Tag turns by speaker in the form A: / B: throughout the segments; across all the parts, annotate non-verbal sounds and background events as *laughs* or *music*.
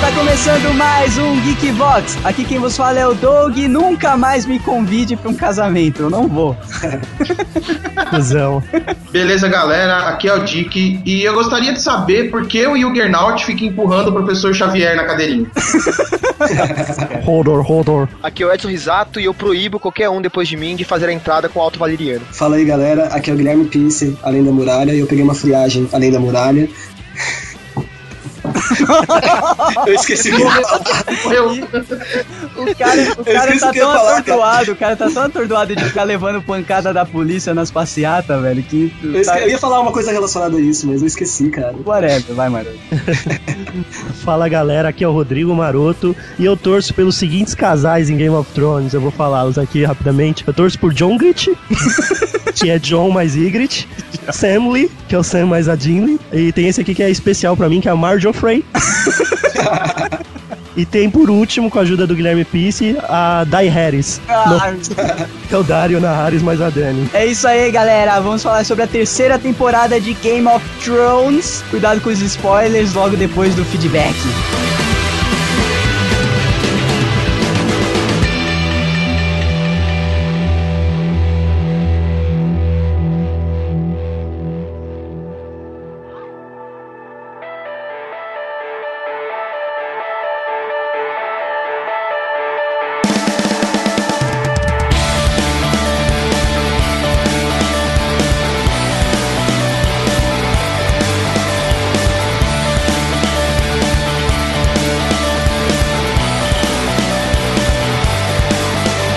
A: Tá começando mais um Geek Vox. Aqui quem vos fala é o Doug. Nunca mais me convide para um casamento, eu não vou.
B: Cusão.
C: Beleza, galera? Aqui é o Dick e eu gostaria de saber por que o Juggernaut fica empurrando o professor Xavier na cadeirinha.
B: Hodor, Hodor.
D: Aqui é o Edson Risato e eu proíbo qualquer um depois de mim de fazer a entrada com o Alto Valeriano.
E: Fala aí galera, aqui é o Guilherme Pince, Além da Muralha, e eu peguei uma friagem Além da Muralha. *laughs* eu esqueci o que eu ia falar.
B: *laughs*
A: O cara, o cara
E: esqueci
A: tá
E: o É que
A: tão
E: eu ia falar, cara.
A: atordoado, o cara tá tão atordoado de ficar levando pancada da polícia nas passeatas, velho, que... tá
E: Eu, esque- eu ia falar uma coisa relacionada a isso, mas eu esqueci, cara.
A: Whatever, vai, mano.
B: Fala galera, aqui é o Rodrigo Maroto e eu torço pelos seguintes casais em Game of Thrones. Eu vou falá-los aqui rapidamente. Eu torço por Jongrit, *laughs* que é John mais Ygritte, Samly, que é o Sam mais a Jinli, e tem esse aqui que é especial pra mim, que é a Marjorie *laughs* E tem por último, com a ajuda do Guilherme Pisse, a Dai Harris.
A: Ah,
B: que é o Dario Naharis mais a Dani.
A: É isso aí, galera. Vamos falar sobre a terceira temporada de Game of Thrones. Cuidado com os spoilers logo depois do feedback.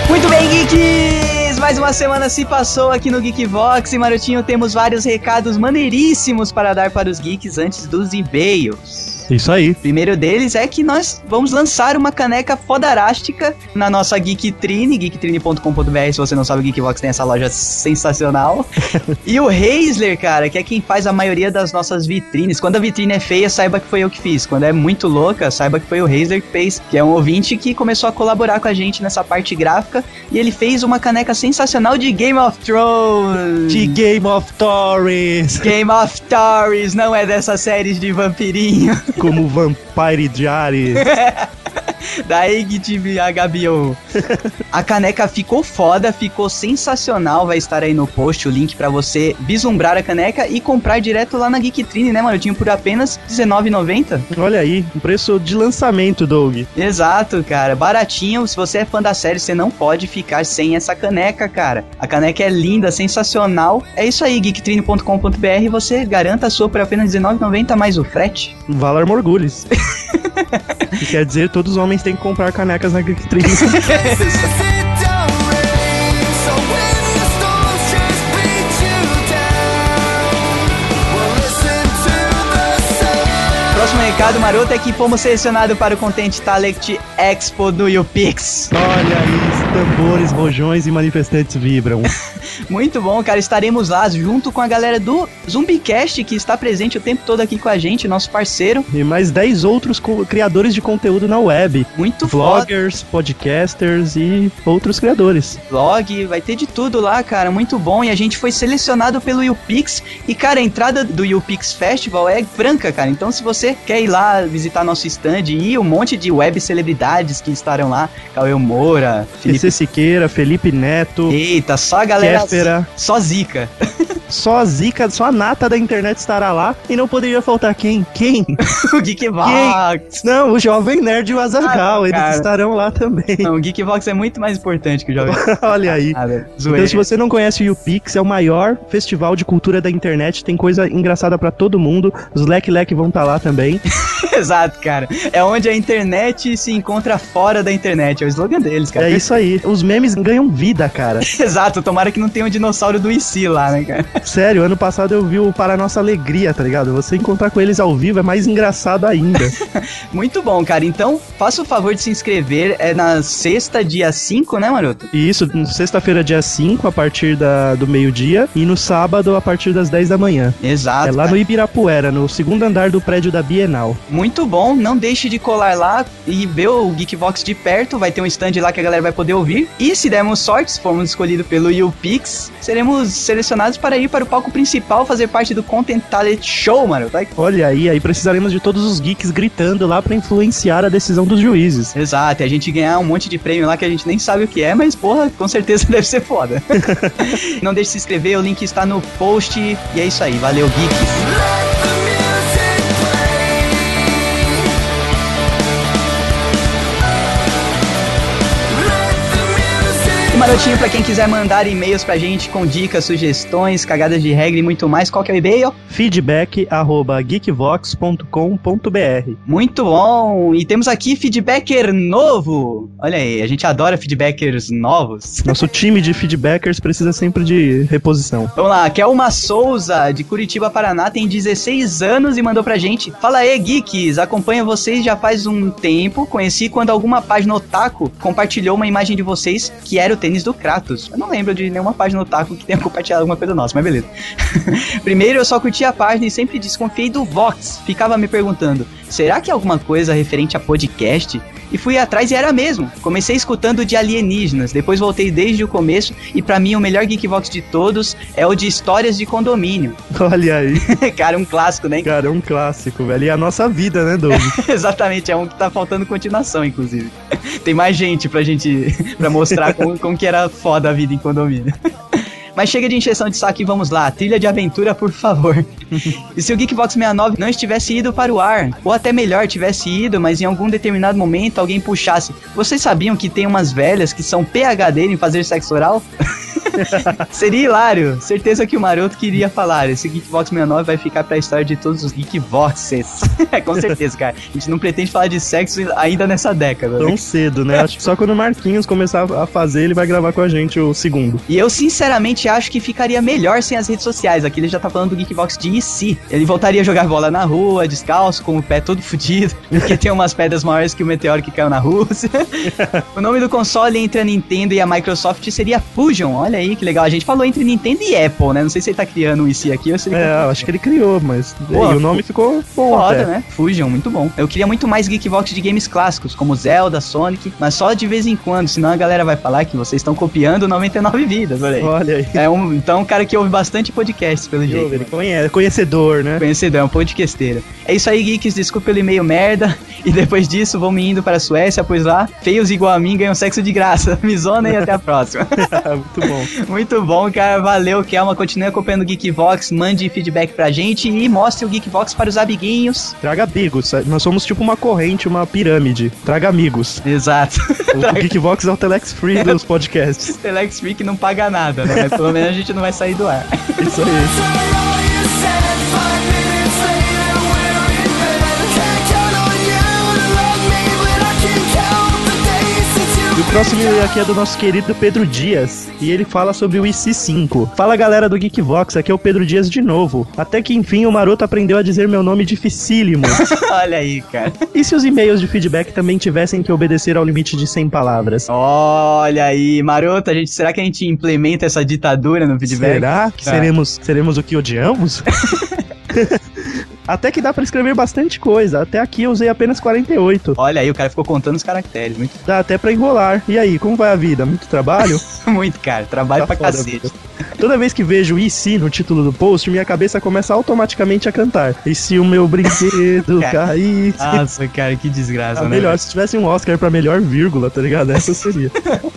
A: Muito bem, geeks! Mais uma semana se passou aqui no Geekvox e Marotinho temos vários recados maneiríssimos para dar para os geeks antes dos e-mails.
B: Isso aí.
A: O primeiro deles é que nós vamos lançar uma caneca fodarástica na nossa Geektrine, geektrine.com.br. Se você não sabe, o Geekbox tem essa loja sensacional. e o Reisler, cara, que é quem faz a maioria das nossas vitrines. Quando a vitrine é feia, saiba que foi eu que fiz. Quando é muito louca, saiba que foi o Reisler que fez, que é um ouvinte que começou a colaborar com a gente nessa parte gráfica. E ele fez uma caneca sensacional de Game of
B: *laughs*
A: Thrones.
B: De Game of Thrones,
A: Game of Thrones, não é dessas séries de vampirinho.
B: como Vampire Diaries.
A: da Igtv HBO. A caneca ficou foda, ficou sensacional. Vai estar aí no post o link pra você vislumbrar a caneca e comprar direto lá na Geektrine, né, Marotinho? Por apenas R$19,90.
B: Olha aí, um preço de lançamento, Doug.
A: Exato, cara. Baratinho. Se você é fã da série, você não pode ficar sem essa caneca, cara. A caneca é linda, sensacional. É isso aí, geektrine.com.br. Você garanta a sua por apenas R$19,90 mais o frete. *laughs*
B: Valar Morgulhos. que quer dizer, todos os homens têm que comprar canecas na Geektrix.
A: Próximo recado, maroto, é que fomos selecionados para o Content Talent Expo do YouPix.
B: Olha aí, tambores, rojões e manifestantes vibram.
A: Muito bom, cara. Estaremos lá junto com a galera do Zumbicast, que está presente o tempo todo aqui com a gente, nosso parceiro.
B: E mais 10 outros co- criadores de conteúdo na web.
A: Muito foda.
B: Vloggers, podcasters e outros criadores.
A: Blog, vai ter de tudo lá, cara. Muito bom. E a gente foi selecionado pelo YouPix. E, cara, a entrada do YouPix Festival é franca, cara. Então, se você quer ir lá visitar nosso stand e um monte de web celebridades que estarão lá, Cauê Moura, Felipe.
B: TC Siqueira, Felipe Neto,
A: Eita, só a galera.
B: Kéfera.
A: Só zica. *laughs*
B: Só a zica, só a nata da internet estará lá. E não poderia faltar quem?
A: *laughs*
B: Quem?
A: o Geek Vox.
B: Não, o Jovem Nerd e o Azagal.
A: Ah,
B: eles
A: cara.
B: estarão lá também. *laughs*
A: Não, o Geek Vox é muito mais importante que o Jovem.
B: Olha aí.
A: Nada,
B: Então,
A: zoeira.
B: se você não conhece o YouPix, é o maior festival de cultura da internet. Tem coisa engraçada pra todo mundo. Os Leque Leque vão estar lá também.
A: *laughs* Exato, cara. É onde a internet se encontra fora da internet. É o slogan deles, cara.
B: É isso aí. Os memes ganham vida, cara.
A: *laughs*
B: *laughs*
A: Exato, tomara que não tenha um dinossauro do IC lá, né, cara?
B: Sério, ano passado eu vi o Para Nossa Alegria, tá ligado? Você encontrar com eles ao vivo é mais engraçado ainda.
A: Muito bom, cara. Então, faça o favor de se inscrever. É na sexta, dia 5, né, Maroto?
B: E isso, no sexta-feira, dia 5, a partir da- do meio-dia. E no sábado, a partir das 10 da manhã.
A: Exato.
B: É lá
A: cara.
B: no Ibirapuera, no segundo andar do prédio da Bienal.
A: Muito bom, não deixe de colar lá e ver o Geekbox de perto. Vai ter um stand lá que a galera vai poder ouvir. E se dermos sorte, se formos escolhidos pelo YouPix, seremos selecionados para ir ir para o palco principal fazer parte do Content Talent Show, mano. Tá?
B: Olha aí, aí precisaremos de todos os geeks gritando lá pra influenciar a decisão dos juízes.
A: Exato, e a gente ganhar um monte de prêmio lá que a gente nem sabe o que é, mas porra, com certeza *laughs* deve ser foda. Não deixe de se inscrever, o link está no post. E é isso aí, valeu, geeks. E Marotinho, pra quem quiser mandar e-mails pra gente com dicas, sugestões, cagadas de regra e muito mais, qual que é o e-mail?
B: Feedback arroba geekvox.com.br
A: Muito bom! E temos aqui feedbacker novo! Olha aí, a gente adora feedbackers novos.
B: Nosso time de feedbackers precisa sempre de reposição. *laughs*
A: Vamos lá, Kelma Souza, de Curitiba, Paraná, tem 16 anos e mandou pra gente. Fala aí, geeks! Acompanho vocês já faz um tempo. Conheci quando alguma página otaku compartilhou uma imagem de vocês que era o tênis do Kratos. Eu não lembro de nenhuma página otaku que tenha compartilhado alguma coisa nossa, mas beleza. *laughs* Primeiro eu só curti a página e sempre desconfiei do Vox. Ficava me perguntando, será que é alguma coisa referente a podcast? E fui atrás e era mesmo. Comecei escutando de alienígenas, depois voltei desde o começo e pra mim o melhor Geekbox de todos é o de histórias de condomínio. *laughs*
B: Olha aí,
A: Cara, um clássico, né? *laughs*
B: cara, é um clássico, velho. E a nossa vida, né, Doug?
A: Exatamente, é um que tá faltando continuação, inclusive. Tem mais gente pra gente *laughs* pra mostrar como, como que era foda a vida em condomínio. *laughs* Mas chega de encheção de saco e vamos lá, trilha de aventura, por favor. *laughs* e se o Geekbox 69 não estivesse ido para o ar, ou até melhor, tivesse ido, mas em algum determinado momento alguém puxasse, vocês sabiam que tem umas velhas que são PHD em fazer sexo oral? *laughs* Seria hilário, certeza que o Maroto queria falar. Esse Geekbox 69 vai ficar pra história de todos os Geekboxes. *laughs* É, Com certeza, cara. A gente não pretende falar de sexo ainda nessa década. né?
B: Tão cedo, né? Acho que só quando o Marquinhos começar a fazer, ele vai gravar com a gente o segundo.
A: E eu sinceramente acho que ficaria melhor sem as redes sociais. Aqui ele já tá falando do Geekbox de IC. Ele voltaria a jogar bola na rua, descalço, com o pé todo *laughs* fudido, porque tem umas pedras maiores que o meteoro que caiu na Rússia. *laughs* o nome do console entre a Nintendo e a Microsoft seria Fusion. Olha aí que legal. A gente falou entre Nintendo e Apple, né? Não sei se ele tá criando um IC aqui ou se ele
B: É, eu acho que ele criou, mas.
A: Pô,
B: e o nome ficou
A: *laughs*
B: bom
A: Foda,
B: até.
A: né? Fusion, muito bom. Eu queria muito mais Geekbox de games clássicos, como Zelda, Sonic, mas só de vez em quando, senão a galera vai falar que vocês estão copiando 99 vidas, olha aí.
B: Olha aí.
A: É um, então, um cara que ouve bastante podcasts, pelo
B: Ele
A: jeito. né?
B: ouve, ele conhece, conhecedor, né? *laughs*
A: Conhecido, é um podcasteiro. É isso aí, geeks. Desculpa pelo e-mail merda. *laughs* E depois disso, vou me indo para a Suécia, pois lá, feios igual a mim ganham sexo de graça. *laughs* Me zona e até a próxima. *laughs*
B: Ah, Muito bom.
A: Muito bom, cara. Valeu, Kelma. Continue acompanhando o Geekvox. Mande feedback pra gente e mostre o Geekvox para os amiguinhos.
B: Traga amigos. sabe? Nós somos tipo uma corrente, uma pirâmide. Traga amigos.
A: Exato. *laughs*
B: O Geekbox é o Telex Free dos podcasts.
A: Telex Freak não paga nada, né? Mas pelo menos a gente não vai sair do ar. *laughs*
B: Isso aí. E o próximo aqui é do nosso querido Pedro Dias, e ele fala sobre o IC5. Fala galera do Geekvox, aqui é o Pedro Dias de novo. Até que enfim o maroto aprendeu a dizer meu nome dificílimo.
A: Olha aí, cara.
B: e se os e-mails de feedback também tivessem que obedecer ao limite de 100 palavras?
A: Olha aí, maroto. A gente, será que a gente implementa essa ditadura no feedback?
B: Será que
A: Ah.
B: seremos, seremos o que odiamos? Até que dá pra escrever bastante coisa. Até aqui eu usei apenas 48.
A: Olha aí, o cara ficou contando os caracteres. Muito, *laughs*
B: Dá até pra enrolar. E aí, como vai a vida? Muito trabalho?
A: muito cara. Trabalho
B: Tá
A: pra
B: foda,
A: cacete.
B: Toda vez que vejo IC no título do post, minha cabeça começa automaticamente a cantar. E se o
A: *laughs*
B: meu brinquedo
A: Cara,
B: cair?
A: *laughs* Nossa, cara, que desgraça,
B: Ah,
A: É. Ah, né?
B: melhor, se tivesse um Oscar pra melhor vírgula, tá ligado? Essa seria.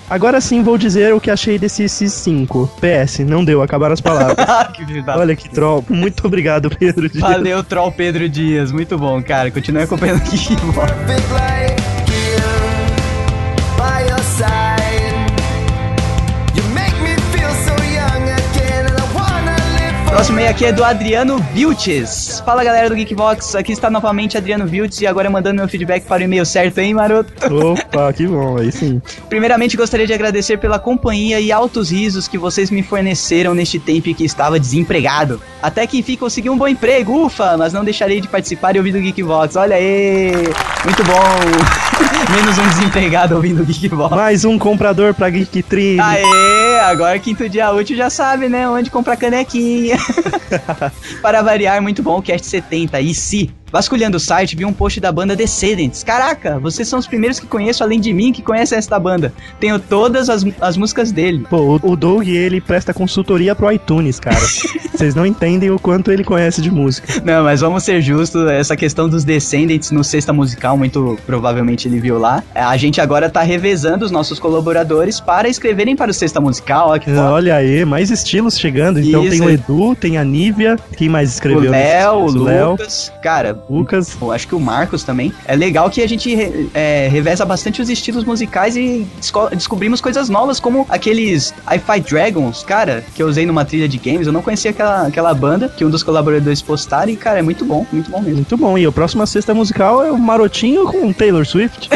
B: Agora sim vou dizer o que achei desse IC5. PS, não deu, acabaram as palavras.
A: *laughs* Ah, que vida.
B: Olha que troll. Muito obrigado, Pedro. Dias.
A: Valeu, Troll Pedro Dias. Muito bom, cara. Continue acompanhando aqui.
F: Big light by your side. You make me feel so young again, and I wanna live for.
A: Próximo e aqui é do Adriano Vilches. Fala, galera do Geekbox. Aqui está novamente Adriano Vilches e agora mandando meu feedback para o e-mail certo, hein, maroto?
B: Opa, que bom, aí sim.
A: Primeiramente, gostaria de agradecer pela companhia e altos risos que vocês me forneceram neste tempo em que estava desempregado. Até que enfim consegui um bom emprego, ufa! Mas não deixarei de participar e ouvir do Geekbox. Olha aí! Muito bom! *laughs* Menos um desempregado ouvindo o Geekbox.
B: Mais um comprador pra Geek Trine.
A: Aê, agora quinto dia útil já sabe, *laughs* né? Onde comprar canequinha. Para variar, muito bom o cast 70. E se Vasculhando o site, vi um post da banda Descendents. Caraca, vocês são os primeiros que conheço, além de mim, que conhecem essa banda. Tenho todas as, as músicas dele. *laughs*
B: Pô, o, o Doug, ele presta consultoria pro iTunes, cara. Vocês não entendem o quanto ele conhece de música.
A: Não, mas vamos ser justos, essa questão dos Descendents no Sexta Musical, muito provavelmente ele viu lá. A gente agora tá revezando os nossos colaboradores para escreverem para o Sexta Musical, ó, que foda.
B: Olha aí, mais estilos chegando. Então
A: Isso,
B: tem o
A: é.
B: Edu, tem a Nívia, quem mais
A: O
B: escreveu?
A: Léo, o
B: nesses dias?
A: Lucas, cara,
B: Léo, Lucas.
A: eu acho que o Marcos também. É legal que a gente re- é, reveza bastante os estilos musicais e desco- descobrimos coisas novas, como aqueles I Fight Dragons, cara, que eu usei numa trilha de games. Eu não conhecia aquela, aquela banda que um dos colaboradores postaram e, cara, é muito bom, muito bom mesmo.
B: Muito bom. E a próxima sexta musical é o Marotinho com
A: *laughs*
B: Taylor Swift.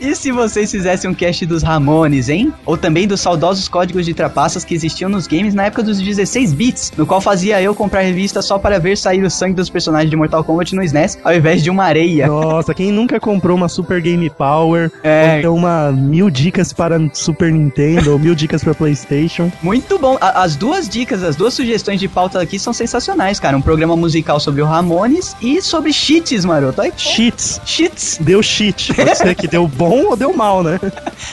A: E se vocês fizessem um cast dos Ramones, hein? Ou também dos saudosos códigos de trapaças que existiam nos games na época dos 16 bits, no qual fazia eu comprar revista só para ver sair o sangue dos personagens de Mortal Kombat no SNES, ao invés de uma areia.
B: Nossa, quem nunca comprou uma Super Game Power? Ou
A: É,
B: então uma mil dicas para Super Nintendo, ou mil dicas para PlayStation.
A: muito bom. A- as duas dicas, as duas sugestões de pauta aqui são sensacionais, cara. Um programa musical sobre o Ramones e sobre cheats, maroto. Olha que bom.
B: Cheats.
A: Cheats,
B: Deu cheat. Pode ser que deu bom ou deu mal, né?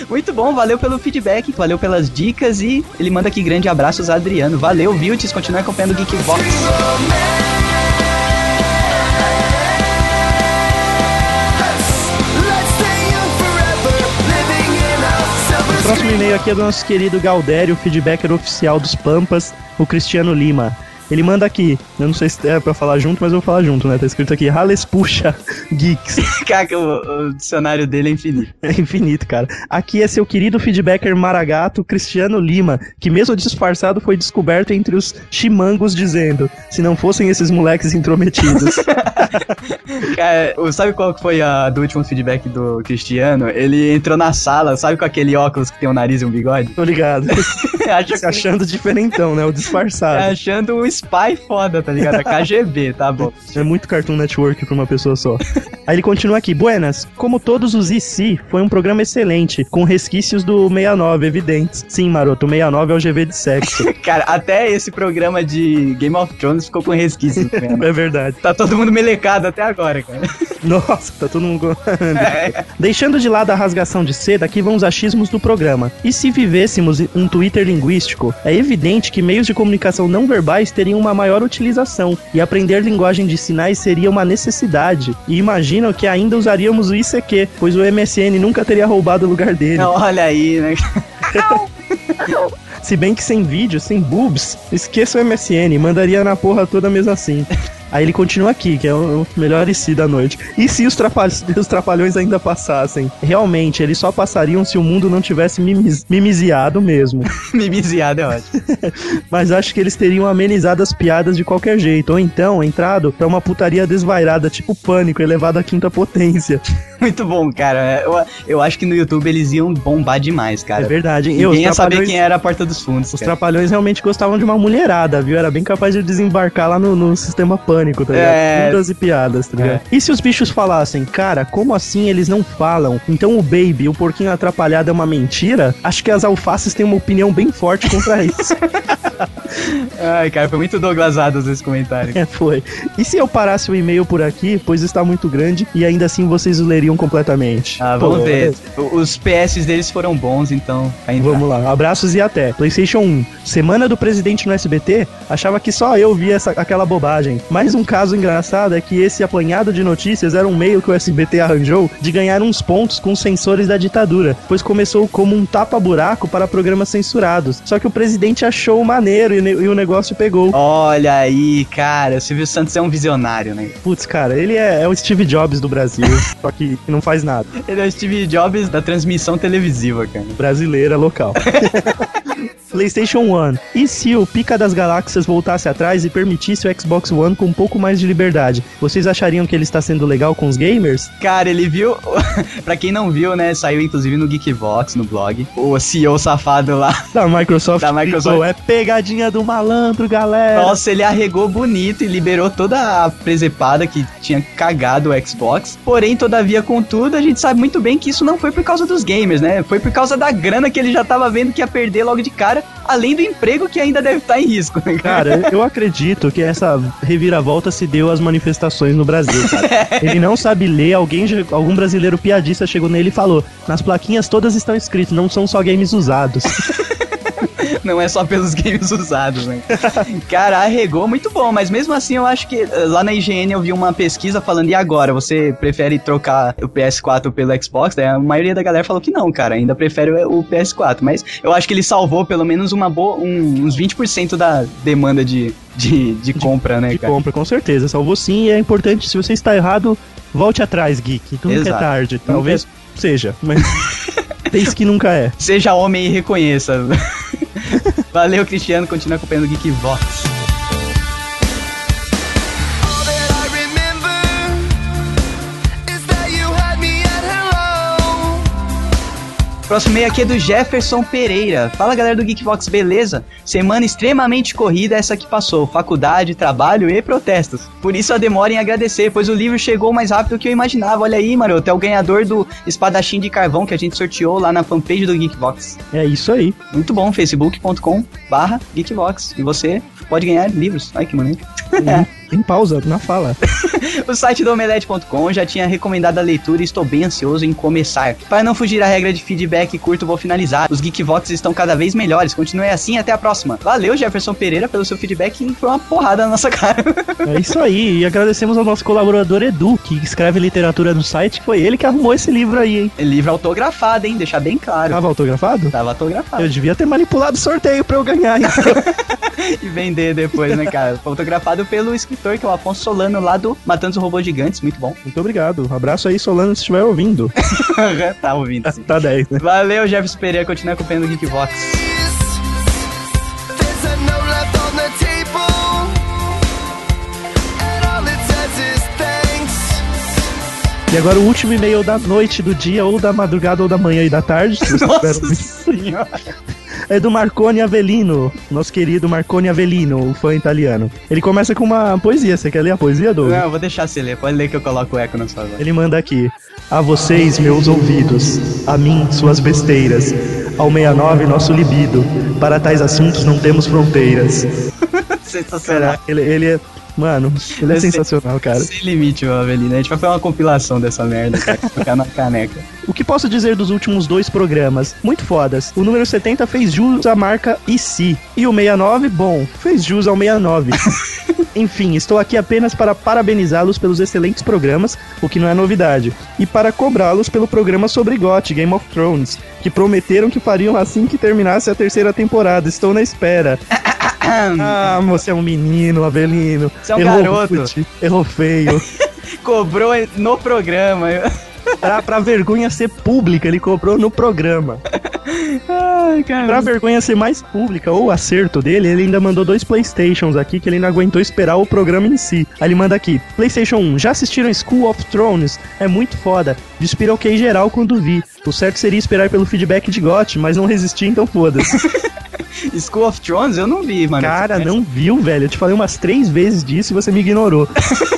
A: muito bom, valeu pelo feedback, valeu pelas dicas e ele manda aqui grande abraços a Adriano. Valeu, Viltes, continua acompanhando o Geekbox. *laughs*
F: Let's stay young forever, living in our
B: O
F: silver
B: próximo e-mail aqui é do nosso querido Galdério, feedbacker oficial dos Pampas, o Cristiano Lima. Ele manda aqui, eu não sei se é pra falar junto, mas eu vou falar junto, né? Tá escrito aqui, Rales Puxa *laughs* Geeks.
A: Caca, o, o dicionário dele é infinito.
B: É infinito, cara. Aqui é seu querido feedbacker maragato, Cristiano Lima, que mesmo disfarçado foi descoberto entre os chimangos dizendo, se não fossem esses moleques intrometidos. *laughs*
A: Cara, o- sabe qual que foi a do último feedback do Cristiano? Ele entrou na sala, sabe com aquele óculos que tem um nariz e um bigode? *laughs*
B: Tô ligado.
A: Acha
B: Se
A: que
B: achando diferentão, né? O disfarçado.
A: achando um spy foda, tá ligado? A KGB, tá bom.
B: É muito Cartoon Network pra uma pessoa só. Aí ele continua aqui. Buenas, como todos os IC, foi um programa excelente, com resquícios do 69, evidentes. Sim, maroto, o 69 é o GV de sexo.
A: Cara, até esse programa de Game of Thrones ficou com resquício. né?
B: é verdade.
A: Tá todo mundo melecado até agora, cara.
B: Nossa, tá todo mundo... Deixando de lado a rasgação de seda, aqui vão os achismos do programa. E se vivêssemos um Twitter linguístico, é evidente que meios de comunicação não verbais teriam uma maior utilização, e aprender linguagem de sinais seria uma necessidade. E imaginam que ainda usaríamos o ICQ, pois o MSN nunca teria roubado o lugar dele.
A: Não, olha aí, né? *laughs*
B: Se bem que sem vídeo, sem boobs, esqueça o MSN, mandaria na porra toda mesmo assim. Aí ele continua aqui, que é o o melhor e se da noite. E se os, trapa- os trapalhões *laughs* ainda passassem? Realmente, eles só passariam se o mundo não tivesse mimis- mimiseado mesmo.
A: Mimiziado é ótimo.
B: Mas acho que eles teriam amenizado as piadas de qualquer jeito. Ou então, entrado pra uma putaria desvairada, tipo pânico, elevado à quinta potência.
A: Muito bom, cara. Eu, eu acho que no YouTube eles iam bombar demais,
B: É
A: cara.
B: verdade. hein? E os
A: Ninguém ia saber
B: Trapalhões-
A: quem era a Porta dos Fundos.
B: Os
A: cara.
B: trapalhões realmente gostavam de uma mulherada, viu? Era bem capaz de desembarcar lá no, no sistema pânico, tá ligado?
A: É.
B: Fundas e piadas, tá ligado?
A: É.
B: E se os bichos falassem, cara, como assim eles não falam? Então o Baby, o porquinho atrapalhado é uma mentira? Acho que as alfaces têm uma opinião bem
A: *laughs*
B: forte contra isso. *laughs*
A: Ai, cara, foi muito Douglas Adams esse comentário.
B: É, foi. E se eu parasse o e-mail por aqui, pois está muito grande e ainda assim vocês o leriam completamente?
A: Ah, vamos
B: Pô,
A: ver. O- Os PS deles foram bons, então. Ainda.
B: Vamos lá, abraços e até. PlayStation 1. Semana do presidente no SBT, achava que só eu via essa, aquela bobagem. Mas um caso engraçado é que esse apanhado de notícias era um meio que o SBT arranjou de ganhar uns pontos com os censores da ditadura, pois começou como um tapa-buraco para programas censurados. Só que o presidente achou maneiro e, ne- e o negócio pegou.
A: Olha aí, cara, o Silvio Santos é um visionário, né?
B: Putz, cara, ele é, é o Steve Jobs do Brasil, *laughs* só que não faz nada.
A: Ele é o Steve Jobs da transmissão televisiva, cara.
B: brasileira local. PlayStation One. E se o Pica das Galáxias voltasse atrás e permitisse o Xbox One com um pouco mais de liberdade, vocês achariam que ele está sendo legal com os gamers?
A: Cara, ele viu. *laughs* pra quem não viu, né? Saiu inclusive no Geekbox, no blog. O CEO safado lá.
B: Da Microsoft.
A: Da Microsoft.
B: ficou, é pegadinha do malandro, galera.
A: Nossa, ele arregou bonito e liberou toda a presepada que tinha cagado o Xbox. Porém, todavia, contudo, a gente sabe muito bem que isso não foi por causa dos gamers, né? Foi por causa da grana que ele já tava vendo que ia perder logo de cara, além do emprego que ainda deve estar em risco. né, cara?
B: Cara, eu acredito que essa reviravolta se deu às manifestações no
A: *laughs*
B: Brasil, cara. Ele não sabe ler, alguém, já- algum brasileiro piadista chegou nele e falou: nas plaquinhas todas estão escrito, não são só games usados.
A: Não é só pelos *laughs* games usados, né? Cara, arregou muito bom, mas mesmo assim eu acho que eh, lá na IGN eu vi uma pesquisa falando, e agora? Você prefere trocar o PS4 pelo Xbox? Daí A maioria da galera falou que não, cara, ainda prefere o o PS4. Mas eu acho que ele salvou pelo menos uma boa, um- uns 20% da demanda de, de, de compra, né,
B: de
A: cara?
B: compra, com certeza. Salvou sim, e é importante, se você está errado, volte atrás, Geek. Nunca
A: Exato.
B: é tarde. Talvez seja,
A: *laughs*
B: mas. Desde que nunca é.
A: Seja homem e reconheça. *laughs* Valeu, Cristiano. Continua acompanhando o Geekbox.
F: All that I remember is that you had me at hello.
A: Próximo meio aqui é do Jefferson Pereira. Fala galera do Geekbox, beleza? Semana extremamente corrida essa que passou. Faculdade, trabalho e protestos. Por isso a demora em agradecer, pois o livro chegou mais rápido do que eu imaginava. Olha aí, maroto, é o ganhador do espadachim de carvão que a gente sorteou lá na fanpage do Geekbox.
B: É isso aí.
A: Muito bom, facebook.com barra Geekbox. E você pode ganhar livros. Ai, que maneiro.
B: Em pausa, na fala.
A: O site do omelete.com já tinha recomendado a leitura e estou bem ansioso em começar. Para não fugir à regra de feedback curto, vou finalizar. Os Geekvox estão cada vez melhores. Continue assim até a próxima. Valeu, Jefferson Pereira, pelo seu feedback e foi uma porrada na nossa *laughs* cara.
B: É isso aí. E agradecemos ao nosso colaborador Edu, que escreve literatura no site. que Foi ele que arrumou esse livro aí, hein?
A: É Livro autografado, hein? Deixar bem claro.
B: Tava autografado?
A: Tava autografado.
B: Eu devia ter manipulado o sorteio pra eu
A: *laughs*
B: ganhar. então.
A: E vender depois, né, cara? Foi Autografado pelo escritor, que é o Afonso Solano, lá do Matando os Robôs Gigantes. Muito bom. *laughs*
B: Muito obrigado. Um abraço aí, Solano, se estiver ouvindo. *laughs*
A: tá ouvindo, sim.
B: tá 10, né?
A: Valeu, Jefferson Pereira. Continue acompanhando o Geekvox.
F: There's a note left on the table, and all it says is thanks.
B: E agora o último e-mail da noite, do dia, ou da madrugada, ou da manhã e da tarde. se vocês
A: Nossa
B: tiveram-
A: senhora.
B: é do Marconi Avelino, nosso querido Marconi Avelino, o fã italiano. Ele começa com uma poesia, você quer ler a poesia, Douglas?
A: Não, eu vou deixar você ler. Pode ler que eu coloco o eco na sua voz.
B: Ele manda aqui. A vocês, meus ouvidos, a mim, suas besteiras, ao 69, nosso libido, para tais assuntos não temos fronteiras.
A: Sensacional.
B: Ele, ele é. Mano, ele é
A: Eu sei.
B: sensacional, cara.
A: Sem limite, meu Avelino. A gente vai fazer uma compilação dessa merda, cara, que ficar na caneca.
B: O que posso dizer dos últimos dois programas? Muito fodas. O número 70 fez jus à marca IC. E o 69, bom, fez jus ao
A: *laughs*
B: 69. Enfim, estou aqui apenas para parabenizá-los pelos excelentes programas, o que não é novidade, e para cobrá-los pelo programa sobre GOT, Game of Thrones, que prometeram que fariam assim que terminasse a terceira temporada. Estou na espera. ah, você é um menino, Avelino.
A: Você é um
B: Errou
A: garoto.
B: rude,
A: *laughs*
B: Errou feio.
A: *laughs* Cobrou no programa.
B: pra, pra vergonha ser pública, ele cobrou no programa.
A: Ai, cara.
B: Pra vergonha ser mais pública ou o acerto dele, ele ainda mandou dois Playstations aqui que ele não aguentou esperar o programa em si. Aí ele manda aqui: PlayStation 1, já assistiram School of Thrones? É muito foda. Despiroquei geral quando vi. O certo seria esperar pelo feedback de GOT, mas não resisti, então foda-se.
A: School of Thrones eu não vi, mano.
B: Cara, não viu, velho? Eu te falei umas três vezes disso e você me ignorou.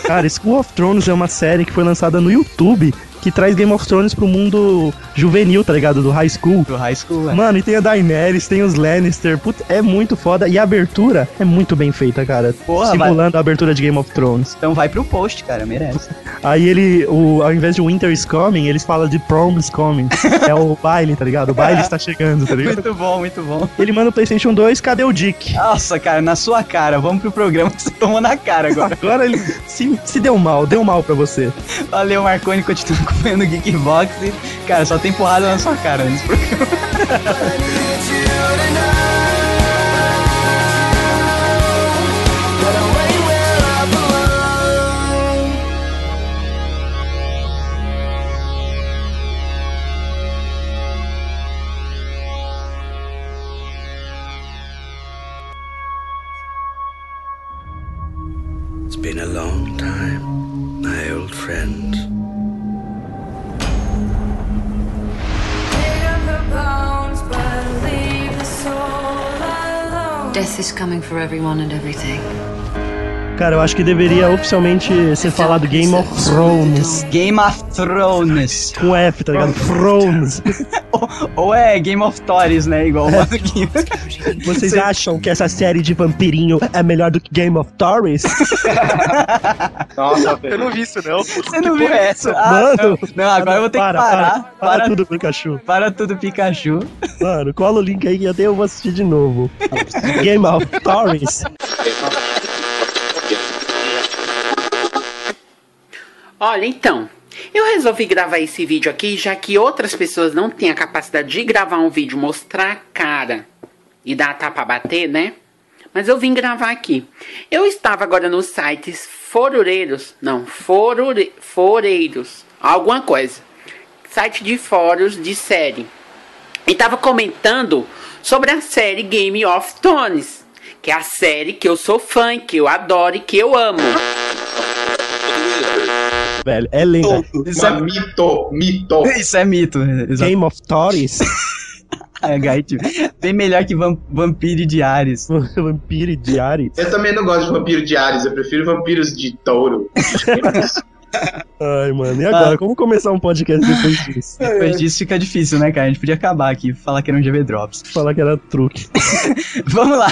B: Cara, School of Thrones é uma série que foi lançada no YouTube que traz Game of Thrones pro mundo juvenil, tá ligado? Do high school.
A: Do High School, velho.
B: Mano, e tem a Daenerys, tem os Lannister, puta, é muito foda. E a abertura é muito bem feita, cara.
A: Porra,
B: simulando a abertura de Game of Thrones.
A: Então vai pro post, cara, merece.
B: Aí ele, o, ao invés de Winter is Coming, eles falam de Prom
A: *laughs*
B: is Coming. é o baile, tá ligado? O baile está chegando, tá ligado?
A: *laughs* Muito bom, muito bom.
B: Ele manda o PlayStation 2, cadê o Dick?
A: Nossa, cara, na sua cara. Vamos pro programa *laughs* que você tomou na cara agora. *laughs*
B: Agora ele se, se deu mal, deu mal pra você.
A: Valeu, Marconi. Continua *laughs* acompanhando o Geekbox. E, Cara, só tem porrada na sua cara nesse programa.
F: I need you to know that I'm way where I belong.
G: It's been a long time, my old friend.
H: Death is coming for everyone and everything.
B: Cara, eu acho que deveria oficialmente ser falado Game of Thrones.
A: Game of Thrones.
B: Com F, tá ligado? Thrones.
A: Ou, ou é Game of Thrones, né? Igual o mano aqui.
B: Vocês acham que essa série de vampirinho é melhor do que Game of Thrones?
C: Nossa,
D: Eu
C: velho.
D: não vi isso, não.
A: Você não viu essa? Ah,
B: Mano!
A: não, não, agora eu vou ter
B: Para,
A: que parar.
B: Para, para tudo, Pikachu.
A: Para tudo, Pikachu.
B: Mano, cola o link aí que até eu vou assistir de novo. Game of Thrones.
H: Olha, então, eu resolvi gravar esse vídeo aqui, já que outras pessoas não têm a capacidade de gravar um vídeo, mostrar a cara e dar a tapa a bater, né? Mas eu vim gravar aqui. Eu estava agora nos sites forureiros, não, forure, foreiros, alguma coisa. Site de fóruns de série. E tava comentando sobre a série Game of Thrones, que é a série que eu sou fã, que eu adoro e que eu amo.
B: Velho, é lenda.
A: Isso é-
C: Mas mito, mito.
A: *laughs* Isso é mito. Exato.
B: Game of Thrones. *laughs*
A: Ah, Gaiti. Bem melhor que Vam- Vampire de Ares.
B: Vampire de Ares.
C: Eu também não gosto de vampiro de Ares, eu prefiro vampiros de touro.
B: Ai, mano, e
A: Ah.
B: agora? Como começar um podcast depois disso?
A: Depois disso fica difícil, né, cara? A gente podia acabar aqui e falar que era um GV Drops. *laughs*
B: Falar que era truque.
A: Vamos lá,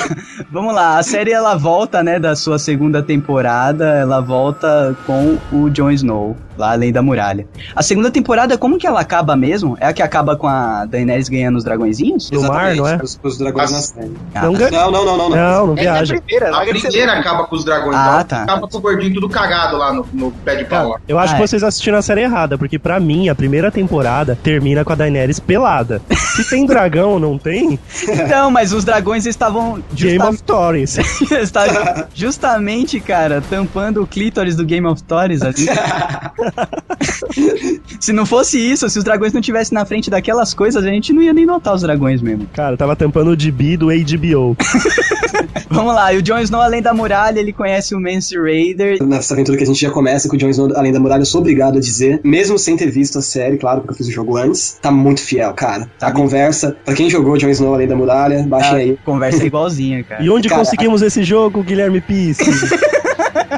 A: vamos lá. A série ela volta, né, da sua segunda temporada, ela volta com o Jon Snow, lá além da muralha. A segunda temporada, como que ela acaba mesmo? É a que acaba com a Daenerys ganhando os *laughs* dragõezinhos?
B: No mar, não é?
E: Os, os dragões na série.
B: Não, ga-
E: Ah, Não, não, não, não. não.
B: não, não
D: É a
B: viaja.
D: primeira,
C: A
D: a
C: primeira acaba com os dragões,
A: Ah,
C: não.
A: tá.
C: acaba com o gordinho tudo cagado lá no, no pé de pau. lá.
B: Cara, eu acho
A: Ah,
B: que
A: é.
B: vocês assistiram a série errada, porque pra mim a primeira temporada termina com a Daenerys pelada. Se tem dragão ou não tem,
A: Então, mas os dragões estavam
B: Game
A: justa-
B: of Thrones.
A: *laughs* estavam justamente, cara, tampando o clítoris do Game of Thrones ali. se não fosse isso, se os dragões não tivessem na frente daquelas coisas, a gente não ia nem notar os dragões mesmo.
B: Cara, tava tampando o DB do HBO.
A: Vamos lá, e o Jon Snow, além da muralha, ele conhece o Mance Raider
E: Nessa aventura que a gente já começa com o Jon Snow além da muralha, eu sou obrigado a dizer, mesmo sem ter visto a série, claro, porque eu fiz o jogo antes, tá muito fiel, cara. A conversa, pra quem jogou Jon Snow além da muralha, baixem aí.
A: A conversa é igualzinha, cara.
B: E onde
E: Cara,
B: conseguimos esse jogo, Guilherme Pisse?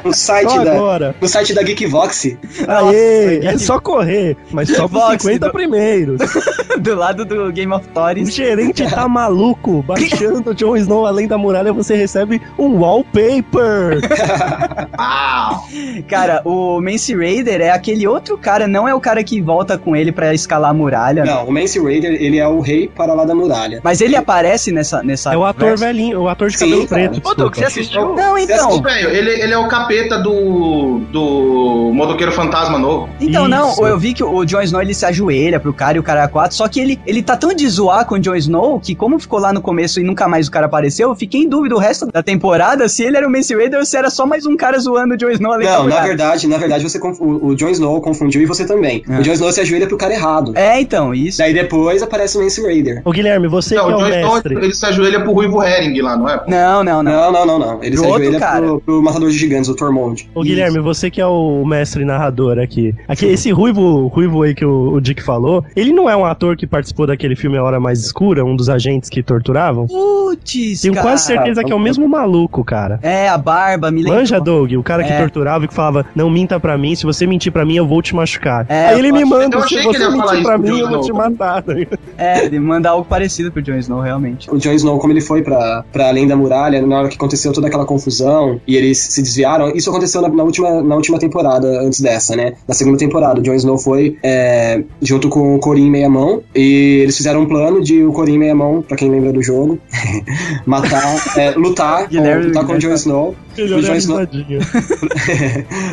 E: No
B: Só
E: site da.
B: agora.
E: No site da Geekvox,
B: Aê, é só correr, mas só pros
A: Vox,
B: 50
A: do-
B: primeiros.
A: *laughs* Do lado do Game of
B: O
A: Thrones.
B: gerente tá maluco, baixando o Jon Snow além da muralha, você recebe um wallpaper.
C: Ah,
A: Cara, o Mance Raider é aquele outro cara, não é o cara que volta com ele pra escalar a
B: É.
A: muralha.
E: não, o Mance Raider, ele é o rei para lá da muralha.
A: Mas ele aparece nessa. nessa
B: É o ator
A: conversa.
B: velhinho, o ator de
E: Sim,
B: cabelo
E: cara.
B: preto.
D: Ô, Doug,
B: desculpa.
D: você assistiu?
A: Não,
C: Ô,
A: então.
C: velho, ele, ele é o capeta do. do motoqueiro fantasma novo.
A: Então,
B: Isso.
A: não, eu vi que o Jon Snow ele se ajoelha pro cara e o cara é quatro, só que ele, ele tá tão de zoar com o Jon Snow que, como ficou lá no começo e nunca mais o cara apareceu, eu fiquei em dúvida o resto da temporada se ele era o Mance Raider ou se era só mais um cara zoando o Jon Snow ali
E: Não, na verdade, na verdade, você conf- o, o Jon Snow confundiu e você também.
A: É.
E: O Jon Snow se ajoelha pro cara errado.
A: É, então, isso.
E: Daí depois aparece o Mance Raider.
B: Ô, Guilherme, você
C: Não,
B: que é
C: o
B: o
C: John
B: mestre.
C: Snow ele se ajoelha pro Ruivo Herring lá, não é?
A: Não, não, não.
E: Não, não, não, não. Ele
A: Pro
E: se
A: outro
E: ajoelha
A: cara.
E: pro, pro matador de gigantes, o Tormund.
B: Ô Guilherme, você que é o mestre narrador aqui. aqui esse ruivo, ruivo aí que o, o Dick falou, ele não é um ator que participou daquele filme A Hora Mais Escura, um dos agentes que torturavam?
A: Putz,
B: Tenho
A: cara.
B: quase certeza que é o mesmo maluco, cara.
A: É, a barba, me lembra.
B: Manja, Doug, o cara que
A: É.
B: torturava e que falava, não minta pra mim, se você mentir pra mim, eu vou te machucar.
A: É,
B: aí ele
A: eu
B: me
A: acho-
B: manda,
C: eu achei
B: se
C: que ele
B: você
C: ia falar
B: mentir
C: isso
B: pra
C: pro
B: mim, eu
C: Jon
B: vou te
C: Snow.
B: matar. *laughs*
A: É, de mandar algo parecido pro Jon Snow, realmente.
E: O Jon Snow, como ele foi pra, pra além da muralha, na hora que aconteceu toda aquela confusão e eles se desviaram, isso aconteceu na, na última, na última temporada, antes dessa, né? Na segunda temporada, o Jon Snow foi é, junto com o Corin Meia-Mão e eles fizeram um plano de o Corin Meia-Mão, pra quem lembra do jogo, *laughs* matar, é,
A: *laughs*
E: lutar, com,
A: Guilherme-
E: lutar com o Jon Snow
B: Ele
E: O
B: olha
E: Jon Snow-
B: risadinho.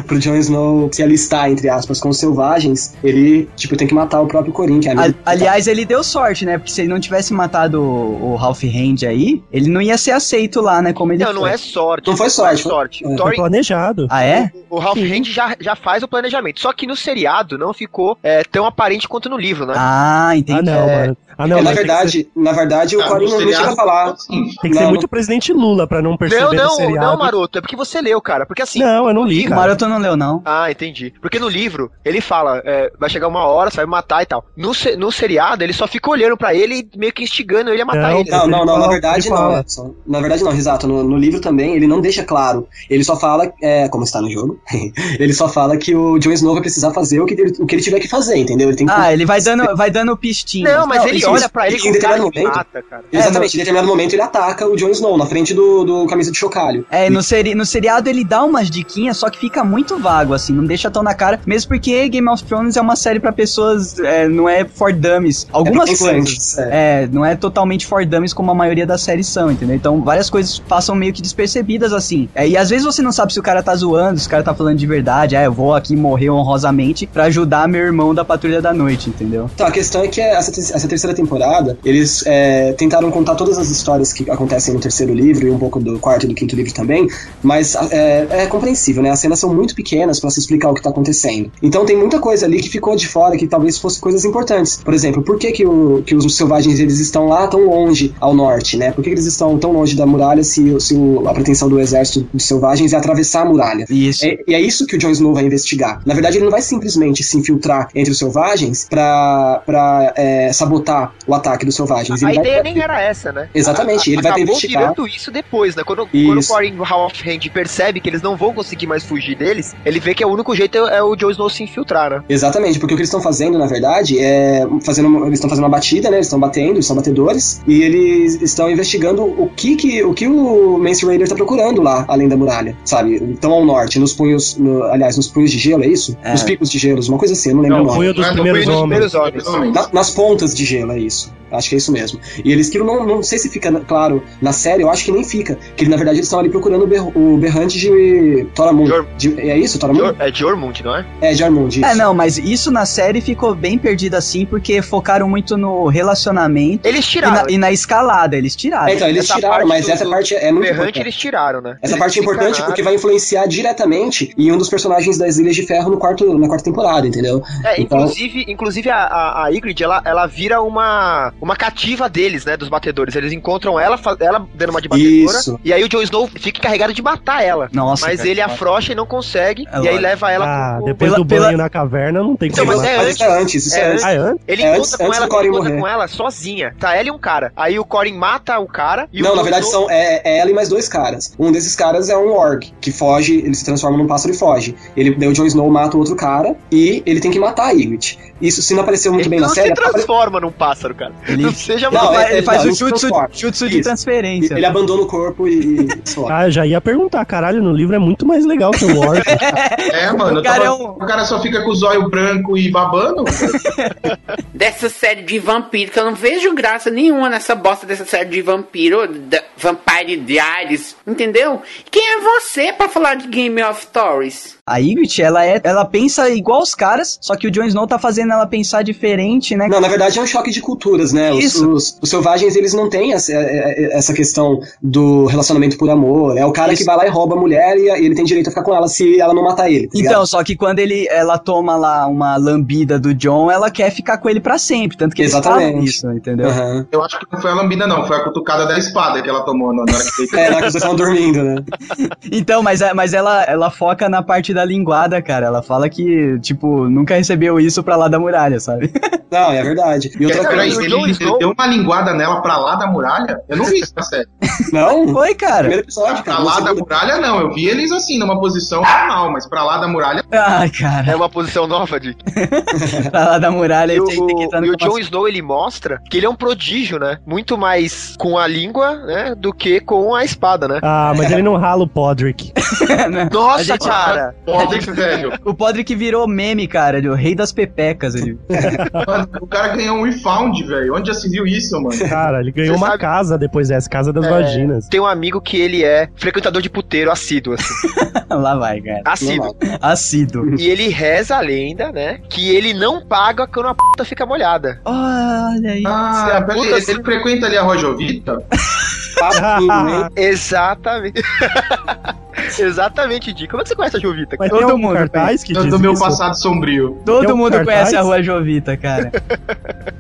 E: pro Jon Snow se alistar, entre aspas, com os selvagens, ele, tipo, tem que matar o próprio Corin, que é
A: A- aliás, ele deu sorte, né? Porque se ele não tivesse matado o, o Ralph Hand aí, ele não ia ser aceito lá, né? Como ele
D: Não, não
A: foi.
D: é sorte.
E: Não foi sorte,
D: Não é sorte.
E: foi-
D: O
B: Foi
D: Thorin-
B: planejado.
A: Ah, é?
D: O Ralph
B: Sim.
D: Hand já, já faz o planejamento. Só que no seriado não ficou é, tão aparente quanto no livro, né?
A: Ah, entendi.
B: Ah, não, mano. Ah, não,
E: É, na
B: mas tem que ser-
E: verdade, na verdade, o
C: Ah,
E: Corin
C: no
E: não não chega
C: seriado-
E: a falar.
C: Sim.
B: tem que ser
E: Não,
B: muito presidente Lula pra não
D: não,
B: perceber o
D: não,
B: seriado.
D: não, Maroto. É porque você leu, cara. Porque assim.
B: Não, eu não li,
A: O
B: cara.
A: Maroto não leu, não.
D: Ah, entendi. Porque no livro ele fala, é, vai chegar uma hora, você vai me matar e tal. No, se- no seriado ele só fica olhando pra ele e meio que instigando ele a matar
B: Não,
D: ele.
E: Não, não, não,
B: Ele
E: na
B: fala-
E: verdade
B: ele fala.
E: não, Edson. Na verdade não, Risato. No, no livro também ele não deixa claro. Ele só fala, é, como está no jogo, *laughs* ele só fala que o Jon Snow vai precisar fazer o que ele, o que ele tiver que fazer, entendeu? Ele tem que
A: Ah, ele vai
D: *laughs*
A: dando, vai dando pistinha.
D: Não, mas ele
E: isso-
D: olha pra ele
E: em
D: com cara
E: determinado
D: de
E: momento-
D: mata, cara.
B: é,
E: Exatamente, em determinado momento ele ataca o Jon Snow na frente do, do camisa de chocalho.
A: É, no, seri no seriado ele dá umas diquinhas, só que fica muito vago, assim, não deixa tão na cara. Mesmo porque Game of Thrones é uma série pra pessoas, é, não é for dummies. Algumas
E: É
A: coisas.
E: pensantes, é.
A: É, não é totalmente for dummies como a maioria das séries são, entendeu? Então várias coisas passam meio que despercebidas, assim. É, e às vezes você não sabe se o cara tá zoando, se o cara tá falando de verdade. Ah, eu vou aqui morrer honrosamente pra ajudar meu irmão da Patrulha da Noite, entendeu?
E: Então, a questão é que essa, te- essa terceira temporada, eles é, tentaram contar todas as histórias que acontecem no terceiro livro e um pouco do quarto e do quinto livro também, mas é, é compreensível, né? As cenas são muito pequenas pra se explicar o que tá acontecendo. Então tem muita coisa ali que ficou de fora que talvez fosse coisas importantes. Por exemplo, por que, que, o- que os selvagens eles estão lá tão longe ao norte, né? Por que, que eles estão tão longe da muralha se, o- se o- a pretensão do exército dos selvagens é atravessar a muralha?
A: Isso.
E: É- e é isso que o Jon Snow vai investigar. Na verdade, ele não vai simplesmente se infiltrar entre os selvagens pra, pra é, sabotar o ataque dos selvagens.
D: A
E: Ele vai-
D: ideia nem era essa, né?
E: Exatamente, ele vai
D: Acabou
E: investigar.
D: virando isso depois, né? Quando,
E: Isso.
D: quando o Warren Halfhand percebe que eles não vão conseguir mais fugir deles, ele vê que o único jeito é, é o Jon Snow se infiltrar, né?
E: Exatamente, porque o que eles estão fazendo, na verdade, é. Fazendo, eles estão fazendo uma batida, né? Eles estão batendo, eles são batedores, e eles estão investigando o que, que, o, que o Mance Raider tá procurando lá, além da muralha, sabe? Então ao norte, nos punhos. no- aliás, nos punhos de gelo, é isso?
A: É.
E: Nos picos de gelo, uma coisa assim, eu não lembro
B: É
E: o
B: o
E: nome.
B: punho dos
C: Não,
B: primeiros
D: Foi um dos
B: homens.
D: primeiros homens.
E: Na- nas pontas de gelo, é isso. Acho que é isso mesmo. E eles que não, não sei se fica claro na série, eu acho que nem fica. Que na verdade eles estão ali procurando o, Ber- o berrante de Toramund.
D: Jor-
E: De- É isso, Toramund?
D: Jor- É Jormund, não é?
E: É, Jarmund.
A: É, não, mas isso na série ficou bem perdido assim, porque focaram muito no relacionamento
D: Eles
A: e
D: tiraram.
A: na, e na escalada, eles tiraram.
E: É, então, eles
D: Essa
E: tiraram,
D: parte
E: mas
D: do-
E: essa
D: do-
E: parte é
D: O
E: muito
D: Berrante
E: importante.
D: eles tiraram, né?
E: Essa parte é importante porque vai influenciar diretamente em um dos personagens das Ilhas de Ferro no quarto, na quarta temporada, entendeu?
D: É,
E: Então-
D: inclusive, inclusive a, a, a Ygritte, ela, ela vira uma, uma cativa deles, né? Dos batedores. Eles encontram ela, fa- ela dando uma de batedora.
E: Isso.
D: E aí o Jon Snow fica encarregado de matar ela.
A: Nossa,
D: mas
A: cara,
D: ele afrocha e não consegue.
A: É
D: e aí
A: lógico.
D: leva ela
B: Ah,
D: pro- pro-
B: depois
A: pela-
B: do banho
A: pela-
B: na caverna não tem
D: Então,
B: como.
D: mas
E: mas,
B: matar.
D: é
E: mas
D: antes-
E: isso é antes, isso é,
D: é
E: antes.
B: Ah, é antes?
D: Ele
E: É,
D: encontra
E: antes-
D: com
E: antes
D: ela,
E: do Corin
D: ele encontra
E: morrer.
D: com ela sozinha. Tá ela e um cara. Aí o Corin mata o cara e o
E: não, na
D: Jon
E: verdade
D: Snow-
E: são é, é ela e mais dois caras. Um desses caras é um orc que foge, ele se transforma num pássaro e foge. Ele, daí o Jon Snow mata o outro cara e ele tem que matar a Ygritte. Isso se não apareceu muito
D: Ele
E: bem na
D: não
E: série.
D: se
E: apare-
D: transforma num pássaro, cara.
A: Ele-
D: Não seja
A: Ele
E: tá Não,
A: fa-
E: é-
D: maluco.
A: ele
E: é-
A: faz
E: não,
A: o
E: ele se
A: jutsu,
E: transforma.
A: jutsu de
E: Isso.
A: transferência.
E: Ele é- abandona o corpo e, e foge.
B: Ah, eu já ia perguntar, caralho, no livro é muito mais legal que o Orc.
C: É, mano.
A: O
C: O
A: cara
C: cara,
A: é um-
C: o cara só fica com o zóio branco e babando.
H: Dessa série de vampiro, que eu não vejo graça nenhuma nessa bosta dessa série de vampiro, da Vampire Diaries, entendeu? Quem é você pra falar de Game of Thrones?
A: A Ygritte, ela, é, ela pensa igual os caras, só que o Jon Snow tá fazendo ela pensar diferente, né?
E: Não, na verdade é um choque de culturas, né? Os-
A: Isso.
E: Os, os selvagens, eles não têm essa, é- é- essa questão do relacionamento por amor. É o cara que vai lá e rouba a mulher e ele tem direito a ficar com ela se ela não matar ele. tá
A: Então,
E: ligado?
A: só que quando ele, ela toma lá uma lambida do John, ela quer ficar com ele pra sempre. Tanto que eles
E: Exatamente.
A: falam isso, entendeu?
E: Aham.
C: Eu acho que não foi a lambida, não. Foi a cutucada da espada que ela tomou na hora que deitou.
E: É, lá que os dois estavam dormindo, né?
A: Então, mas, é- mas ela, ela foca na parte da linguada, cara. Ela fala que, tipo, nunca recebeu isso pra lá da muralha, sabe?
E: Não, é verdade. E outra
C: Peraí,
E: coisa.
D: o
C: ele,
D: Jon
C: ele
D: Snow-
C: deu uma linguada nela pra lá da muralha? Eu não vi isso na série.
E: Não?
A: Foi, cara.
E: Primeiro episódio,
C: Pra
E: cara.
C: lá
E: Você-
C: da muralha, não. Eu vi eles assim, numa posição normal, mas pra lá da muralha.
A: *laughs* Ai, cara.
D: É uma posição nova, Dick.
A: Pra lá da muralha,
D: E o,
A: ele tem que entrar
D: e
A: no
D: o Jon Snow, ele mostra que ele é um prodígio, né? Muito mais com a língua, né? Do que com a espada,
E: *laughs*
D: né?
B: Ah, mas ele não rala o Podrick.
D: Nossa,
A: gente-
D: cara!
C: Pobre, velho.
A: assim. O podre que virou meme, cara, do rei das pepecas. Ele... *laughs*
C: Mano, o cara ganhou um refound, velho. Onde já se viu isso, mano?
B: Cara, ele ganhou
D: Você
B: uma
D: sabe-
B: casa depois dessa, Casa das Vaginas.
D: *laughs* Tem um amigo que ele é frequentador de puteiro assíduo, assim.
A: lá vai, cara.
D: Assíduo.
E: Normal.
A: Assíduo.
D: E ele reza a lenda, né? Que ele não paga quando a puta fica molhada.
A: Olha aí.
D: Você é
C: Ah, peraí,
D: puta
C: ele, ele frequenta ali a Rojovita?
E: Papinho, hein?
D: Exatamente. *laughs* Exatamente, Di. Como é que você conhece a Jovita?
B: Mas
A: Todo
B: tem algum
A: mundo
B: cartaz que
C: Do,
B: diz
C: do meu
B: isso?
C: passado sombrio.
A: Todo
B: Tem um
A: mundo
B: cartaz?
A: conhece a Rua Jovita, cara.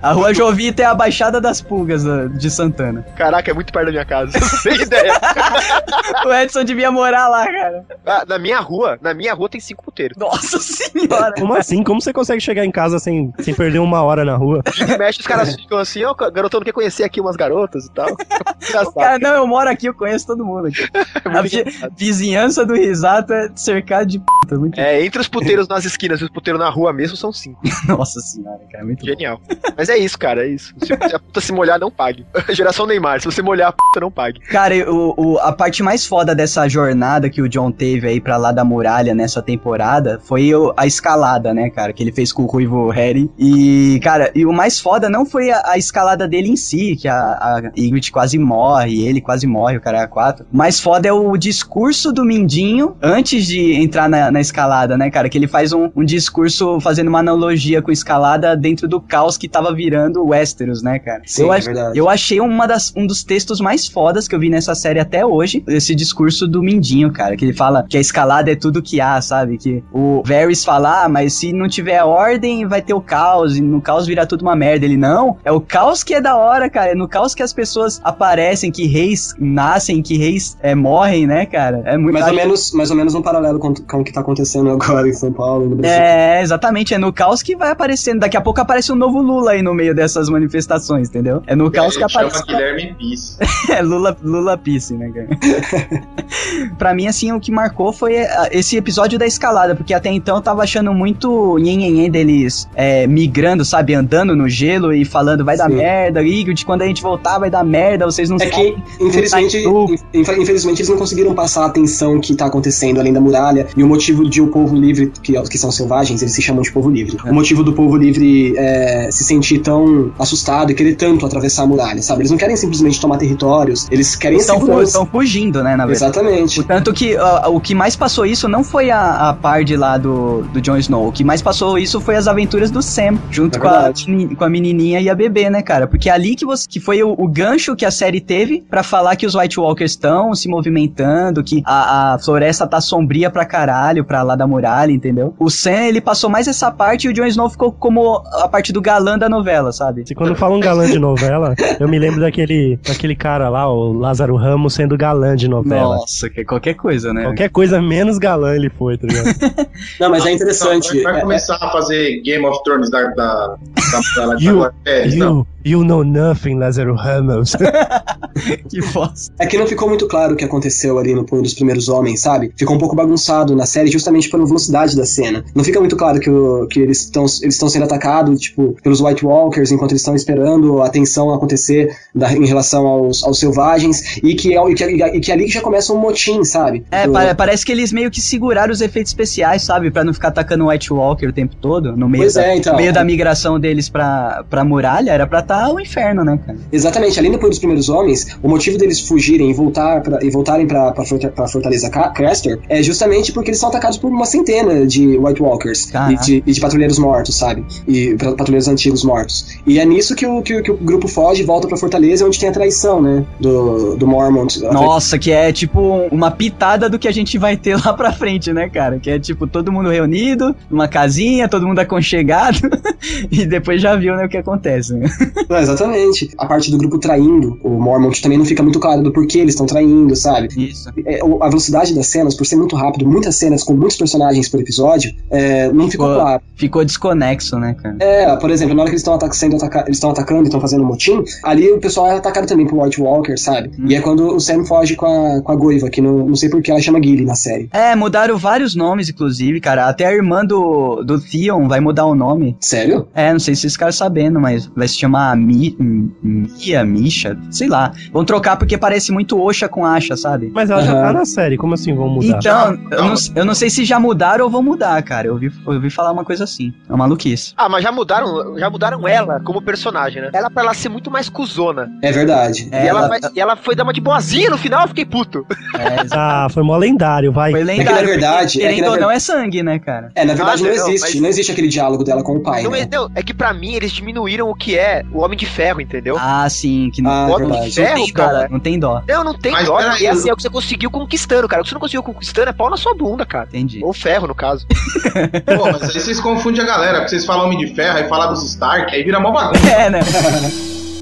A: A Rua Jovita é a Baixada das Pulgas da- de Santana.
D: Caraca, é muito perto da minha casa. Não tem ideia.
A: O Edson devia morar lá, cara.
D: Ah, na minha rua, na minha rua tem cinco puteiros.
A: Nossa senhora.
B: Como assim? Como você consegue chegar em casa sem, sem perder uma hora na rua?
D: E mexe, os caras ficam assim, ó, garotão, não quer conhecer aqui umas garotas e tal. Engraçado.
A: Cara, não, eu moro aqui, eu conheço todo mundo. Aqui.
D: É
A: A
D: *laughs* muito
A: vi-
D: engraçado.
A: vizinhança do risato é cercada de puta. Muito...
D: É, entre os puteiros nas esquinas e os puteiros na rua mesmo são cinco.
A: Nossa senhora, cara, muito bom.
D: Genial. Mas é isso, cara, é isso. Se a puta se molhar, não pague. *laughs* Geração Neymar, se você molhar a puta, não pague.
A: Cara, e o, o- a parte mais foda dessa jornada que o John teve aí pra lá da muralha nessa temporada foi o- a escalada, né, cara? Que ele fez com o Ruivo Harry. E, cara, e o mais foda não foi a, a escalada dele em si, que a, a Ingrid quase morre, ele quase morre, o cara é a quatro. O mais foda é o discurso do Mindinho antes de entrar na, na escalada, né, cara? Que ele faz um, um discurso fazendo uma analogia com escalada dentro do caos que tava virando o Westeros, né, cara?
E: Sim,
A: eu,
E: é
A: acho-
E: verdade.
A: eu achei uma das, um dos textos mais fodas que eu vi nessa série até hoje, esse discurso do Mindinho, cara, que ele fala que a escalada é tudo que há, sabe? Que o Varys fala, ah, mas se não tiver ordem, vai ter o caos, e no caos virá tudo uma merda. Ele, não, é o caos que é da hora, cara, é no caos que as pessoas aparecem, que reis nascem, que reis é, morrem, né, cara? É muito
E: Mais ou,
A: acho-
E: menos, mais ou menos um paralelo com, com o que tá acontecendo agora em São Paulo, no Brasil.
A: É, exatamente, é no caos que vai aparecendo. Daqui a pouco aparece um novo Lula aí no meio dessas manifestações, entendeu? É no caos que
C: Ele chama
A: aparece.
C: Guilherme Pisse.
A: *laughs* É, Lula, Lula Pisse, né, cara? *laughs* pra mim, assim, o que marcou foi eh, esse episódio da escalada, porque até então eu tava achando muito nhenhenhen deles eh, migrando, sabe? Andando no gelo e falando, vai dar
E: Sim.
A: merda, Igor, quando a gente voltar vai dar merda, vocês não
E: É que, infelizmente, inf- infelizmente, eles não conseguiram passar a atenção que tá acontecendo além da muralha e o motivo de o povo livre, que, que são selvagens, eles se chamam de povo livre. O motivo do povo livre é, se sentir tão assustado e querer tanto atravessar a muralha, sabe? Eles não querem simplesmente tomar territórios, eles querem
A: estão, fu-
E: segurança.
A: estão fugindo, né, na verdade.
E: Exatamente.
A: O tanto que ó, o que mais passou isso não foi a, a parte lá do, do Jon Snow. O que mais passou isso foi as aventuras do Sam, junto
E: É
A: com, a,
E: verdade.
A: meni- com a menininha e a bebê, né, cara? Porque ali que, você, que foi o, o gancho que a série teve pra falar que os White Walkers estão se movimentando, que a, a floresta tá sombria pra caralho, pra lá da muralha, entendeu? O Sam, ele passou mais essa parte e o Jon Snow ficou como a parte do galã da novela, sabe?
B: Se quando fala um galã de novela, eu me lembro daquele, daquele cara lá, o Lázaro Ramos, sendo galã de novela.
A: Nossa, que é qualquer coisa, né?
B: Qualquer coisa menos galã ele foi, tá ligado?
E: Não, mas é interessante.
C: Vai
E: É-
C: começar a fazer Game of Thrones da. da, da, da,
B: *laughs* You-
C: da- é, não.
B: you, you know nothing, Lázaro Ramos. *laughs*
A: Que bosta.
E: É que não ficou muito claro o que aconteceu ali no punho dos primeiros homens, sabe? Ficou um pouco bagunçado na série justamente pela velocidade da cena. Não fica muito claro que, o- que eles estão eles estão sendo atacados, tipo, pelos White Walkers enquanto eles estão esperando a tensão acontecer da- em relação aos, aos selvagens e que, é o- e, que, e que ali que já começa um motim, sabe?
A: É,
E: Do-
A: pa- parece que eles meio que seguraram os efeitos especiais, sabe? Pra não ficar atacando o White Walker o tempo todo, no meio,
E: Pois
A: da,
E: é, então.
A: no meio da migração deles pra, pra muralha, era pra tá o inferno, né, cara?
E: Exatamente, além do Punho dos Primeiros Homens, o motivo deles fugirem e, voltar pra, e voltarem pra, pra, forta- pra Fortaleza Ca- Crestor é justamente porque eles são atacados por uma centena de White Walkers
A: Caraca.
E: e de, e de patrulheiros mortos, sabe? E pra- patrulheiros antigos mortos. E é nisso que o, que, o- que o grupo foge e volta pra Fortaleza, onde tem a traição, né? Do, do Mormont.
A: Nossa, que é tipo uma pitada do que a gente vai ter *laughs* lá pra frente, né, cara? Que é tipo todo mundo reunido, numa casinha, todo mundo aconchegado, *laughs* e depois já viu, né, o que acontece. né?
E: Não, É, exatamente. A parte do grupo traindo o Mormont também não fica muito claro do porquê eles estão traindo, sabe?
A: Isso.
E: É, o- a velocidade das cenas, por ser muito rápido, muitas cenas com muitos personagens por episódio, é, não ficou
A: Pô.
E: claro.
A: Ficou desconexo, né, cara?
E: É, por exemplo, na hora que eles estão ataca sendo ataca eles estão atacando e estão fazendo motim, ali o pessoal é atacado também por White Walker, sabe? E é quando o Sam foge com a, com a Goiva, que não, não sei por que ela chama Gilly na série.
A: É, mudaram vários nomes, inclusive, cara. Até a irmã do, do Theon vai mudar o nome.
E: Sério?
A: É, não sei se vocês ficaram sabendo, mas vai se chamar Mi, M- Mia, Misha, sei lá. Vão trocar porque parece muito Oxa com Asha, sabe?
B: Mas ela já tá
E: Aham.
B: na série, como assim vão mudar?
A: Então, eu não, eu não sei se já mudaram ou vão mudar, cara. Eu ouvi, eu ouvi falar uma coisa assim. É uma maluquice.
D: Ah, mas já mudaram, já mudaram ela como personagem, né? Ela pra ela ser muito mais cuzona.
E: É verdade.
A: É,
D: e, ela
A: ela-
D: vai- e ela foi dar uma de boazinha no final, eu fiquei puto.
A: É,
B: Ah, foi mó lendário, vai.
A: foi
E: É que na
A: lendário.
E: verdade. É, que
A: Querendo
E: na,
A: ou
E: ver-
A: não, é sangue, né, cara?
E: é, na verdade
D: Ah,
E: não
D: não,
E: existe.
D: mas-
E: Não existe aquele diálogo dela com o pai.
D: Não,
E: né?
D: é- não, é que pra mim eles diminuíram o que é o Homem de Ferro, entendeu?
A: Ah, sim, que não,
E: Ah, é né?
D: Bota um
E: verdade.
A: não tem
D: ferro,
A: dó,
D: cara.
A: não tem dó.
D: Não, não tem
C: Mas
D: dó.
C: peraí,
D: É, assim,
C: eu-
D: é o que você conseguiu conquistando, cara. O que você não conseguiu conquistando é pau na sua bunda, cara.
A: Entendi.
D: Ou ferro,
A: *laughs*
D: no caso.
C: Pô, mas aí vocês confundem a galera, porque vocês falam Homem de Ferro, aí falam dos Stark, aí vira mó bagunça.
A: É, né?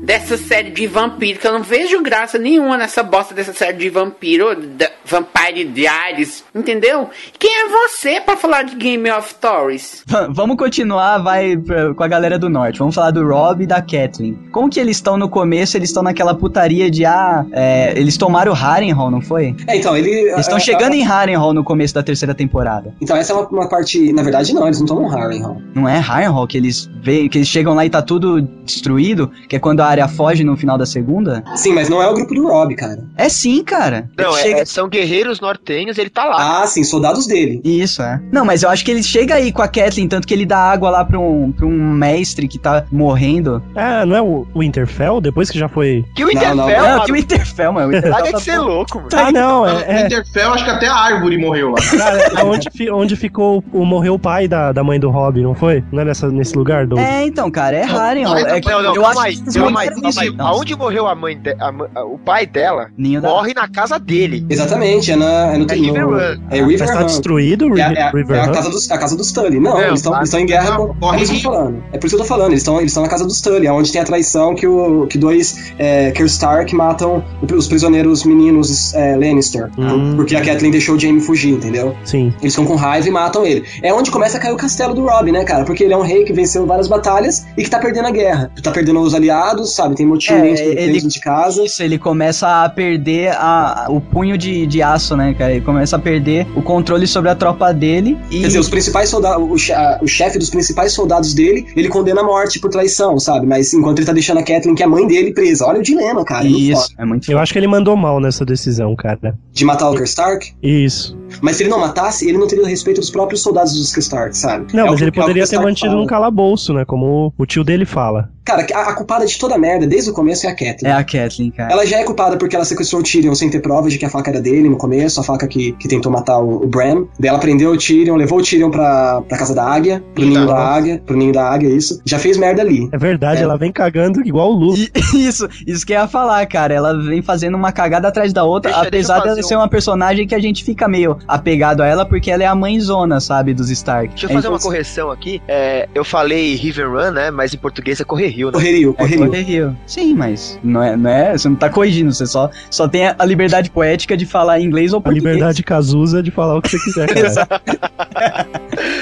H: dessa série de vampiro, que eu não vejo graça nenhuma nessa bosta dessa série de vampiro, da Vampire Diaries, entendeu? Quem é você pra falar de Game of Thrones?
A: Va- Vamos continuar, vai pra- com a galera do norte. Vamos falar do Rob e da Kathleen. Como que eles estão no começo? Eles estão naquela putaria de ah, é, eles tomaram Harrenhal, não foi?
E: É, então, ele.
A: Eles estão chegando em Harrenhal no começo da terceira temporada.
E: Então, essa é uma, uma parte. Na verdade, não, eles não tomam Harrenhal.
A: Não é Harrenhal que eles veem, que eles chegam lá e tá tudo destruído, que é quando a área foge no final da segunda?
E: Sim, mas não é o grupo do Rob, cara.
A: É sim, cara.
D: Não,
A: Ele
D: é-
A: chega-
D: é- são guerreiros nortenhos, ele tá lá.
E: Ah, sim, soldados dele.
A: Isso, é. Não, mas eu acho que ele chega aí com a Kathleen, tanto que ele dá água lá pra um, pra um mestre que tá morrendo.
B: Ah, não é o Winterfell? Depois que já foi.
D: Que o
E: Não,
D: Interfell,
E: não,
D: não,
E: É,
A: não, que o Interfell, mano. o Interfell
D: Larga
A: tá-
D: de ser louco, mano.
B: Ah, não,
C: No
B: é. é-
C: Winterfell, acho que até a árvore morreu lá.
B: *laughs* Cara, é onde, fi- onde ficou o morreu o pai da, da mãe do Rob, não foi? Não é nessa, nesse lugar, do
A: É, então, cara, é Harrenhal.
C: mas
A: É,
D: Não, não,
A: eu
D: calma
A: acho
D: aí,
A: que eles
D: calma aí,
A: mandaram
D: calma aí.
A: isso. Não,
D: Aonde morreu a mãe, de- a mã- a- o pai dela,
A: Ninho da-
D: morre na casa dele.
E: Exatamente, é, na, é no.
D: É
E: no-
D: Riverrun.
E: É
B: Mas tá
E: Riverrun.
B: destruído o
E: É,
B: River,
E: é, a- é a
B: Riverrun?
E: casa dos, a casa dos Tully. Não,
D: Não,
E: eles estão
D: a-
E: eles tão em guerra
C: É, não,
E: com. É por isso que eu tô falando. É por isso que eu tô falando. Eles estão eles tão na casa dos Tully, é onde tem a traição que, o, que dois. É, que os Stark matam o- os prisioneiros meninos é, Lannister.
B: Hum.
E: Porque a Catelyn deixou o Jaime fugir, entendeu?
B: Sim.
E: Eles ficam com raiva e matam ele. É onde começa a cair o castelo do Rob, né, cara? Porque ele é um rei que venceu várias batalhas e que tá perdendo a guerra. Tá perdendo os aliados, sabe? Tem motim
A: É,
E: dentro,
A: ele-
E: dentro de casa.
A: Isso, ele começa a perder a- o punho de, de aço, né, cara? Ele começa a perder o controle sobre a tropa dele e.
E: Quer dizer, os principais soldados, o, che- a- o chefe dos principais soldados dele, ele condena a morte por traição, sabe? Mas enquanto ele tá deixando a Kathleen, que é a mãe dele, presa. Olha o dilema, cara. é muito
A: Isso,
E: foda.
A: é muito
B: Eu acho que ele mandou mal nessa decisão, cara.
E: De matar o Stark.
B: Isso.
E: Mas se ele não matasse, ele não teria o respeito dos próprios soldados dos Stark, sabe?
B: Não,
E: É o
B: mas
E: que-
B: ele
E: é o que o
B: poderia ter
E: Stark
B: mantido
E: fala.
B: num calabouço, né? Como o tio dele fala.
E: Cara, a, a culpada de toda a merda, desde o começo, é a
A: É
E: Kathleen.
A: a Kathleen,
E: *laughs*
A: cara.
E: Ela já é culpada porque ela sequestrou o Tyrion sem ter provas de que a faca era dele no começo, a faca que, que tentou matar o, o Bran. Daí ela prendeu o Tyrion, levou o Tyrion pra, pra casa da águia, pro
C: Tá.
E: ninho da águia, pro ninho da águia, isso. Já fez merda ali.
B: É verdade,
E: É.
B: ela vem cagando igual o Lu.
A: E- Isso, isso que eu ia falar, cara. Ela vem fazendo uma cagada atrás da outra,
D: Deixa-
A: apesar
D: deixa eu
A: dela
D: fazer
A: ser
D: um-
A: uma personagem que a gente fica meio apegado a ela, porque ela é a mãezona, sabe, dos Stark.
D: Deixa eu fazer
A: Então,
D: uma correção aqui. É, eu falei Riverrun, né? Mas em português é Correrio, né?
E: Correrio,
A: É
E: correrio.
A: correrio. Sim, mas não é, não é, você não tá corrigindo, você só, só tem a liberdade poética de falar em inglês ou
B: A
A: português.
B: liberdade Cazuza de falar o que você quiser, cara.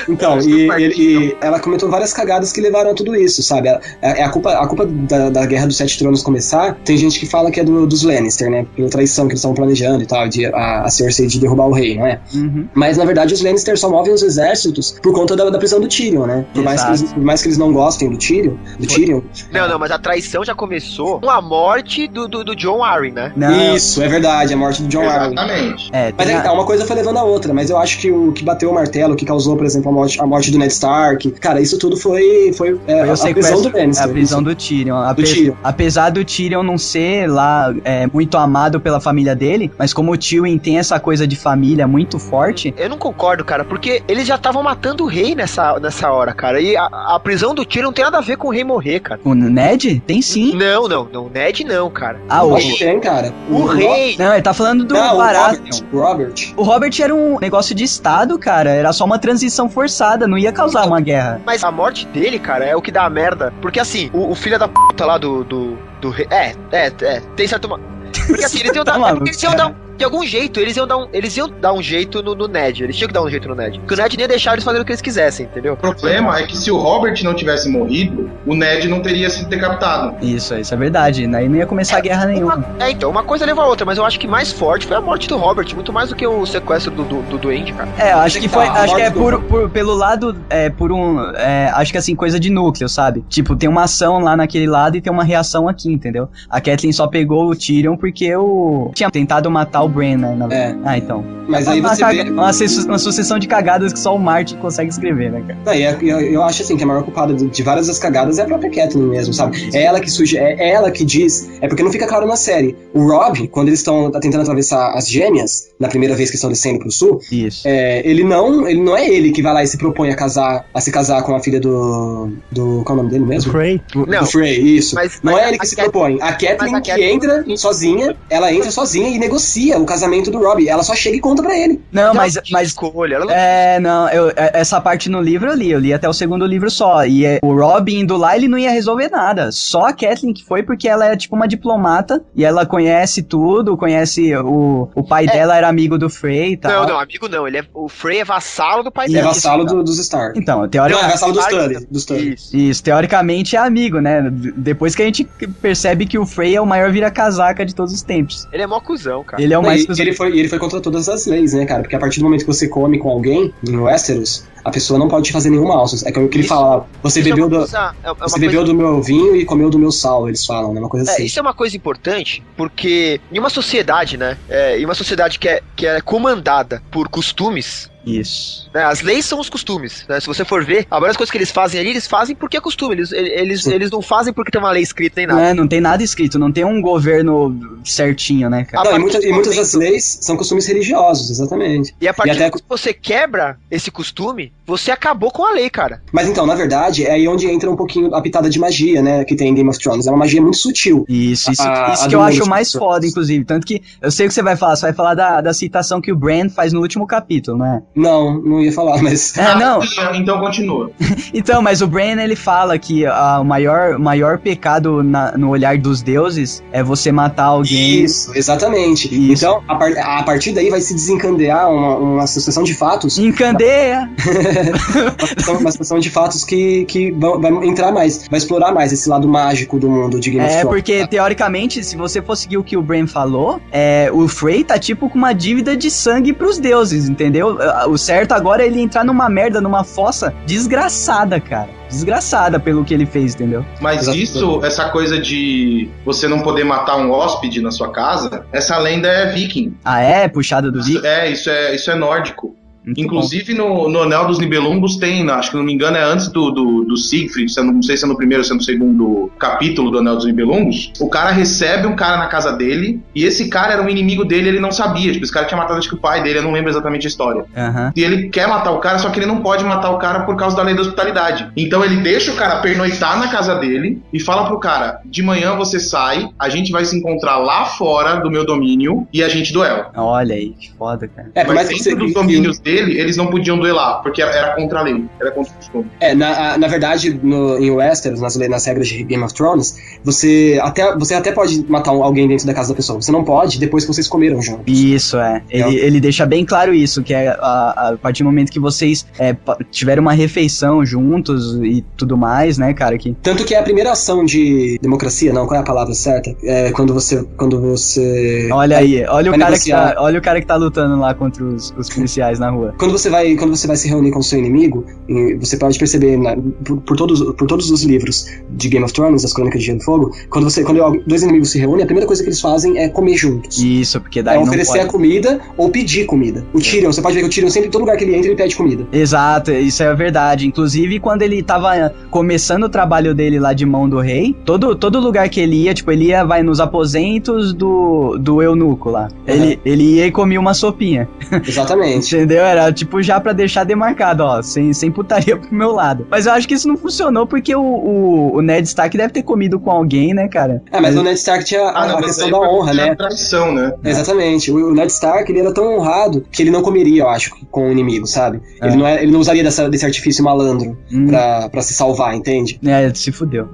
E: Então,
C: Isso
E: e,
C: é
E: ele- e ela cometeu várias cagadas que levaram a tudo isso, sabe? Ela- É é a culpa, a culpa da, da Guerra dos Sete Tronos começar, tem gente que fala que é do- dos Lannister, né? Pela traição que eles estavam planejando e tal, de a, a Cersei de derrubar o rei, não é?
A: Uhum.
E: Mas na verdade os Lannister só movem os exércitos por conta da, da prisão do Tyrion, né? Por mais, que eles, por mais que eles não gostem do Tyrion, do Tyrion.
D: Não, não, mas a traição já começou com a morte do, do, do John Arryn, né?
A: Não,
E: Isso, é verdade, a morte do John Arryn.
C: Exatamente.
A: é,
E: Mas
A: tem
E: é,
A: a-
E: que tá, uma coisa foi levando a outra, mas eu acho que o que bateu o martelo, o que causou, por exemplo, a morte, a morte do Ned Stark, cara, isso tudo foi, foi, é,
A: Foi o
E: a prisão do
A: sequestro, é
E: Lannister.
A: a prisão do Tyrion. Ape-
E: Tyrion.
A: Apesar do Tyrion não ser lá é, muito amado pela família dele, mas como o Tyrion tem essa coisa de família muito forte,
D: Eu não concordo, cara, porque eles já estavam matando o rei nessa, nessa hora, cara. E a, a prisão do Tyrion não tem nada a ver com o rei morrer, cara.
A: o Ned tem sim.
D: Não, não, não. Ned não, cara.
A: Ah,
E: Eu
A: o,
E: acho que tem, cara.
D: O rei.
A: não, ele tá falando do
E: Não, o
A: Baratheon.
E: Robert, o Robert.
A: O Robert era um negócio de Estado, cara. Era só uma transição forçada, não ia causar uma guerra.
D: Mas a morte dele, cara, é o que dá a merda. Porque assim, o, o filho da puta lá do. do, do rei. É, é, é. Tem certo. ma- Porque
A: *laughs*
D: assim, eles iam dar.
A: Tá
D: é
A: maluco,
D: porque eles iam dar um- de algum jeito, eles iam dar um, eles iam dar um jeito no, no Ned. Eles tinham que dar um jeito no Ned. Porque o Ned nem ia deixar eles fazendo o que eles quisessem, entendeu?
C: O problema é que se o Robert não tivesse morrido, o Ned não teria sido decapitado.
A: Isso, isso é verdade. Daí não ia começar guerra nenhuma.
D: É, então, uma coisa leva a outra, mas eu acho que mais forte foi a morte do Robert, muito mais do que o sequestro do, do, do doente, cara.
A: É, eu acho que foi.
E: Tá, a
A: Acho que é
E: morte do-
A: por, por- pelo lado. É, por um. é, acho que assim, coisa de núcleo, sabe? Tipo, tem uma ação lá naquele lado e tem uma reação aqui, entendeu? A Kathleen só pegou o Tyrion porque o. Tinha tentado matar o Bran, né? na-
E: É.
A: Ah, então.
E: Mas aí
A: uma,
E: você
A: caga-
E: vê.
A: uma su- uma sucessão de cagadas que só o Martin consegue escrever, né, cara?
E: Não, e é- eu, eu acho assim que a maior culpada de, de várias das cagadas é a própria Kathleen mesmo, sabe? É ela que suge, é, é ela que diz. É porque não fica claro na série. O Rob, quando eles estão tá tentando atravessar as gêmeas, na primeira vez que estão descendo pro sul,
A: Isso.
E: é, ele não. Ele não é ele que vai lá e se propõe a casar, a se casar com a filha do. do. Qual é o nome dele
B: O
E: mesmo?
B: Frey.
D: Não.
E: Do Frey, isso.
D: Mas-
E: não
D: mas
E: é ele que
D: a
E: se
D: Kathleen-
E: propõe. A Kathleen
D: mas a
E: que entra sozinha, ela entra sozinha e negocia sabia o casamento do Robbie. Ela só chega e conta pra ele.
A: Não, mas, mas
D: escolha. Ela não...
A: É, não, eu- é- essa parte no livro eu li, eu li até o segundo livro só. E é, o Robin indo lá, ele não ia resolver nada. Só a Kathleen que foi, porque ela é tipo uma diplomata e ela conhece tudo, conhece o, o pai dela era amigo do Frey e tal.
D: Não, não, amigo não. Ele é, o Frey é vassalo do pai
E: E tá. é
D: dela.
E: vassalo do- dos Stark.
A: Então,
E: Não, é
A: teoricamente.
E: vassalo dos
D: Stark,
E: Tully. Dos Tully.
D: Isso.
A: Isso, teoricamente é amigo, né? D- Depois que a gente percebe que o Frey é o maior vira-casaca de todos os tempos.
D: Ele é mó cuzão, cara.
A: Ele é o
E: Não,
A: mais.
E: e, ele foi, e ele foi contra todas as leis, né, cara? Porque a partir do momento que você come com alguém em Westeros, a pessoa não pode te fazer nenhuma alça. É que o que ele
D: Isso-
E: fala, você
D: Isso é
E: bebeu
D: uma
E: do,
D: coisa- é uma
E: você
D: coisa-
E: bebeu do meu vinho e comeu do meu sal, eles falam, né? Uma coisa
D: É,
E: assim.
D: isso é uma coisa importante, porque em uma sociedade, né? É, em uma sociedade que é, que é comandada por costumes,
A: Isso.
D: né, as leis são os costumes. Né, se você for ver, a várias coisas que eles fazem ali, eles fazem porque é costume. Eles, eles,
E: Sim.
D: eles não fazem porque tem uma lei escrita nem
A: Não,
D: nada.
A: é, não tem nada escrito, não tem um governo certinho, né, cara?
D: a
E: Não, e,
D: partir
E: muita-
D: do
E: e muitas das
D: momento-
E: leis são costumes religiosos, exatamente.
D: E a partir do
E: até-
D: momento que você quebra esse costume, você acabou com a lei, cara.
E: Mas então, na verdade, é aí onde entra um pouquinho a pitada de magia, né? Que tem em Game of Thrones. É uma magia muito sutil.
A: Isso, isso,
E: A-
A: isso
E: Ah, a
A: que eu
E: do
A: acho
E: Lúcio.
A: mais foda, inclusive. Tanto que eu sei o que você vai falar, você vai falar da, da citação que o Brand faz no último capítulo, né?
E: Não, não ia falar, *laughs* mas.
A: É, não.
C: Então continua.
A: Então, mas o Bran ele fala que ah, o maior, o maior pecado na- no olhar dos deuses é você matar alguém.
E: Isso, exatamente.
A: Isso.
E: Então, a, par- a partir daí vai se desencandear uma, uma sucessão
A: *laughs*
E: de fatos,
A: Encandeia!
E: uma sucessão- uma sucessão de fatos que, que vão- vai entrar mais, vai explorar mais esse lado mágico do mundo de Game of
A: É,
E: Thrones.
A: porque teoricamente, se você for seguir o que o Bran falou, é, o Frey tá tipo com uma dívida de sangue pros deuses, entendeu? Ah, O certo agora é ele entrar numa merda, numa fossa desgraçada, cara. Desgraçada pelo que ele fez, entendeu?
C: Mas
E: Exato.
C: isso, essa coisa de você não poder matar um hóspede na sua casa, essa lenda é viking.
A: Ah, é? Puxada do Vic?
C: É, isso é, isso é nórdico.
A: Muito
C: Inclusive no, no Anel dos Nibelungos tem, na- acho que não me engano, é antes do, do, do Siegfried, se eu não, não sei se é no primeiro ou se é no segundo capítulo do Anel dos Nibelungos. O cara recebe um cara na casa dele, e esse cara era um inimigo dele, ele não sabia. Tipo, esse cara tinha matado acho que o pai dele, eu não lembro exatamente a história.
A: bom. Aham.
C: E ele quer matar o cara, só que ele não pode matar o cara por causa da lei da hospitalidade. Então ele deixa o cara pernoitar na casa dele e fala pro cara: de manhã você sai, a gente vai se encontrar lá fora do meu domínio e a gente duela.
A: Olha aí, que foda, cara.
E: É, por
C: Mas
E: mais que
C: dentro
E: você.
C: dos domínios dele, eles não podiam duelar, porque era- era contra a lei, era contra o costume.
E: É, na, a- na verdade, no- em Westeros, nas, le- nas regras de Game of Thrones, você até, você até pode matar um- alguém dentro da casa da pessoa. Você não pode depois que vocês comeram junto.
A: Isso, é. Ele, ele deixa bem claro isso, que é a, a partir do momento que vocês é, pa- tiveram uma refeição juntos e tudo mais, né, cara? Que,
E: Tanto que é a primeira ação de democracia, não, qual é a palavra certa? É quando você. Quando você.
A: olha aí, olha o,
E: Vai
A: cara que tá,
E: negociar.
A: olha o cara que tá lutando lá contra os, os policiais na rua.
E: Quando você, vai, quando você vai se reunir com o seu inimigo, e você pode perceber na- por, por todos, por todos os livros de Game of Thrones, das Crônicas de Gelo e Fogo, quando, você, quando al- dois inimigos se reúnem, a primeira coisa que eles fazem é comer juntos.
A: Isso, porque daí
E: É
A: não
E: oferecer a
A: pode. É.
E: comida ou pedir comida. O Tyrion, você pode ver que o Tyrion sempre, em todo lugar que ele entra, ele
A: *laughs*
E: pede comida.
A: Exato, isso é verdade. Inclusive, quando ele tava começando o trabalho dele lá de mão do rei, todo, todo lugar que ele ia, tipo, ele ia, vai nos aposentos do, do eunuco lá. Ele, ele ia e comia uma sopinha.
E: Exatamente.
A: Entendeu? Era tipo já pra deixar demarcado, ó, sem, sem putaria *laughs* pro meu lado. Mas eu acho que isso não funcionou porque o, o, o Ned Stark deve ter comido com alguém, né, cara?
E: É, mas o Ned Stark tinha a, a
C: Ah, mas
E: questão
C: aí
E: da
C: foi
E: honra,
C: considerado
E: né?
C: Traição, né?
E: Exatamente. O, o Ned Stark, ele era tão honrado que ele não comeria, eu acho, com o inimigo, sabe?
A: É.
E: Ele, não é- ele não usaria dessa- desse artifício malandro
A: Hum,
E: pra, pra se salvar, entende?
A: É, se fudeu.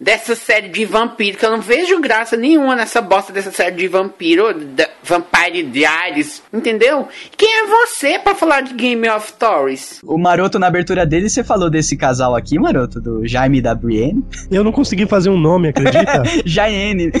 H: Dessa série de vampiro, que eu não vejo graça nenhuma nessa bosta dessa série de vampiro, da- Vampire Diaries, entendeu? Quem é você pra falar de Game of Thrones?
A: O Maroto, na abertura dele, você falou desse casal aqui, Maroto, do Jaime e da Brienne. *laughs*
B: Eu não consegui fazer um nome, acredita?
A: Jaiene.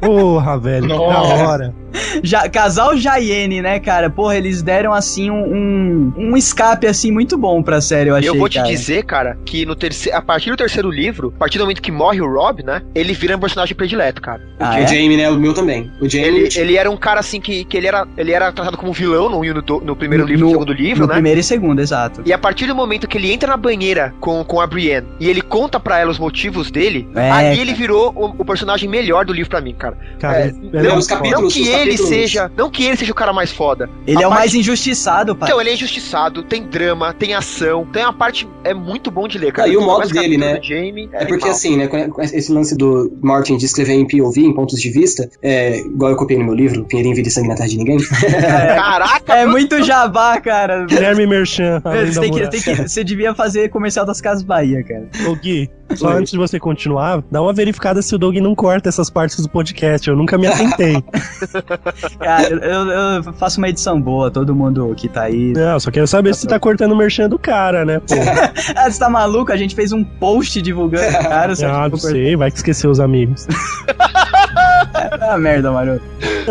B: Porra, velho, que da
C: Nossa.
B: hora.
A: Ja- casal Jaiene, né, cara? Porra, eles deram, assim, um, um, um escape, assim, muito bom pra série, eu achei,
D: eu vou te
A: cara.
D: dizer, cara, que no terceiro, a partir do terceiro livro, a partir do momento que morre o Rob, né? Ele vira um personagem predileto, cara.
A: Ah,
E: o
A: é?
E: Jamie, né? O meu também. O Jamie. tipo,
D: Ele, ele era um cara assim que, que ele, era, ele era tratado como vilão no, no, do- no primeiro
A: No-
D: livro, no
A: no-
D: segundo livro,
A: No
D: né?
A: primeiro e segundo, exato.
D: E a partir do momento que ele entra na banheira com, com a Brienne e ele conta pra ela os motivos dele,
A: É,
D: ali
A: cara.
D: ele virou o, o personagem melhor do livro pra mim, cara.
B: Cara,
D: É,
B: é
D: não,
B: muito
E: os
B: foda.
E: capítulos-
D: não que
E: os
D: ele
E: capítulos
D: seja, não que ele seja o cara mais foda.
A: Ele
D: A
A: é o
D: parte-
A: mais injustiçado, pai.
D: Então, ele é injustiçado, tem drama, tem ação, tem uma parte. É muito bom de ler, cara.
E: Ah, e o
D: Você
E: modo
D: começa com a
E: dele,
D: aventura
E: né?
D: do Jamie,
E: É porque
D: animal.
E: assim, né, com esse lance do Martin de escrever em POV, em pontos de vista, é, igual eu copiei no meu livro, Pinheirinho Vida e Sangue na Terra de Ninguém,
D: Caraca,
A: É muito jabá, cara.
B: Guilherme Merchan, além
A: Você,
B: da
A: tem que-
B: moral.
A: tem que- você devia fazer comercial das Casas Bahia, cara.
B: Ô Gui, só antes de você continuar, dá uma verificada se o Doug não corta essas partes do podcast. Eu nunca me atentei.
A: *laughs* Cara, eu, eu faço uma edição boa, todo mundo que tá aí.
B: não, só quero saber se você tá cortando o merchan do cara, né? Pô,
A: Ah, você tá maluco? A gente fez um post divulgando,
B: *laughs*
A: cara. Você
B: ah,
A: acha que
B: não
A: eu vou
B: sei, vai que esqueceu os amigos.
A: cortar? Ah, merda, maroto.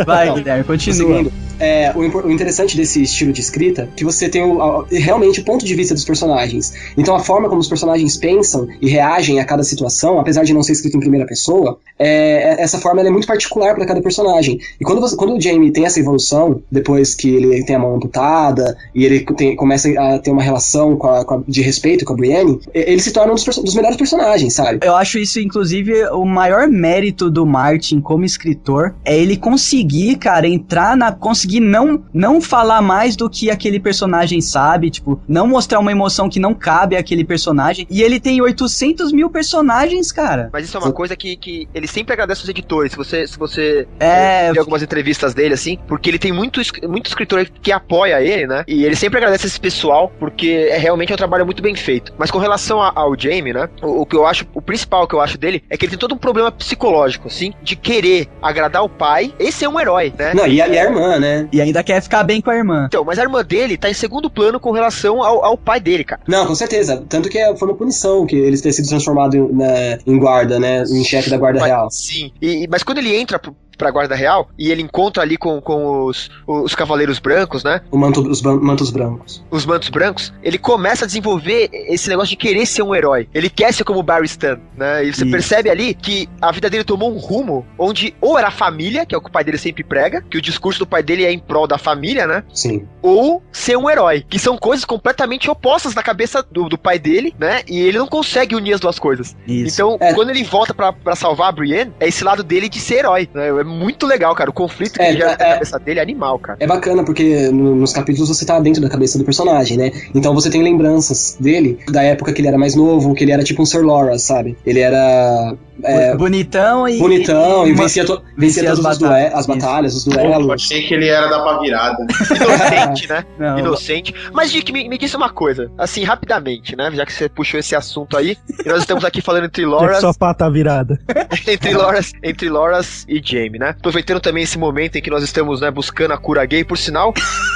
A: Vai, Guilherme, continua.
E: Seguindo, é, o, impor- o interessante desse estilo de escrita é que você tem o- a- realmente o ponto de vista dos personagens. Então a forma como os personagens pensam e reagem a cada situação, apesar de não ser escrito em primeira pessoa, é- é- essa forma ela é muito particular para cada personagem. E quando, você- quando o Jamie tem essa evolução, depois que ele tem a mão amputada e ele tem- começa a ter uma relação com a- com a- de respeito com a Brienne, e- ele se torna um dos, perso- dos melhores personagens, sabe?
A: Eu acho isso, inclusive, o maior mérito do Martin como escritor é ele conseguir, cara, entrar na. conseguir não, não falar mais do que aquele personagem sabe, tipo, não mostrar uma emoção que não cabe àquele personagem. E ele tem 800 mil personagens, cara.
D: Mas isso é uma coisa que, que ele sempre agradece aos editores. Se você, se você
A: É.
D: vê algumas entrevistas dele, assim, porque ele tem muito, es- muito escritor que apoia ele, né? E ele sempre agradece esse pessoal, porque é realmente é um trabalho muito bem feito. Mas com relação a- ao Jamie, né? O, o que eu acho, o principal que eu acho dele é que ele tem todo um problema psicológico, assim, de querer agradar o pai e ser um herói, né?
E: Não, e a, e a irmã, né?
A: E ainda quer ficar bem com a irmã.
D: Então, mas a irmã dele tá em segundo plano com relação ao, ao pai dele, cara.
E: Não, com certeza. Tanto que é- foi uma punição que eles terem sido transformados em, na- em guarda, né? Em chefe da guarda
D: Mas-
E: real.
D: Sim. E, e- mas quando ele entra pro- pra guarda real e ele encontra ali com, com os, os cavaleiros brancos, né?
E: O manto, os ban- mantos brancos.
D: os mantos brancos, ele começa a desenvolver esse negócio de querer ser um herói. Ele quer ser como o Barry Stan, né? E você
A: Isso.
D: percebe ali que a vida dele tomou um rumo onde ou era a família, que é o que o pai dele sempre prega, que o discurso do pai dele é em prol da família, né?
E: Sim.
D: Ou ser um herói, que são coisas completamente opostas na cabeça do, do pai dele, né? E ele não consegue unir as duas coisas.
A: Isso.
D: Então,
E: É.
D: quando ele volta pra, pra salvar a Brienne, é esse lado dele de ser herói, né? É muito legal, cara. O conflito que
E: É,
D: ele gera
E: é-
D: na cabeça dele é animal, cara.
E: É bacana porque no- nos capítulos você tá dentro da cabeça do personagem, né? Então você tem lembranças dele da época que ele era mais novo, que ele era tipo um Sir Laura, sabe? Ele era é,
A: bonitão e.
E: bonitão e,
A: uma-
E: vencia, to- vencia
A: vencia as
E: todas as,
A: batalhas.
E: due- as batalhas, os
C: Eu
E: duelos.
C: achei que ele era da pá virada.
A: *laughs*
D: Inocente, né?
A: Não,
D: inocente. Mas, Dick, me, me disse uma coisa, assim, rapidamente, né? Já que você puxou esse assunto aí, e nós estamos aqui falando entre
B: Já que
D: Loras,
B: sua pá tá virada.
D: *laughs* entre Loras, entre Loras e Jamie, né? Aproveitando também esse momento em que nós estamos, né, buscando a cura gay, por sinal,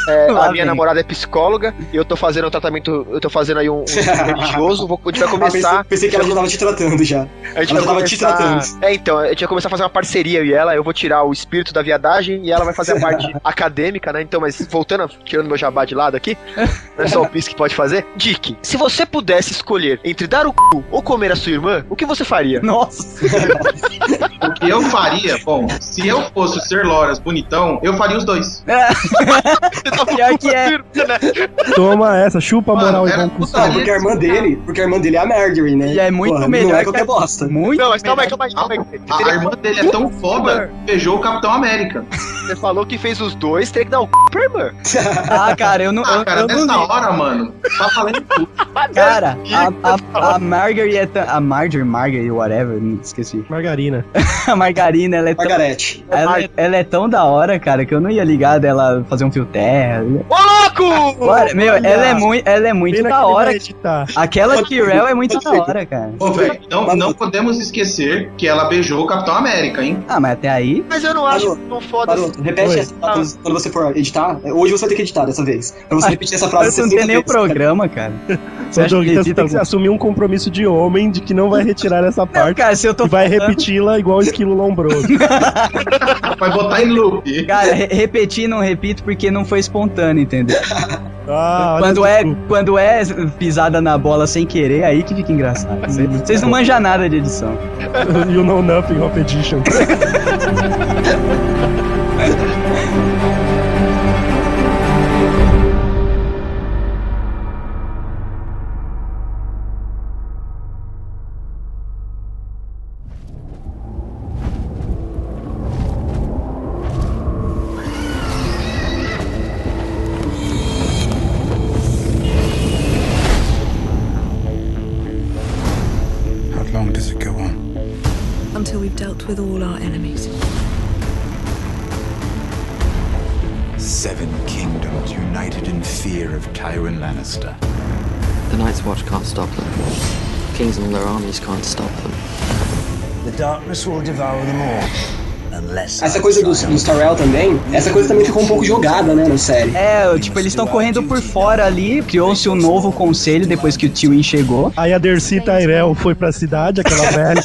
D: é,
A: Lá
D: a minha
A: vem.
D: namorada é psicóloga, e eu tô fazendo um tratamento, eu tô fazendo aí um, um religioso, vou, a gente vai
E: Ah, pensei,
D: começar,
E: pensei que ela já tava te tratando já.
D: a gente
E: ela
D: vai
E: tava te
D: começar,
E: tratando.
D: é, então, a gente vai começar a fazer uma parceria eu e ela, eu vou tirar o espírito da viadagem e ela vai fazer a parte acadêmica, né? Então, mas voltando, tirando meu jabá de lado aqui, não é só o Piss que pode fazer. Dick, se você pudesse escolher entre dar o cu ou comer a sua irmã, o que você faria?
A: Nossa.
C: O que eu faria? Bom, se eu fosse o Sir Loras bonitão, eu faria os dois.
A: *laughs* Pior que é.
B: Toma essa, chupa a
C: Mano,
A: um
B: moral e
C: era
B: vamos com
E: Ah,
C: putaria.
E: porque a irmã dele, porque a irmã dele é a Marjorie, né?
A: E é muito
E: Porra,
A: melhor
E: Não é
A: que-
E: qualquer bosta. *laughs*
A: Muito.
D: Não, mas calma aí, calma aí, calma aí.
C: A,
D: Você,
C: a
D: teria-
C: irmã dele é tão foda que beijou o Capitão América.
D: você falou que fez os dois, teria que dar o cu pra irmã.
A: Ah, cara, eu não.
C: Ah,
A: Eu,
C: cara,
A: eu não
C: nessa
A: li.
C: hora, mano, tá falando
E: *laughs*
C: tudo.
A: Cara, a, a, a Margaret é tão, A Marjorie, Margaret, whatever, não esqueci. *laughs*
B: Margarina.
A: A Margarina, ela é tão.
E: Margarete.
A: Ela, é- ela é tão da hora, cara, que eu não ia ligar dela fazer um fio terra.
D: Ô, louco!
A: Bora, meu, ela é, mui, ela é muito
B: Pena
A: da
B: que ele
A: hora.
B: vai editar.
A: Aquela Tyrell é muito da hora, cara.
C: Ô, velho, não, não podemos esquecer que ela beijou o Capitão América, hein?
A: Ah, mas até aí.
D: Mas eu não acho tão foda assim.
E: Baroto, repete
B: Oi.
E: essa
A: Ah.
E: frase quando você for editar. Hoje você vai ter que editar dessa vez. Pra você repetir essa frase
A: Eu não
E: 60
A: tem nem o
E: vezes.
A: programa,
B: *laughs*
A: cara. Você
B: Ô,
A: acha
B: Doug,
A: que
B: então você
A: edita
B: tem que
A: algum-
B: assumir um compromisso de homem de que não vai retirar essa
A: Não,
B: parte
A: cara, se eu tô
B: e vai
A: falando-
B: repeti-la igual o esquilo lombroso.
A: *laughs*
C: Vai botar em loop.
A: Cara, re repetir não repito porque não foi espontâneo, entendeu?
B: Ah, olha
A: quando,
B: esse
A: é,
B: cu.
A: quando é pisada na bola sem querer, aí que fica engraçado. Vocês- Vocês não manjam nada de edição.
B: *laughs* You know nothing of edition.
G: What
I: with all our enemies.
G: Seven kingdoms united in fear of Tywin Lannister.
J: The Night's Watch can't stop them. Kings and all their armies can't stop them.
G: The darkness will devour them all. Unless
E: Essa coisa dos, dos Tyrell também, essa coisa também ficou um pouco jogada, né, na série.
A: É, tipo, eles estão correndo por fora ali. Criou-se um novo conselho depois que o Tywin chegou.
B: Aí a Dercy Tyrell foi pra cidade, aquela
A: *laughs*
B: velha.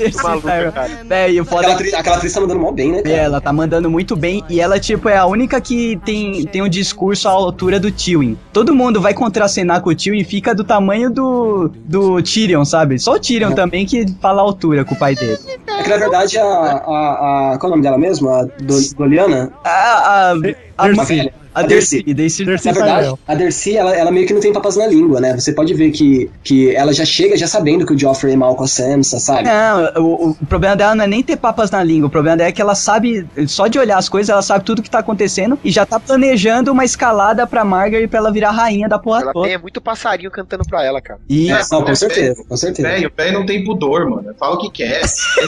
A: Esse Tyrell. É, e o foda
E: Aquela atriz, aquela atriz tá mandando mó bem, né?
A: é,
E: cara?
A: ela tá mandando muito bem e ela, tipo, é a única que tem, tem um discurso à altura do Tywin. Todo mundo vai contracenar com o Tywin e fica do tamanho do, do Tyrion, sabe? Só o Tyrion também que fala a altura com o pai dele.
E: É que na verdade a. a, a- qual é o nome dela mesmo? A Do- Doliana?
A: A, a, a,
B: Dercy.
A: ma- a Dercy. E Dercy-
B: Dercy
E: Na verdade,
B: Tyrell.
E: a Dercy, ela, ela meio que não tem papas na língua, né? Você pode ver que, que ela já chega já sabendo que o Joffrey é mal com a Sansa,
A: É.
E: sabe?
A: Não, o, o problema dela não é nem ter papas na língua, o problema dela é que ela sabe, só de olhar as coisas, ela sabe tudo que tá acontecendo e já tá planejando uma escalada pra Margaret pra ela virar a rainha da porra
D: Ela
A: toda.
D: tem é muito passarinho cantando pra ela, cara.
A: E
E: É, não, com certeza, com certeza.
C: Velho, o velho não tem pudor, mano. Fala o que quer.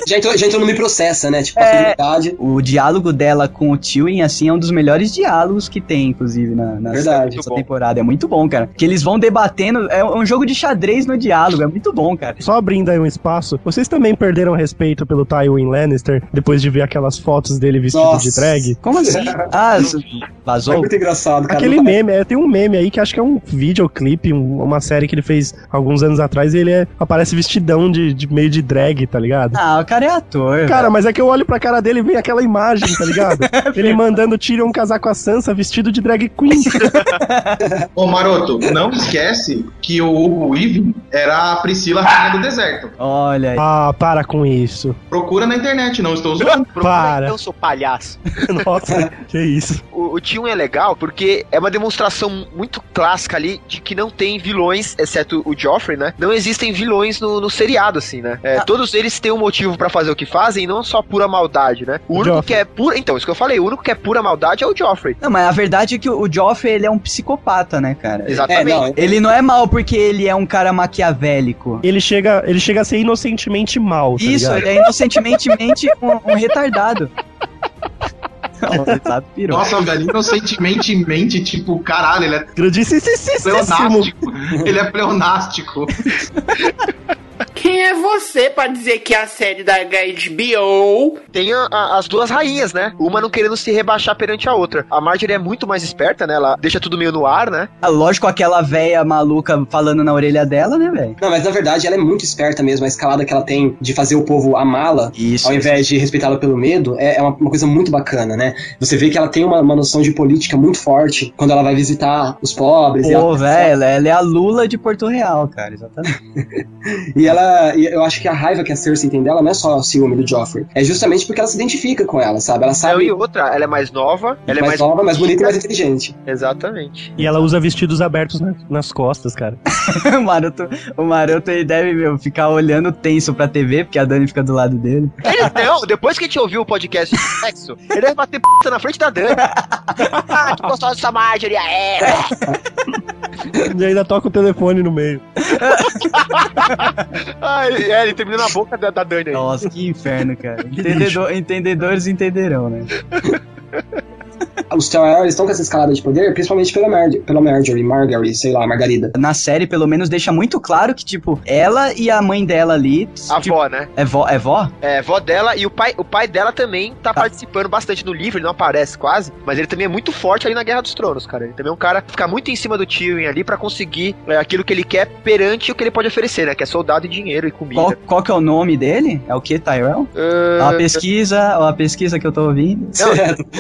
E: Já entrou, já entrou no Me Processa, né? Tipo,
A: É.
E: a verdade.
A: o diálogo dela com o Tywin, assim, é um dos melhores diálogos que tem, inclusive, na, na
E: Verdade.
A: nessa temporada. É muito bom, cara. Que eles vão debatendo, é um jogo de xadrez no diálogo, é muito bom, cara.
B: Só abrindo aí um espaço, vocês também perderam respeito pelo Tywin Lannister depois de ver aquelas fotos dele vestido
E: Nossa.
B: de drag?
A: Como
D: *laughs*
A: assim? Ah, s-
E: É
A: vazou?
E: muito engraçado, cara.
B: Aquele meme, é, tem um meme aí que acho que é um videoclipe, um- uma série que ele fez alguns anos atrás e ele é- aparece vestidão de, de meio de drag, tá ligado?
A: Ah, o cara é ator.
B: Cara, mas é que eu olho pra cara dele e vem aquela imagem, tá ligado? Ele mandando Tyrion casar com a Sansa vestido de drag queen.
C: Ô, Maroto, não esquece que o Hugo Weaving era a Priscila Rainha do Deserto.
A: velho. Olha aí.
B: Ah, para com isso.
C: Procura na internet, não estou zoando.
B: Para.
D: né? Eu sou palhaço.
B: Nossa, que isso.
D: O, o Tio é legal porque é uma demonstração muito clássica ali de que não tem vilões, exceto o Joffrey, né? Não existem vilões no, no seriado, assim, né? É, Todos eles têm um motivo pra fazer o que fazem, não só pura maldade, né? O
B: O
D: único
B: Joffrey.
D: que é pura. Então, isso que eu falei, o único que é pura maldade é o Joffrey.
A: Não, mas a verdade é que o o Joffrey, ele é um psicopata, né, cara?
E: É,
D: Exatamente.
E: não,
A: Ele não é mal porque ele é um cara maquiavélico.
B: Ele chega, ele chega a ser inocentemente mal, tá
A: Isso,
B: ligado?
A: ele é inocentemente *laughs* um, um *laughs* retardado. Não, você sabe, pirou.
C: Nossa, velho, inocentemente mente, tipo, caralho, ele é
B: Grandíssimo.
C: pleonástico. ele é pleonástico.
H: Quem é você pra dizer que é a série da HBO
D: Tem a- a- as duas rainhas, né? Uma não querendo se rebaixar perante a outra. A Marjorie é muito mais esperta, né? Ela deixa tudo meio no ar, né?
A: Ah, Lógico, aquela véia maluca falando na orelha dela, né, velho?
E: Não, mas na verdade ela é muito esperta mesmo. A escalada que ela tem de fazer o povo amá-la,
A: Isso.
E: ao invés de respeitá-la pelo medo, é, é uma, uma coisa muito bacana, né? Você vê que ela tem uma, uma noção de política muito forte quando ela vai visitar os pobres. e
A: Pô,
E: ela-
A: velho, ela é a Lula de Porto Real, cara, exatamente. *laughs*
E: E ela, e eu acho que a raiva que a Cersei tem dela não é só o ciúme do Joffrey, é justamente porque ela se identifica com ela, sabe? Ela
D: Não,
E: sabe
D: e outra, ela é mais nova, ela é
E: mais,
D: mais.
E: nova, mais bonita
D: *laughs*
E: e mais inteligente.
D: Exatamente.
B: E ela usa vestidos abertos na- nas costas, cara.
A: o, maroto, o maroto, ele deve, meu, ficar olhando tenso pra TV, porque a Dani fica do lado dele.
D: Ele, *laughs* não, depois que a gente ouviu o podcast de sexo, ele vai bater p na frente da Dani. ah, que gostosa essa Marjorie, é.
B: E ainda toca o telefone no meio.
D: Ah, ele, é, ele terminou na boca da, da Dani aí.
A: Nossa, que inferno, cara. *laughs* Entendedor- entendedores entenderão, né?
E: Os Tyrell, eles estão com essa escalada de poder, principalmente pela, Mar pela Marjorie, Margaery, sei lá, Margarida.
A: Na série, pelo menos, deixa muito claro que, tipo, ela e a mãe dela ali.
D: A
A: tipo,
D: avó, né?
A: É vó? É vó?
D: É, a vó dela e o pai, o pai dela também tá participando bastante no livro, ele não aparece quase, mas ele também é muito forte ali na Guerra dos Tronos, cara. Ele também é um cara que fica muito em cima do Tyrion ali pra conseguir é, aquilo que ele quer perante o que ele pode oferecer, né? Que é soldado e dinheiro e comida.
A: Qual, qual que é o nome dele? É o que, Tyrell? Ó a
D: Ah,
A: pesquisa, ó a pesquisa que eu tô ouvindo.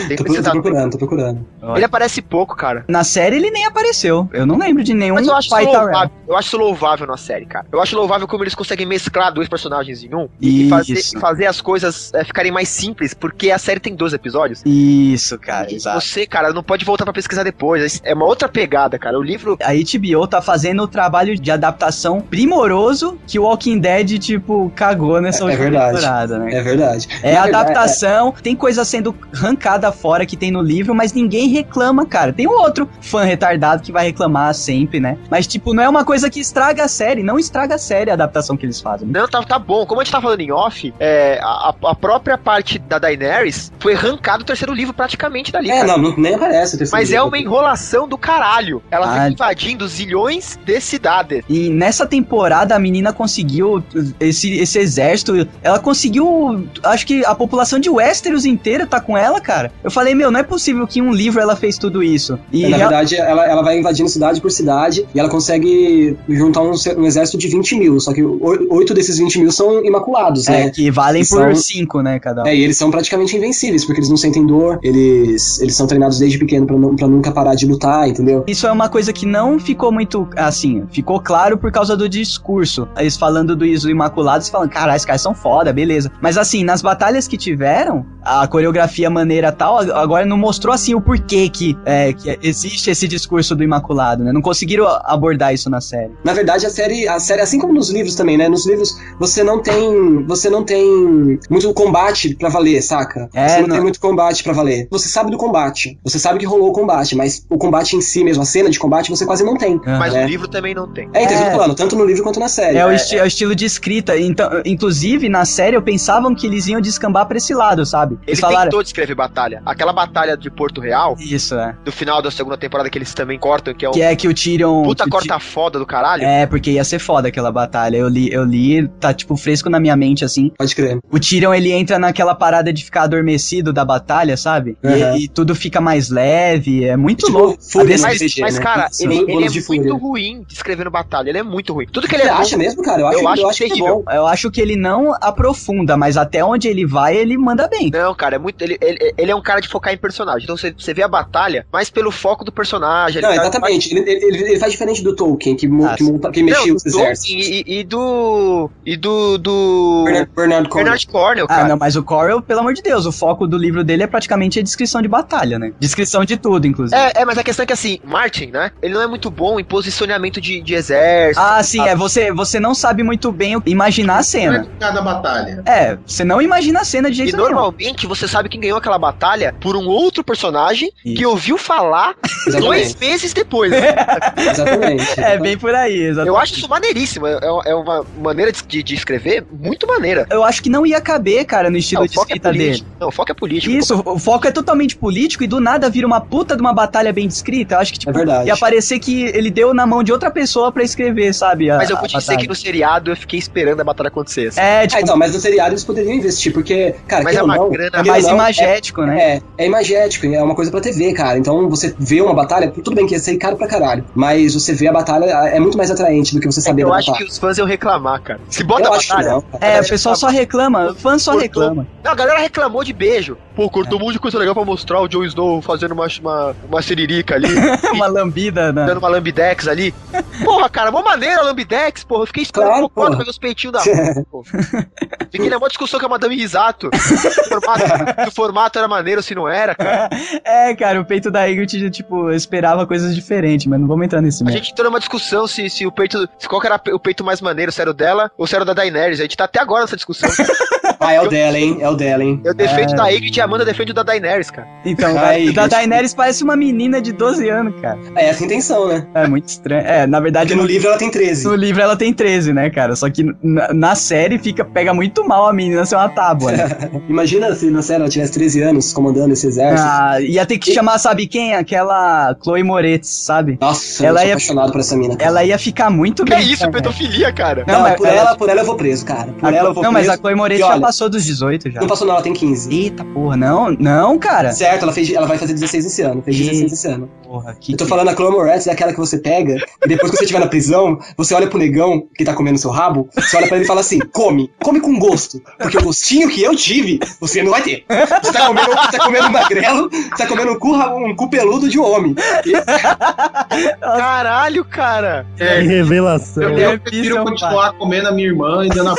D: tem
E: *laughs* tô,
D: que
E: tô
D: citar-
E: procurando, tô procurando.
D: Ele aparece pouco, cara.
A: Na série ele nem apareceu. Eu não lembro de nenhum
D: Mas eu acho, isso
A: É um pai tá, Tyrell.
D: louvável, eu acho isso louvável na série, cara. Eu acho louvável como eles conseguem mesclar dois personagens em um e, e fazer,
A: Isso.
D: e fazer as coisas é, ficarem mais simples, porque a série tem 12 episódios.
A: Isso, cara,
D: E
A: exato.
D: Você, cara, não pode voltar pra pesquisar depois. É uma outra pegada, cara. O livro.
A: A HBO tá fazendo o trabalho de adaptação primoroso que o Walking Dead, tipo, cagou nessa
E: É- é
A: última
E: verdade.
A: temporada, né?
E: É verdade.
A: É
E: Na
A: a
E: verdade,
A: adaptação, tem coisa sendo arrancada fora que tem no livro horrível, mas ninguém reclama, cara. Tem um outro fã retardado que vai reclamar sempre, né? Mas, tipo, não é uma coisa que estraga a série, não estraga a série a adaptação que eles fazem.
D: Não, tá, tá bom. Como a gente tá falando em off, é, a, a própria parte da Daenerys foi arrancada o terceiro livro praticamente dali.
E: É,
D: cara.
E: não, não- nem aparece. o terceiro
D: Mas é
E: livro.
D: uma enrolação do caralho. Ela
A: Ah.
D: fica invadindo zilhões de cidades.
A: E nessa temporada a menina conseguiu esse, esse exército, ela conseguiu, acho que a população de Westeros inteira tá com ela, cara. Eu falei, meu, não é possível que em um livro ela fez tudo isso. E
E: É, Na
A: rea-
E: verdade, ela, ela vai invadindo cidade por cidade e ela consegue juntar um, ce- um exército de 20 mil. Só que oi- oito desses 20 mil são imaculados,
A: é,
E: né?
A: que valem
E: São-
A: por cinco, né, cada um.
E: É, e eles são praticamente invencíveis, porque eles não sentem dor, eles, eles são treinados desde pequeno pra, nu- pra nunca parar de lutar, entendeu?
A: Isso é uma coisa que não ficou muito assim, ficou claro por causa do discurso. Eles falando do Iso Imaculado, eles falam, caralho, esses caras são foda, beleza. Mas assim, nas batalhas que tiveram, a coreografia maneira tal, a- agora não mostrou assim o porquê que, é, que existe esse discurso do Imaculado, né? Não conseguiram abordar isso na série.
E: Na verdade, a série, a série, assim como nos livros também, né? Nos livros você não tem. Você não tem muito combate pra valer, saca?
A: É,
E: você não,
A: não-
E: tem muito combate pra valer. Você sabe do combate. Você sabe que rolou o combate, mas o combate em si mesmo, a cena de combate, você quase não tem.
D: Mas
E: É.
D: o livro também não tem.
E: É, então,
A: É.
E: eu tô falando, tanto no livro quanto na série.
A: É o, esti- é o estilo de escrita. Então, inclusive, na série, eu pensavam que eles iam descambar pra esse lado, sabe? Eles
D: Ele
A: falaram.
D: tentou descrever batalha. Aquela batalha de Porto Real,
A: Isso, é.
D: do final da segunda temporada que eles também cortam, que é um
A: Que é que o Tyrion.
D: puta
A: que o Ty-
D: corta foda do caralho.
A: É, porque ia ser foda aquela batalha. Eu li, eu li, tá tipo fresco na minha mente assim.
E: Pode crer.
A: O Tyrion ele entra naquela parada de ficar adormecido da batalha, sabe? E-
E: Uhum.
A: E, tudo fica mais leve, é muito
D: Tipo,
A: louco.
E: fúria
A: desse-
E: Tipo, no
D: Mas,
E: RPG,
D: mas,
E: né?
D: cara,
E: Isso,
D: ele,
E: bônus
D: ele é
E: de
D: muito
E: fúria.
D: ruim descrevendo batalha. Ele é muito ruim. Tudo que ele
E: Você
D: é bom,
E: acha mesmo, cara? Eu acho,
D: eu
E: eu
D: acho
E: acho que é
D: terrível.
E: bom.
A: Eu acho que ele não aprofunda, mas até onde ele vai, ele manda bem.
D: Não, cara, é muito. Ele, ele, ele é um cara de focar em personagem. Então você, você vê a batalha, mas pelo foco do personagem. ele
E: Não,
D: tá-
E: exatamente. Ele, ele, ele- ele faz diferente do Tolkien, que, mo-
A: Ah,
E: que, monta- que
D: Não,
E: mexia os
D: do
E: exércitos.
D: Tolkien e, e- e do. E do. do.
E: Bernard, Bernard Cornwell.
D: Bernard Cornell,
A: Ah,
D: cara.
A: não, mas o Corel, pelo amor de Deus, o foco do livro dele é praticamente a descrição de batalha, né? Descrição de tudo, inclusive.
D: É, é, mas a questão é que assim, Martin, né? Ele não é muito bom em posicionamento de, de exército.
A: Ah, sim, é, você, você não sabe muito bem o- imaginar a
C: Não
A: cena.
C: é cada batalha.
A: É, você não imagina a cena de
D: E
A: jeito nenhum.
D: normalmente você sabe quem ganhou aquela batalha por um outro personagem que
A: Isso.
D: ouviu falar dois *laughs*
E: Exatamente.
D: meses depois.
E: exatamente.
D: né?
A: É, bem por aí, exatamente.
D: Eu acho isso maneiríssimo. É, é uma maneira de- de, de escrever muito maneira.
A: Eu acho que não ia caber, cara, no
D: Não,
A: estilo
D: o
A: Tipo de
D: foco é
A: escrita dele.
D: político. Não, o foco é político.
A: Isso, o foco é totalmente político e do nada vira uma puta de uma batalha bem descrita. Eu acho que, tipo,
E: É verdade.
A: ia parecer que ele deu na mão de outra pessoa pra escrever,
E: Ah,
A: sabe? a-
D: Mas eu vou
A: a
D: te dizer
A: batalha.
D: que no seriado eu fiquei esperando a batalha acontecer. assim.
A: É,
E: Ah,
A: tipo,
E: então, mas no seriado eles poderiam investir, porque, cara,
D: Mas é
E: queira ou
D: uma
E: não,
D: grana
E: queira ou
A: mais
E: não,
A: imagético, né?
E: É, é imagético, é uma coisa pra TV, cara. Então você vê uma batalha, tudo bem que ia ser caro pra caralho, mas você vê a batalha é muito mais atraente do que você
D: É que
E: saber
D: eu
E: da
D: acho que
E: batalha.
D: os fãs iam reclamar, cara. Se bota
E: eu
D: a
E: acho que
D: batalha.
E: não.
A: É, *laughs* o pessoal só reclama, o fã só
D: Cortou. *laughs*
A: reclama.
D: Não, a galera reclamou de beijo. Pô, cortou um monte de coisa legal pra mostrar o Jon Snow fazendo uma, uma, uma siririca
E: *laughs*
D: ali,
A: uma lambida, né?
D: dando uma lambidex ali. Porra, cara, mó maneira a lambidex, porra. Eu fiquei esperando
E: Claro,
D: o cocô,
E: porra.
D: peguei os peitinhos da
E: *laughs*
D: rua, pô. Fiquei na mó discussão com a Madame Risato. Se o formato, se o formato era maneiro, se não era, cara.
A: É, cara, o peito da Ingrid, tipo, eu esperava coisas diferentes, mas não vamos entrar nesse
D: A
E: É.
A: meio.
D: gente entrou numa discussão se, se o peito. Se qual que era o peito mais maneiro, se era o dela ou se era o da Daenerys. A gente tá até agora nessa discussão.
E: Ah, é o dela, hein? É o dela, hein?
D: Eu defendo
E: É.
D: da Ygritte e a Amanda defende o da Daenerys, cara.
A: Então,
E: Ai,
A: da, da
E: Ingrid.
A: Daenerys parece uma menina de 12 anos, cara.
E: É essa a intenção, né?
A: É muito estranho. É, na verdade,
E: Porque no livro ela tem 13.
A: No livro ela tem 13, né, cara? Só que na, na série fica, pega muito mal a menina ser uma tábua.
E: *laughs*
A: Né?
E: Imagina se na série ela tivesse 13 anos comandando esse exército.
A: Ah, ia ter que chamar, sabe quem? Aquela Chloe Moretz, sabe?
E: Nossa,
A: Ela
E: eu sou
A: ia-
E: apaixonado por essa mina. cara.
A: Ela ia ficar muito
D: Que é
E: Então,
A: bem.
D: isso,
A: cara.
D: pedofilia, cara.
A: Não,
E: Não,
A: mas
E: por
A: ela-
E: ela... por ela eu vou preso, cara. Por
A: A-
E: ela eu vou
A: não, mas
E: preso.
A: a Chloe Moretz
E: E
A: já
E: olha,
A: passou dos 18 já.
E: Não passou não, ela tem 15.
A: Eita porra, não, não, cara.
E: Certo, ela, fez, ela vai fazer 16 esse ano. Fez
A: Ih.
E: 16 esse ano.
A: Porra, que.
E: Eu tô falando, a Chloe Moretz é aquela que você pega, e depois que você estiver na prisão, você olha pro negão que tá comendo seu rabo, você olha pra ele e fala assim: come, come com gosto, porque o gostinho que eu tive, você não vai ter. Você tá comendo, você tá comendo um magrelo, você tá comendo um cu, ra- um cu peludo de homem.
D: Caralho, cara.
B: Que
C: É,
B: revelação.
C: eu,
A: é
C: eu
A: bizarro,
C: prefiro continuar comendo a minha irmã e dando a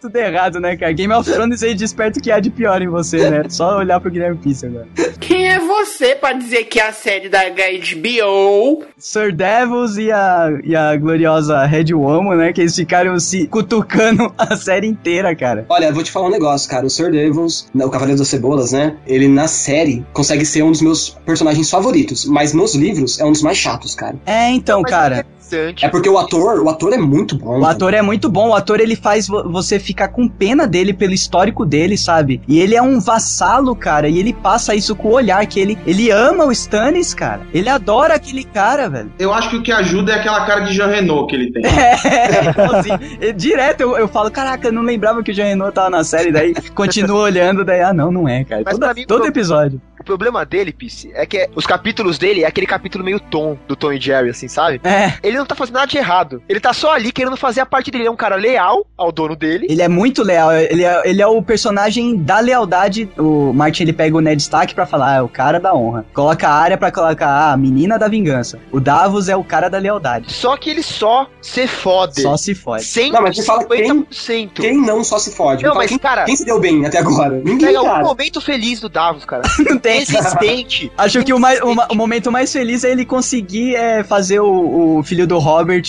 A: Tudo errado, né, cara? Game of Thrones aí desperta o que há de pior em você, né? Só olhar pro Guilherme Pisser agora.
H: Quem é você pra dizer que é a série da HBO
A: Sir Devils e a, e a gloriosa Red Woman, né? Que eles ficaram se cutucando *laughs* a série inteira, cara.
E: Olha, eu vou te falar um negócio, cara. O Sr. Devils, o Cavaleiro das Cebolas, falas, né? Ele na série consegue ser um dos meus personagens favoritos, mas nos livros é um dos mais chatos, cara.
A: É, então, cara.
D: Interessante.
E: É porque o ator, o ator é muito bom.
A: O ator é muito bom, o ator ele faz vo- você ficar com pena dele pelo histórico dele, sabe? E ele é um vassalo, cara, e ele passa isso com o olhar que ele ele ama o Stannis, cara. Ele adora aquele cara, velho. *laughs*
C: Eu acho que o que ajuda é aquela cara de Jean Renault que ele tem.
A: É, igualzinho. E direto eu, eu falo, caraca, eu não lembrava que o Jean Renault tava na série, daí continuo olhando, daí, ah, não, não é, cara.
D: Mas
A: Toda-
D: pra mim,
A: todo
D: pro-
A: episódio.
D: O problema dele, Pisse, é que é- os capítulos dele é aquele capítulo meio tom do Tom e Jerry, assim, sabe?
A: É,
D: Ele não tá fazendo nada de errado. Ele tá só ali querendo fazer a parte dele. Ele é um cara leal ao dono dele.
A: ele é muito leal, ele é, ele é o personagem da lealdade. O Martin ele pega o Ned Stark pra falar, ah, é o cara da honra. Coloca a área pra colocar ah, a menina da vingança. O Davos é o cara da lealdade.
D: Só que ele só se fode.
A: Só se
E: *laughs*
A: fode.
D: 150%.
E: Não, mas me fala quem- Quem não só se fode?
D: Não,
E: Me fala
D: mas,
E: quem,
D: cara-
E: quem se deu bem até agora? Ninguém,
D: Pega algum
E: cara.
D: momento feliz do Davos, cara.
A: Não tem.
D: Existente.
A: Acho que o, mais, o, ma- o momento mais feliz é ele conseguir é, fazer o, o filho do Robert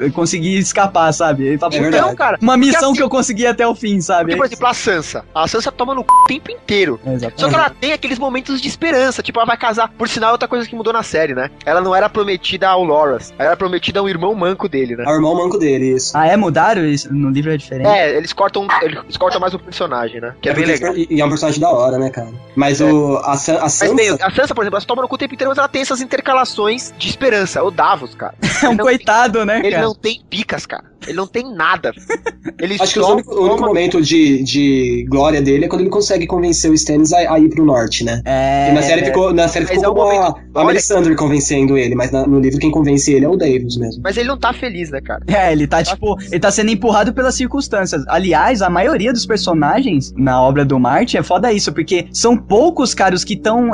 A: eh, conseguir escapar, sabe? Ele fala,
E: É
A: "Puta,
E: verdade.
D: Então, cara.
A: uma missão
D: assim-
A: que
D: tipo
A: eu consegui até o fim, sabe?
D: Porque, por exemplo, a Sansa. A Sansa toma no c... o tempo inteiro.
A: É,
D: Só que
A: exatamente.
D: ela tem aqueles momentos de esperança. Tipo, ela vai casar. Por sinal, outra coisa que mudou na série, né? Ela não era prometida ao Loras. Ela era prometida a um irmão manco dele, né?
E: É o irmão manco dele, isso.
A: Ah, é? Mudaram isso? No livro é diferente?
D: É, eles cortam, eles cortam mais um personagem, né? Que é,
E: É
D: bem
E: porque-
D: legal.
E: E, e é um personagem da hora, né, cara? Mas
D: É.
E: o, a, San, a
D: Mas
E: Sansa...
D: tem, a Sansa, por exemplo, ela se toma no cu o tempo inteiro, mas ela tem essas intercalações de esperança. O Davos, cara.
A: É um
D: não-
A: coitado, né,
D: Ele
A: cara?
D: não tem picas, cara. Ele não tem nada. Ele
E: Acho que
D: só
E: o único, o único
D: toma-
E: momento de, de glória dele é quando ele consegue convencer o Stannis a, a ir pro norte, né?
A: É.
E: e na série ficou, na série
D: mas
E: ficou
D: é um
E: como a,
D: momento-
E: a
D: olha-
E: Melisandre convencendo ele, mas na- no livro quem convence ele é o Davis mesmo.
D: Mas ele não tá feliz, né, cara?
A: É, ele tá tipo, ele tá sendo empurrado pelas circunstâncias. Aliás, a maioria dos personagens na obra do Martin é foda isso, porque são poucos caras que estão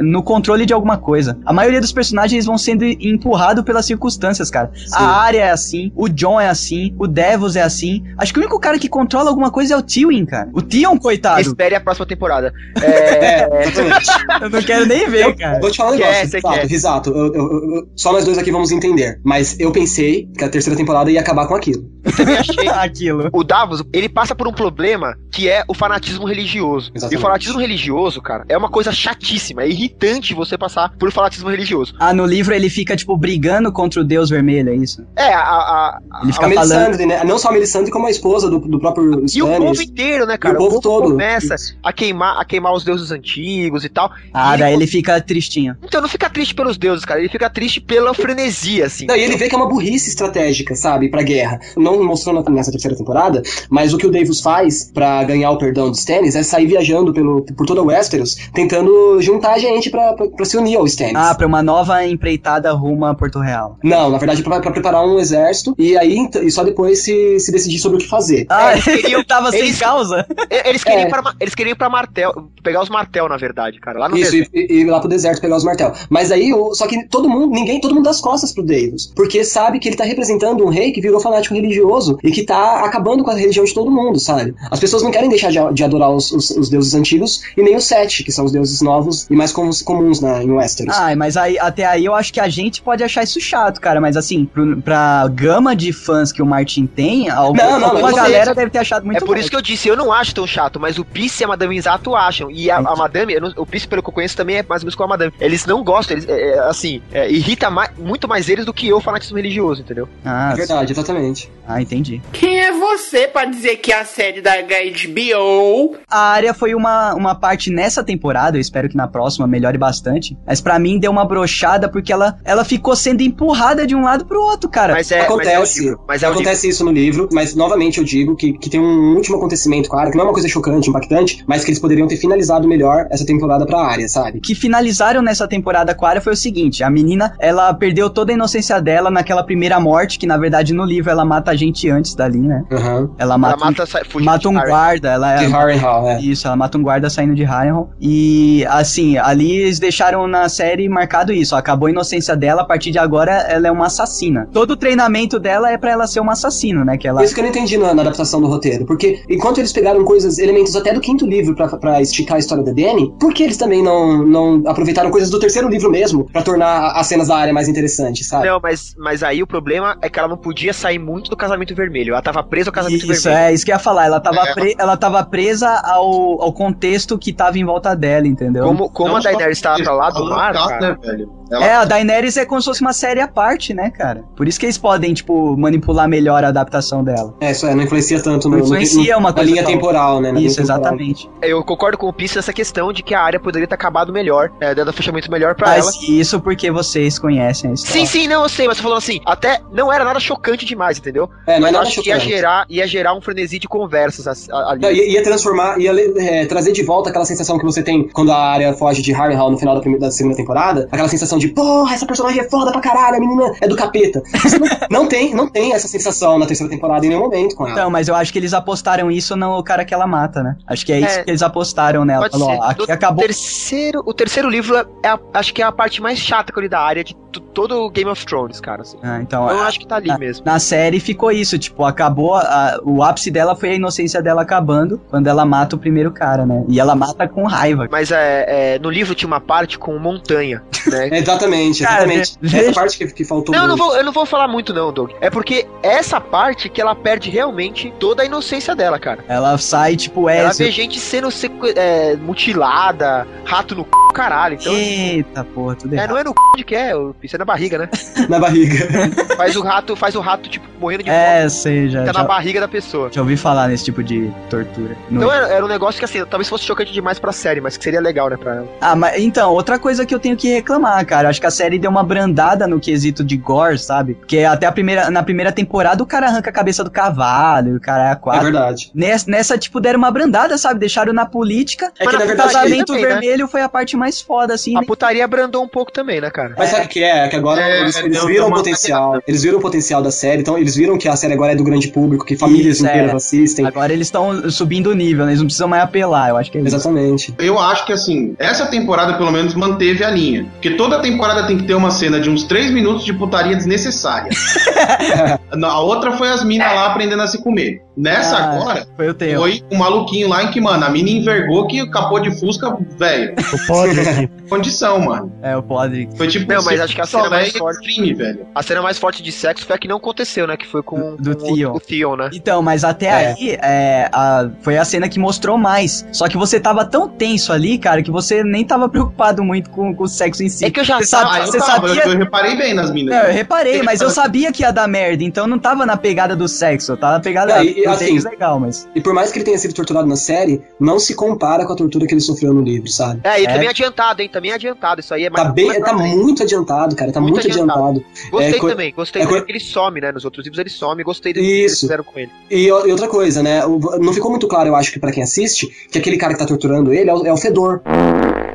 A: no controle de alguma coisa. A maioria dos personagens vão sendo empurrado pelas circunstâncias, cara. A
D: Ah,
A: área é assim, o John é assim, o Devos é assim. Acho que o único cara que controla alguma coisa é o Tywin, cara. O Tion, coitado.
D: Espere a próxima temporada.
E: É, exatamente.
A: eu não quero nem ver,
D: é.
E: Eu
A: cara.
E: Vou te falar um
D: Quer,
E: negócio,
D: você
E: Risato,
D: quer.
E: Risato, eu- eu- eu- eu- só nós dois aqui vamos entender. Mas eu pensei que a terceira temporada ia acabar com aquilo.
D: Também achei.
A: *laughs* Aquilo.
D: O Davos, ele passa por um problema que é o fanatismo religioso.
E: Exatamente.
D: E o fanatismo religioso, cara, é uma coisa chatíssima. É irritante você passar por fanatismo religioso.
A: Ah, no livro ele fica, tipo, brigando contra o Deus Vermelho, é isso?
D: É, a. a- a-
A: Ele
E: A
A: fica falando.
E: Melisandre, né? Não só a Melisandre, como a esposa do, do próprio
D: e o povo
E: Stannis.
D: inteiro, né, cara?
E: E o povo todo.
D: começa a queimar, a queimar os deuses antigos e tal.
A: Ah,
D: Ele-
A: daí ele fica tristinho.
D: Então não fica triste pelos deuses, cara. Ele fica triste pela frenesia,
E: *laughs*
D: assim.
E: Não, e ele vê que é uma burrice estratégica, sabe, pra guerra. Não mostrou na- nessa terceira temporada, mas o que o Davis faz pra ganhar o perdão de Stannis é sair viajando pelo, por toda Westeros, tentando juntar a gente pra, pra, pra se unir ao Stannis.
A: Ah, pra uma nova empreitada rumo a Porto Real.
E: Não, na verdade pra, pra preparar um exército e aí ent- e só depois se, se decidir sobre o que fazer.
A: Ah,
D: É,
A: *laughs*
D: eles queriam-
A: ele tava sem
D: eles- *laughs*
A: causa?
D: E- Eles queriam,
E: É.
D: ir pra, ma- eles queriam ir pra martel, pegar os martel, na verdade, cara. Lá no
E: Isso, e, e ir lá pro deserto pegar os martel. Mas aí, o- só que todo mundo, ninguém, todo mundo dá as costas pro Davis. Porque sabe que ele tá representando um rei que virou fanático religioso e que tá acabando com a religião de todo mundo, sabe? As pessoas não querem deixar de, de adorar os, os- os deuses antigos e nem os sete, que são os deuses novos e mais comuns, comuns na, em Westeros.
D: Ah,
A: Ai, mas aí, até aí eu acho que a gente pode achar isso chato, cara. Mas assim, pro, pra gama de fãs que o Martin tem, al-
E: Não, não,
A: alguma
E: eu sei.
A: galera deve ter achado muito
D: é por isso que eu disse, eu não acho tão chato, mas o Pisse e a Madame Exato acham. E a, a Madame, eu não- o Pisse, pelo que eu conheço, também é mais ou menos como a Madame. Eles não gostam, eles, é, é, assim, é, irrita mais- muito mais eles do que eu o fanatismo religioso, entendeu?
A: Ah,
E: É verdade, exatamente.
A: ah, entendi.
H: Quem é você pra dizer que é a série da HBO
A: A área foi uma, uma parte nessa temporada, eu espero que na próxima melhore bastante. Mas pra mim deu uma brochada porque ela, ela ficou sendo empurrada de um lado pro outro, cara.
D: Mas é,
E: acontece.
D: mas é, o- mas é o
E: acontece isso no livro, mas novamente eu digo que, que tem um último acontecimento com a área, que não é uma coisa chocante, impactante, mas que eles poderiam ter finalizado melhor essa temporada pra área, sabe?
A: que finalizaram nessa temporada com a Arya foi o seguinte: a menina, ela perdeu toda a inocência dela naquela primeira morte, que na verdade no livro ela mata a gente antes dali, né?
E: Aham.
A: Ela
D: tipo, ela
A: mata, um-
D: mata, sai- fugindo
A: mata
D: de
A: um
D: Harry.
A: guarda, ela
E: De Harrenhal, é.
A: isso, ela mata um guarda saindo de Harrenhal. E, assim, ali eles deixaram na série marcado isso. ó, Acabou a inocência dela, a partir de agora ela é uma assassina. Todo o treinamento dela é pra ela ser uma assassina, né? Que ela
E: Isso que eu não entendi na, na adaptação do roteiro. Porque enquanto eles pegaram coisas, elementos até do quinto livro pra, pra esticar a história da Dani, por que eles também não, não aproveitaram coisas do terceiro livro mesmo pra tornar as cenas da área mais interessantes, sabe?
D: Não, mas, mas aí o problema é que ela não podia sair muito do casamento vermelho. Ela tava presa ao casamento
A: Isso,
D: vermelho.
A: é, isso que eu ia falar. Ela tava,
C: É.
A: pre- ela tava presa ao, ao contexto que tava em volta dela, entendeu?
D: Como, como
C: Não
D: a
C: só
D: Daenerys tá
C: isso,
D: pra lá do
C: falando
D: mar,
C: tá,
D: cara,
C: né, velho? Ela-
A: É, a Daenerys é como se fosse uma série à parte, né, cara? Por isso que eles podem, tipo, manipular melhor a adaptação dela.
E: É, isso é, não influencia tanto no,
A: Não influencia
E: no-
A: uma
E: na
A: coisa
E: linha
A: só.
E: temporal, né? Na linha
A: Isso,
E: temporal.
A: exatamente.
D: eu concordo com o Pisso nessa questão de que a área poderia ter acabado melhor, é, dando um fechamento melhor pra ela.
A: Mas isso porque vocês conhecem a história.
D: Sim, sim, não, eu sei, mas tô falando assim, até não era nada chocante demais, entendeu?
E: É, não
D: Mas eu
E: é nada
D: acho que ia
E: chocante.
D: gerar, ia gerar um frenesi de conversas as- a- ali.
E: Não, ia, ia transformar, ia le- é, trazer de volta aquela sensação que você tem quando a área foge de Harrenhal no final da, primeira, da segunda temporada. Aquela sensação de, porra, essa personagem é foda pra caralho, a menina é do capeta. Você não, *laughs* não tem, não tem essa sensação na terceira temporada em nenhum momento com ela.
A: Então, mas eu acho que eles apostaram isso no cara que ela mata, né? Acho que é isso
D: É.
A: que eles apostaram nela.
D: Pode
A: Falou,
D: ser.
A: ó, aqui
D: Do-
A: acabou.
D: Terceiro, o terceiro livro é, é a- acho que é a parte mais chata que eu li da área de t- todo o Game of Thrones, cara. assim.
A: Ah, então,
D: Eu
A: a-
D: acho que tá ali
A: ah.
D: mesmo.
A: na série ficou isso, tipo, acabou. a- o ápice dela foi a inocência dela acabando quando ela mata o primeiro cara, né? E ela mata com raiva.
D: Mas é, é, no livro tinha uma parte com montanha,
A: *laughs*
D: né?
E: É, Exatamente,
A: Cara,
E: exatamente.
A: deixa-
E: Essa parte que, que faltou.
D: Não, eu não,
E: muito.
D: vou, eu não vou falar muito não, Doug. É porque essa parte que ela perde realmente toda a inocência dela, cara.
A: Ela sai, tipo, é.
D: ela vê gente sendo sequ- é, mutilada, rato no c... caralho. Então,
A: Eita porra, tudo
D: é,
A: errado.
D: não é no c... de que é, eu pensei na barriga, né?
E: Na
D: *laughs*
E: barriga.
D: Faz o rato, faz o rato, tipo, morrendo de
A: É, sei, já,
D: fome, tá na
A: já,
D: barriga da pessoa.
A: já ouvi falar nesse tipo de tortura. No-
D: Então era, era um negócio que, assim, talvez fosse chocante demais pra série, mas que seria legal, né, pra ela.
A: Ah, mas então, outra coisa que eu tenho que reclamar, cara. Acho que a série deu uma brandada no quesito de gore, sabe? Porque até a primeira, na primeira temporada o cara arranca a cabeça do cavalo, e o cara é a
E: É
A: quatro.
E: verdade.
A: Nessa, nessa, tipo, deram uma brandada, sabe? Deixaram na política.
E: É que
D: Mas
E: na
D: a
A: O
E: verdade.
D: putaria
A: casamento
D: também, né?
A: vermelho foi a parte mais foda, assim.
D: A
A: né?
D: putaria brandou um pouco também, né, cara?
E: Mas sabe o que é? É que agora
C: É,
E: eles, eles
C: deu- deu
E: viram o
C: uma-
E: potencial. Eles viram o potencial da série, então eles viram que a série agora é do grande público, que famílias
A: Isso, é.
E: inteiras assistem.
A: Agora eles estão subindo o nível, né? Eles não precisam mais apelar, eu acho que é isso.
E: Exatamente.
C: Eu acho que assim, essa temporada pelo menos manteve a linha. Porque toda temporada tem que ter uma cena de uns 3 minutos de putaria desnecessária. Na- a outra foi as minas lá aprendendo a se comer. Nessa
A: Ah,
C: agora,
A: Foi o tempo.
C: foi um maluquinho lá em que, mano, a mina envergou que capô de fusca, velho.
B: O podre
A: *laughs*
B: aqui.
C: Condição, mano.
A: É, o podre.
C: Foi tipo.
D: Não, mas
C: você-
D: acho que a cena mais
C: Soleil
D: forte-
C: Extreme, velho.
D: A cena mais forte de sexo foi a que não aconteceu, né? Que foi com,
A: Do- do
D: com o-
A: Theon.
D: o Theon, né?
A: Então, mas até
E: É.
A: aí é, a- foi a cena que mostrou mais. Só que você tava tão tenso ali, cara, que você nem tava preocupado muito com, com o sexo em si.
D: É que eu já
A: Você
D: tava-
A: sabe-
C: Ah, eu,
A: você
C: tava,
A: sabia.
C: eu, eu reparei bem nas minas.
A: Não, eu reparei, mas eu
C: Ele
A: sabia que ia dar merda, então não tava na pegada do sexo, eu tava na pegada
E: Não, e- e
A: do
E: assim-
A: sexo legal, mas.
E: E por mais que ele tenha sido torturado na série, não se compara com a tortura que ele sofreu no livro, sabe?
D: É, e
A: É.
D: também adiantado, hein? Também adiantado. Isso aí é mais.
E: Tá bem,
D: mais
E: tá
D: pra frente.
E: muito adiantado, cara, tá
D: Muito
E: muito,
D: adiantado.
E: adiantado.
D: Gostei
E: é, co-
D: também, gostei
E: é, co-
D: porque ele some, né? Nos outros livros ele some, gostei do que eles
E: Isso.
D: fizeram com ele.
E: E, o- e outra coisa, né, o- não ficou muito claro, eu acho que pra quem assiste, que aquele cara que tá torturando ele é o, é o Fedor.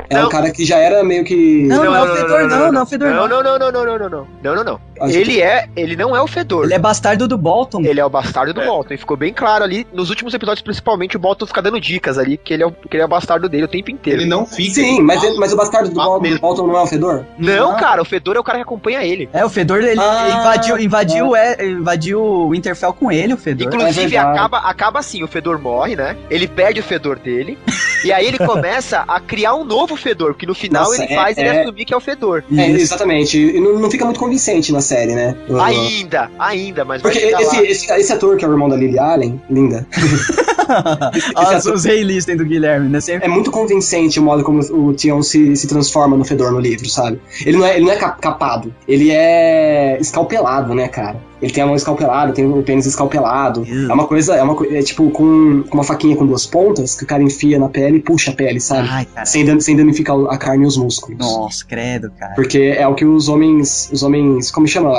E: É
D: Não.
E: o cara que já era meio que...
A: Não, não, é o fedor, não, não, é o fedor,
D: não.
A: não.
D: Não, não, não, não, não, não, não. Não, não, não.
E: Acho que-
D: Ele é. Ele não é o Fedor.
A: Ele é bastardo do Bolton.
D: Ele é o bastardo do Bolton. E ficou bem claro ali. Nos últimos episódios, principalmente, o Bolton fica dando dicas ali, que ele é o, que ele é o bastardo dele o tempo inteiro.
C: Ele não fica.
E: Sim, mas, ele- mas o bastardo do
C: Ah,
E: Bal-
C: mesmo.
E: do Bolton não é o Fedor?
D: Não,
A: Não.
D: cara, o Fedor é o cara que acompanha ele.
A: É, o Fedor ele
E: Ah,
A: invadiu, invadiu, é, invadiu o Winterfell com ele, o Fedor.
D: Inclusive,
E: É verdade.
D: acaba, acaba assim, o Fedor morre, né? Ele perde o Fedor dele. e aí ele começa a criar um novo Fedor, que no final
E: Nossa,
D: ele
E: é-
D: faz ele
E: é-
D: assumir que é o Fedor.
E: É,
A: Isso.
E: exatamente, e não, não fica muito convincente na série, né? Eu-
D: Ainda, ainda, mas vai
E: Porque
D: Uhum. ficar
E: esse,
D: lá.
E: esse, esse ator que é o irmão da Lily Allen, linda,
A: *laughs* Olha os- os railistas do Guilherme, né? Sempre
E: é muito convincente o modo como o Tion se, se transforma no Fedor no livro, sabe? Ele não é, ele não é cap- capado, ele é escalpelado, né, cara? Ele tem a mão escalpelada, tem o pênis escalpelado. É uma coisa, é uma coi- é tipo com, com uma faquinha com duas pontas que o cara enfia na pele e puxa a pele, sabe?
A: Ai, cara.
E: Sem, dan- sem danificar o- a carne e os músculos.
A: Nossa, credo, cara.
E: Porque é o que os homens. Os homens. Como chama a-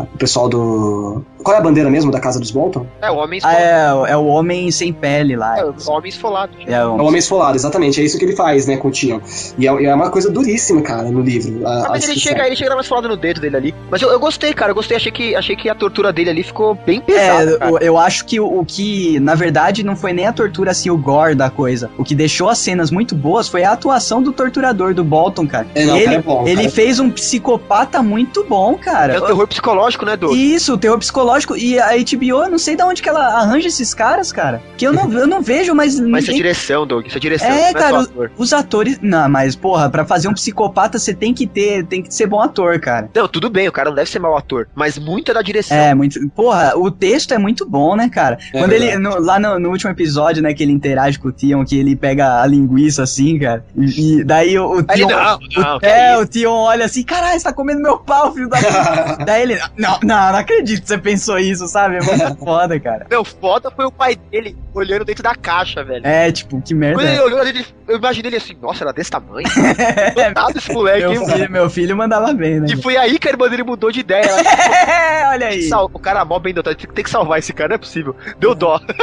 E: a- o pessoal do. Qual é a bandeira mesmo da casa dos Bolton?
D: É, o homem
A: Ah,
D: esfolado. É,
A: é, o- é o homem sem pele lá.
D: o homem esfolado.
A: É
E: É o
A: o-
E: homem esfolado, exatamente. É isso que ele faz, né, com o Tion. E é, é uma coisa duríssima, cara, no livro. a-
D: Ah,
E: a
D: mas ele
E: descrição.
D: chega, ele chega mais esfolado no dedo dele ali. Mas eu, eu gostei, cara, eu gostei. Achei que, achei que a tortura dele ali ficou bem
A: É,
D: pesada. cara.
A: o- eu acho que o, o que, na verdade, não foi nem a tortura, assim, o gore da coisa. O que deixou as cenas muito boas foi a atuação do torturador, do Bolton, cara.
E: É, não, o
A: ele
E: cara é bom,
A: ele
E: cara.
A: fez um psicopata muito bom,
D: É
A: cara.
D: o terror psicológico, né, Doug?
A: Isso, o terror nostálgico. E a HBO, eu não sei de onde que ela arranja esses caras, cara. Que eu não, eu não vejo,
E: *laughs*
A: mas.
D: Mas isso é
A: ninguém-
D: direção, Doug. Isso é direção.
A: É,
D: não é só
A: cara,
D: ator.
A: os atores. Não, mas, porra, pra fazer um psicopata você tem que ter. Tem que ser bom ator, cara.
D: Não, tudo bem, o cara não deve ser mau ator, mas muito é da direção.
A: É, muito. Porra, o texto é muito bom, né, cara?
E: É
A: Quando ele.
E: verdade.
A: no- lá no, no último episódio, né, que ele interage com o Tion, que ele pega a linguiça assim, cara. E, e daí o, o
D: Aí ele,
A: Theon-
D: não,
A: o-
D: não, que
A: é,
D: isso?
A: o Tion olha assim, caralho, você tá comendo meu pau, filho da
E: *laughs*
A: puta. Daí ele, não, não, não acredito que você pensou isso, sabe? É muito *laughs* foda, cara.
D: Não, foda foi o pai dele olhando dentro da caixa, velho.
A: É, tipo, que merda.
D: Quando
A: é?
D: ele olhou, ele- eu imaginei ele assim, nossa, era desse tamanho?
A: *laughs* É,
D: Nada esse moleque, hein,
A: meu,
D: mano?
A: filho, meu filho mandava bem, né?
D: E foi aí que a irmã dele mudou de ideia. Ela,
A: É, *laughs* olha
D: tem que
A: *laughs* aí.
D: sal- o cara mó bem dotado, tem que salvar esse cara, não é possível. Deu dó. *laughs*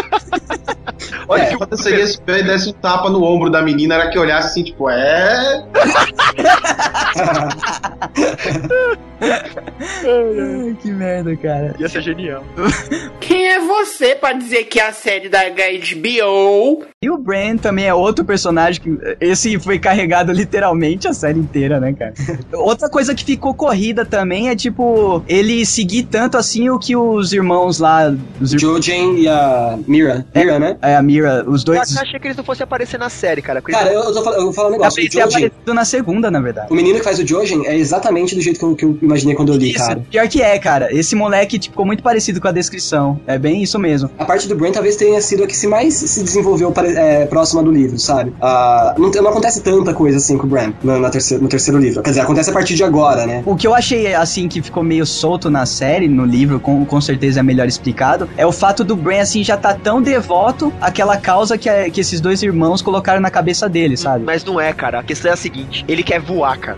D: Olha
C: É,
D: que
C: quando eu seria esse pé e desse um tapa no ombro da menina, era que olhasse assim, tipo, é.
A: Ai, que merda, cara.
D: ia ser genial.
H: Quem é você pra dizer que é a série da HBO
A: E o Bran também é outro personagem que esse foi carregado literalmente a série inteira, né, cara? Outra coisa que ficou corrida também é tipo ele seguir tanto assim o que os irmãos lá, os ir...
E: Joe, Jane e a Mira. Mira, né?
A: é, a Mira, os
D: Eu
A: dois
D: achei que eles não fossem aparecer na série, cara. porque
E: Cara, eu, eu, tô fal- eu vou falar um
A: Já
E: negócio. O,
A: pensei
E: Jojen,
A: aparecido na segunda, na verdade.
E: o menino que faz o Jojen é exatamente do jeito que eu, que eu imaginei quando eu li,
A: Isso,
E: cara.
A: pior que é, cara. Esse moleque tipo, ficou muito parecido com a descrição. É bem isso mesmo.
E: A parte do Bran talvez tenha sido a que se mais se desenvolveu pare- é, próxima do livro, sabe? Ah, não, tem- não acontece tanta coisa assim com o Bran na, na terceiro, no terceiro livro. Quer dizer, acontece a partir de agora, né?
A: O que eu achei, assim, que ficou meio solto na série, no livro, com, com certeza é melhor explicado, é o fato do Bran, assim, já tá tão devoto àquela causa que, é- que esses dois irmãos colocaram na cabeça dele,
D: *laughs*
A: sabe?
D: Mas não é, cara. A questão é a seguinte: ele quer voar, cara.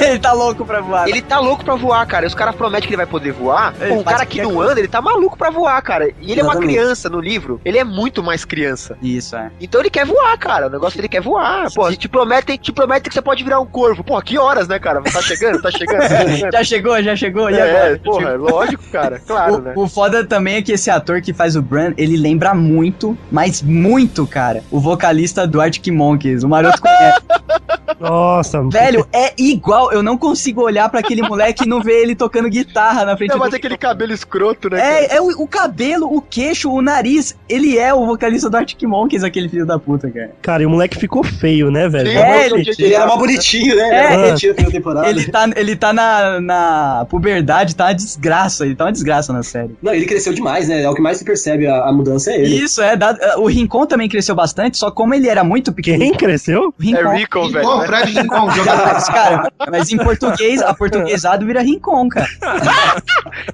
A: ele tá louco pra voar.
D: Ele tá louco pra voar, cara. Os caras prometem que ele vai poder voar.
A: Ele
D: o
A: faz
D: cara que
A: qualquer
D: não anda, ele tá maluco pra voar, cara. E ele é uma
E: Exatamente.
D: criança no livro. Ele é muito mais criança.
A: Isso, é.
D: Então ele quer voar, cara. O negócio dele é quer voar. Pô, te prometem, te prometem que você pode virar um corvo. Pô, que horas, né, cara? Tá chegando,
A: *laughs*
D: tá chegando. Tá chegando.
A: Já chegou, já chegou, e
D: É,
A: agora? tipo,
D: porra, lógico, cara. Claro, né?
A: O, o foda também é que esse ator que faz o Bran, ele lembra muito, mas muito, cara, o vocalista do Arctic Monkeys, o Maroto conhece.
D: *laughs*
B: Nossa,
A: Velho, é igual. Eu não consigo olhar pra aquele moleque e não ver ele tocando guitarra na frente
D: Não, mas
A: do...
D: aquele cabelo escroto, né? cara?
A: tipo, É, é o, o cabelo, o queixo, o nariz. Ele é o vocalista do Arctic Monkeys, aquele filho da puta, cara.
B: cara, e o moleque ficou feio, né, velho?
D: Sim,
A: É,
D: mas
A: ele-
D: eu tinha-
E: Ele era mó bonitinho, né? Ele
A: É.
E: era mó bonitinho na primeira temporada.
A: Ele tá, ele tá na, na puberdade, tá uma desgraça. Ele tá uma desgraça na série.
E: Não, ele cresceu demais, né? É o que mais se percebe a, a mudança é ele.
A: Isso, é. dá- o Rincon também cresceu bastante, só como ele era muito
B: Quem
A: pequeno.
B: cresceu?
A: o Rincon-
D: É Rico, velho.
C: Rincon,
D: né?
C: Fred Rincon, jogador.
A: Mas, cara, mas em português, a portuguesado vira Rincon, cara.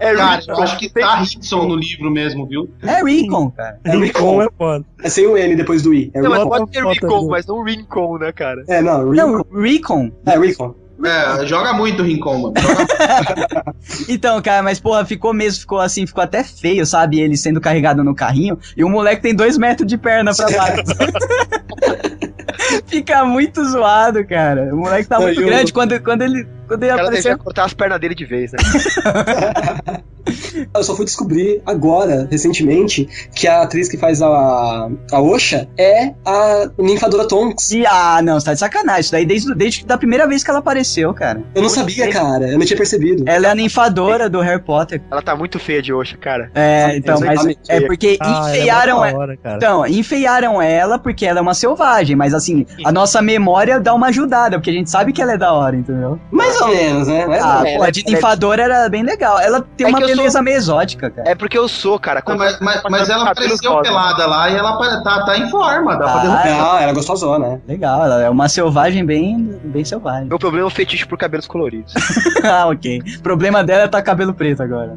D: É
C: Cara,
D: Rico.
C: eu acho que tá Rickson no livro mesmo, viu?
A: É Rincon, cara.
E: É
B: Rincon
E: Rincon.
B: é foda.
E: É sem o N depois do I. É
D: Não, mas
E: Rincon.
D: pode ser
B: Falta
D: Rico,
B: de-
D: mas não Rincon, né, cara?
E: É, não, Rincon.
A: Não, Rincon.
E: É, Rincon.
C: É, joga muito o Rincon, mano.
A: Então, cara, mas porra, ficou mesmo, ficou assim, ficou até feio, sabe? Ele sendo carregado no carrinho e o moleque tem dois metros de perna
E: *laughs*
A: pra baixo. Fica muito zoado, cara. O moleque tá
E: Não,
A: muito
E: e o-
A: grande quando, quando ele, quando ele
D: Ela devia
A: apareceu.
D: cortar as pernas dele de vez, né?
E: Eu só fui descobrir agora, recentemente, que a atriz que faz a, a Osha é a ninfadora Tonks.
A: E, ah, não, você tá de sacanagem. Isso daí desde, desde da primeira vez que ela apareceu, cara.
E: Eu não sabia, cara. Eu não tinha percebido.
A: Ela é a ninfadora do Harry Potter.
D: Ela tá muito feia de Osha, cara.
E: Ah,
A: É, então, mas
E: exatamente.
A: é porque
B: Ah,
A: enfeiaram
B: ela.
A: ela.
B: Hora, cara.
A: Então, enfeiaram ela porque ela é uma selvagem, mas assim, a nossa memória dá uma ajudada, porque a gente sabe que ela é da hora, entendeu?
E: Mais ou menos, né? Mais
A: Ah,
E: ou
D: é,
A: pô,
D: ela-
A: a de ninfadora era bem legal. Ela tem
D: É
A: uma
D: que eu sou-
A: beleza meio exótica, cara.
D: É porque eu sou, cara.
C: Não, mas, mas- mas ela
D: Cabelo
C: apareceu
D: rosa.
C: pelada lá e ela pa- tá, tá em forma. Dá pra
A: Ah,
E: menos. Não, era gostosona, né?
A: Legal, ela é uma selvagem bem, bem selvagem.
D: Meu problema é o fetiche por cabelos coloridos.
A: *laughs*
D: *laughs*
A: ah, ok. O problema dela é tá cabelo preto agora.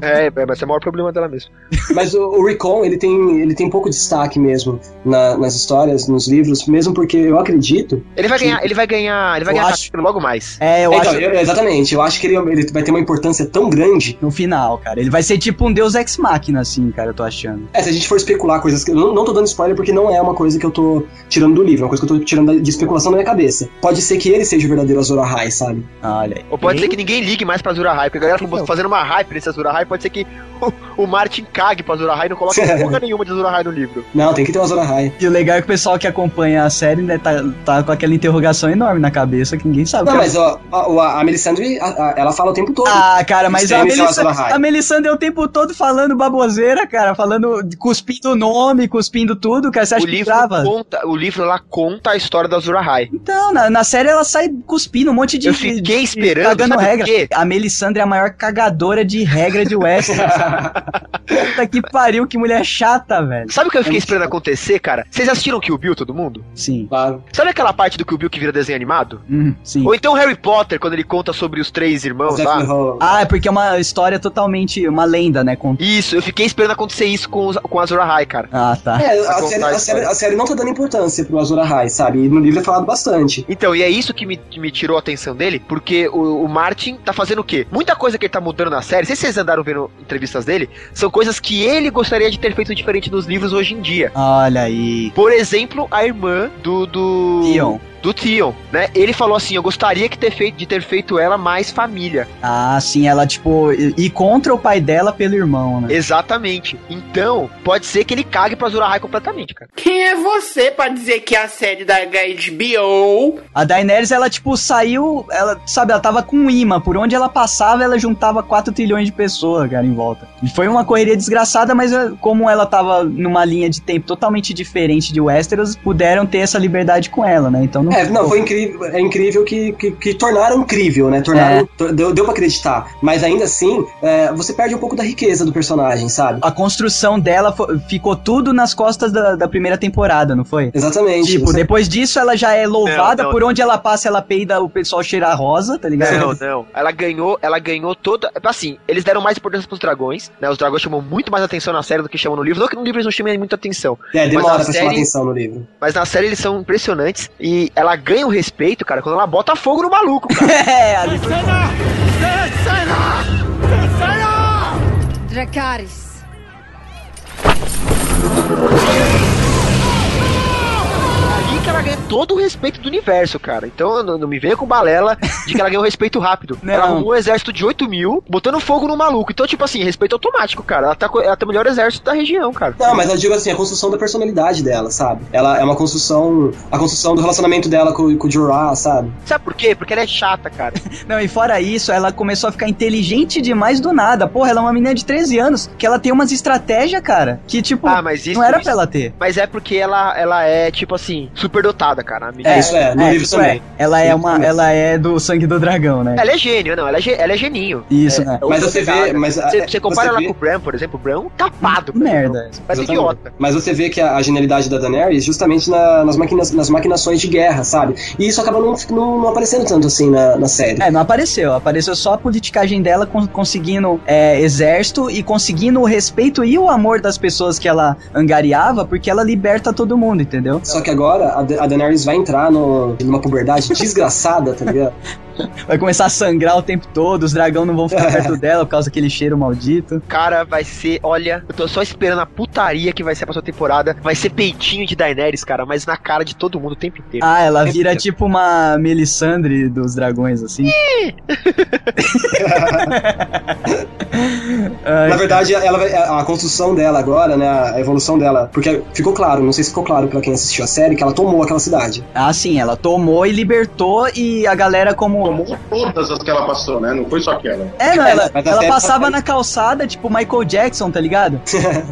D: é, é, mas é o maior problema dela mesmo.
E: Mas o, o Recon, ele tem, ele tem pouco destaque mesmo na- nas histórias, nos livros, mesmo porque eu acredito.
D: Ele vai ganhar, ele vai ganhar, ele vai
A: Eu
D: ganhar
A: acho-
D: capítulo logo mais.
A: É, eu
E: É,
A: acho
E: então, eu- exatamente, eu acho que ele, ele vai ter uma importância tão grande.
A: no final, cara. Ele vai ser tipo um deus ex-máquina, assim, cara, eu tô achando.
E: É, se a gente for especular coisas que. Eu não, não tô dando spoiler porque não é uma coisa que eu tô tirando do livro, é uma coisa que eu tô tirando da- de especulação da minha cabeça. Pode ser que ele seja o verdadeiro Azor Ahai, sabe?
A: Ah, Olha aí.
D: Ou pode
B: Hein?
D: ser que ninguém ligue mais pra Azura High, porque a galera ficou
B: Então.
D: fazendo uma hype nesse Azura High, pode ser que *laughs* o, o Martin
A: *laughs*
D: cague pra Azura High e não coloque porra nenhuma de Azura High no livro.
E: Não, tem que ter o Azor Ahai.
A: E o legal é que o pessoal que acompanha a série né, tá, tá com aquela interrogação enorme na cabeça que ninguém sabe. o
E: Não,
A: que
E: mas ó, a, a, a Melisandre, a- a- ela fala o tempo todo.
A: Ah, cara, mas a,
E: Stannis e
A: Melissa,
E: Azor Ahai.
A: a Melissandre é o tempo todo falando baboseira, cara, falando, cuspindo o nome, cuspindo tudo, cara, você acha
D: O
A: que
D: livro,
A: trava?
D: conta, o livro lá conta a história da Azura High.
A: Então, na, na série ela sai cuspindo um monte de...
D: Eu fiquei
A: de-
D: esperando,
A: Cagando
D: sabe o
A: regra.
D: quê?
A: A Melissandre é a maior cagadora de regra de
D: *laughs*
A: Westeros. Puta que pariu, que mulher chata, velho.
D: Sabe o que eu fiquei
A: É
D: esperando acontecer, cara? Vocês assistiram Kill Bill, todo mundo?
A: Sim.
E: *laughs* Claro.
D: Sabe aquela parte do Kill Bill que vira desenho animado?
A: Hum, sim.
D: Ou então Harry Potter, quando ele conta sobre os três irmãos
E: Zac
D: lá?
E: Efron.
A: Ah, é porque é uma história totalmente... Uma lenda, né? Com...
D: Isso, eu fiquei esperando acontecer isso com, os- com a Azura High, cara.
A: Ah, tá.
E: É, a,
D: Pra contar
E: série,
D: a
E: a,
D: história.
E: série, a série não tá dando importância pro Azor Ahai, sabe? E no livro é falado bastante.
D: Então, e é isso que me, que me tirou a atenção dele, porque o, o Martin tá fazendo o quê? Muita coisa que ele tá mudando na série, não sei se vocês andaram vendo entrevistas dele, são coisas que ele gostaria de ter feito diferente nos livros hoje em dia.
A: Olha aí.
D: Por exemplo, a irmã do. do
A: Theon.
D: Do Theon, né? Ele falou assim: Eu gostaria que ter feito, de ter feito ela mais família.
A: Ah, sim, ela, tipo, e e contra o pai dela pelo irmão, né?
D: Exatamente. Então, pode ser que ele cague pra Zurahai completamente, cara.
H: Quem é você pra dizer que é a série da HBO
A: A Daenerys, ela, tipo, saiu, ela, sabe, ela tava com um imã. Por onde ela passava, ela juntava 4 trilhões de pessoas, cara, em volta. E foi uma correria desgraçada, mas eh, como ela tava numa linha de tempo totalmente diferente de Westeros, puderam ter essa liberdade com ela, né? Então não.
E: É, não, foi incrível, é incrível que, que, que tornaram crível, né? Tornaram,
A: É.
E: to- deu, deu pra acreditar. Mas ainda assim, é, você perde um pouco da riqueza do personagem, sabe?
A: A construção dela fo- ficou tudo nas costas da, da primeira temporada, não foi?
E: Exatamente.
A: Tipo,
E: Você-
A: depois disso ela já é louvada,
D: Não, não.
A: por onde ela passa, ela peida, o pessoal cheira a rosa, tá ligado?
D: Não, não. Ela ganhou, ela ganhou toda. Assim, eles deram mais importância pros dragões, né? Os dragões chamam muito mais atenção na série do que chamam no livro. Não que no livro eles não chamem muita atenção.
E: é,
D: mas
E: demora
D: a
E: pra
D: série-
E: chamar atenção no livro.
D: Mas na série eles são impressionantes. E ela ganha o respeito, cara, quando ela bota fogo no maluco, cara.
A: *laughs* É, a
I: Dracarys.
D: Ali É que ela ganha todo o respeito do universo, cara. Então não, não me venha com balela de que ela ganhou respeito rápido.
A: Não.
D: Ela arrumou um exército de 8 mil, botando fogo no maluco. Então, tipo assim, respeito automático, cara. Ela, tá, co- ela tem o melhor exército da região, cara.
E: Não, mas eu digo assim, a construção da personalidade dela, sabe? Ela é uma construção. A construção do relacionamento dela com, com o Jorah, sabe?
D: Sabe por quê? Porque ela é chata, cara.
A: Não, e fora isso, ela começou a ficar inteligente demais do nada. Porra, ela é uma menina de 13 anos que ela tem umas estratégias, cara, que tipo,
D: Ah, mas isso.
A: não era
D: isso-
A: pra ela ter.
D: Mas é porque ela, ela é, tipo assim, superdotada, cara. A menina-
E: isso é, no livro
A: isso
E: também.
A: é. Ela é uma, ela é do sangue do dragão, né?
D: Ela é gênio, não. Ela é, ge- ela é geninho.
A: Isso, né?
E: Mas você vê. Mas,
D: Você, você compara ela
E: vê-
D: com o Bram, por exemplo. O Bram tapado.
A: Que merda.
D: Mas
E: Exatamente.
D: idiota.
E: Mas você vê que a, a genialidade da Daenerys justamente na- nas, maquina, nas maquinações de guerra, sabe? E isso acaba não, não, não aparecendo tanto assim na, na série.
A: É, não apareceu. Apareceu só a politicagem dela con- conseguindo é, exército e conseguindo o respeito e o amor das pessoas que ela angariava, porque ela liberta todo mundo, entendeu?
E: Só que agora a, Da- a Daenerys vai entrar no- numa puberdade desgraçada, tá ligado?
A: Vai começar a sangrar o tempo todo, os dragões não vão
E: *laughs*
A: ficar perto dela por causa daquele cheiro maldito.
D: Cara, vai ser. Olha, eu tô só esperando a putaria que vai ser a próxima temporada. Vai ser peitinho de Daenerys, cara, mas na cara de todo mundo o tempo inteiro.
A: Ah, ela vira tipo uma Melisandre dos dragões, assim. *laughs* Ai,
E: Na verdade, ela vai- a, a construção dela agora, né? A evolução dela. Porque ficou claro, não sei se ficou claro pra quem assistiu a série, que ela tomou aquela cidade.
A: ah, sim, ela tomou e libertou e a galera como...
C: Tomou todas as que ela passou, né? Não foi só aquela.
A: É, não, ela,
E: Mas a
A: ela
E: série
A: passava
E: só-
A: na calçada, tipo Michael Jackson, tá
E: *laughs*
A: ligado?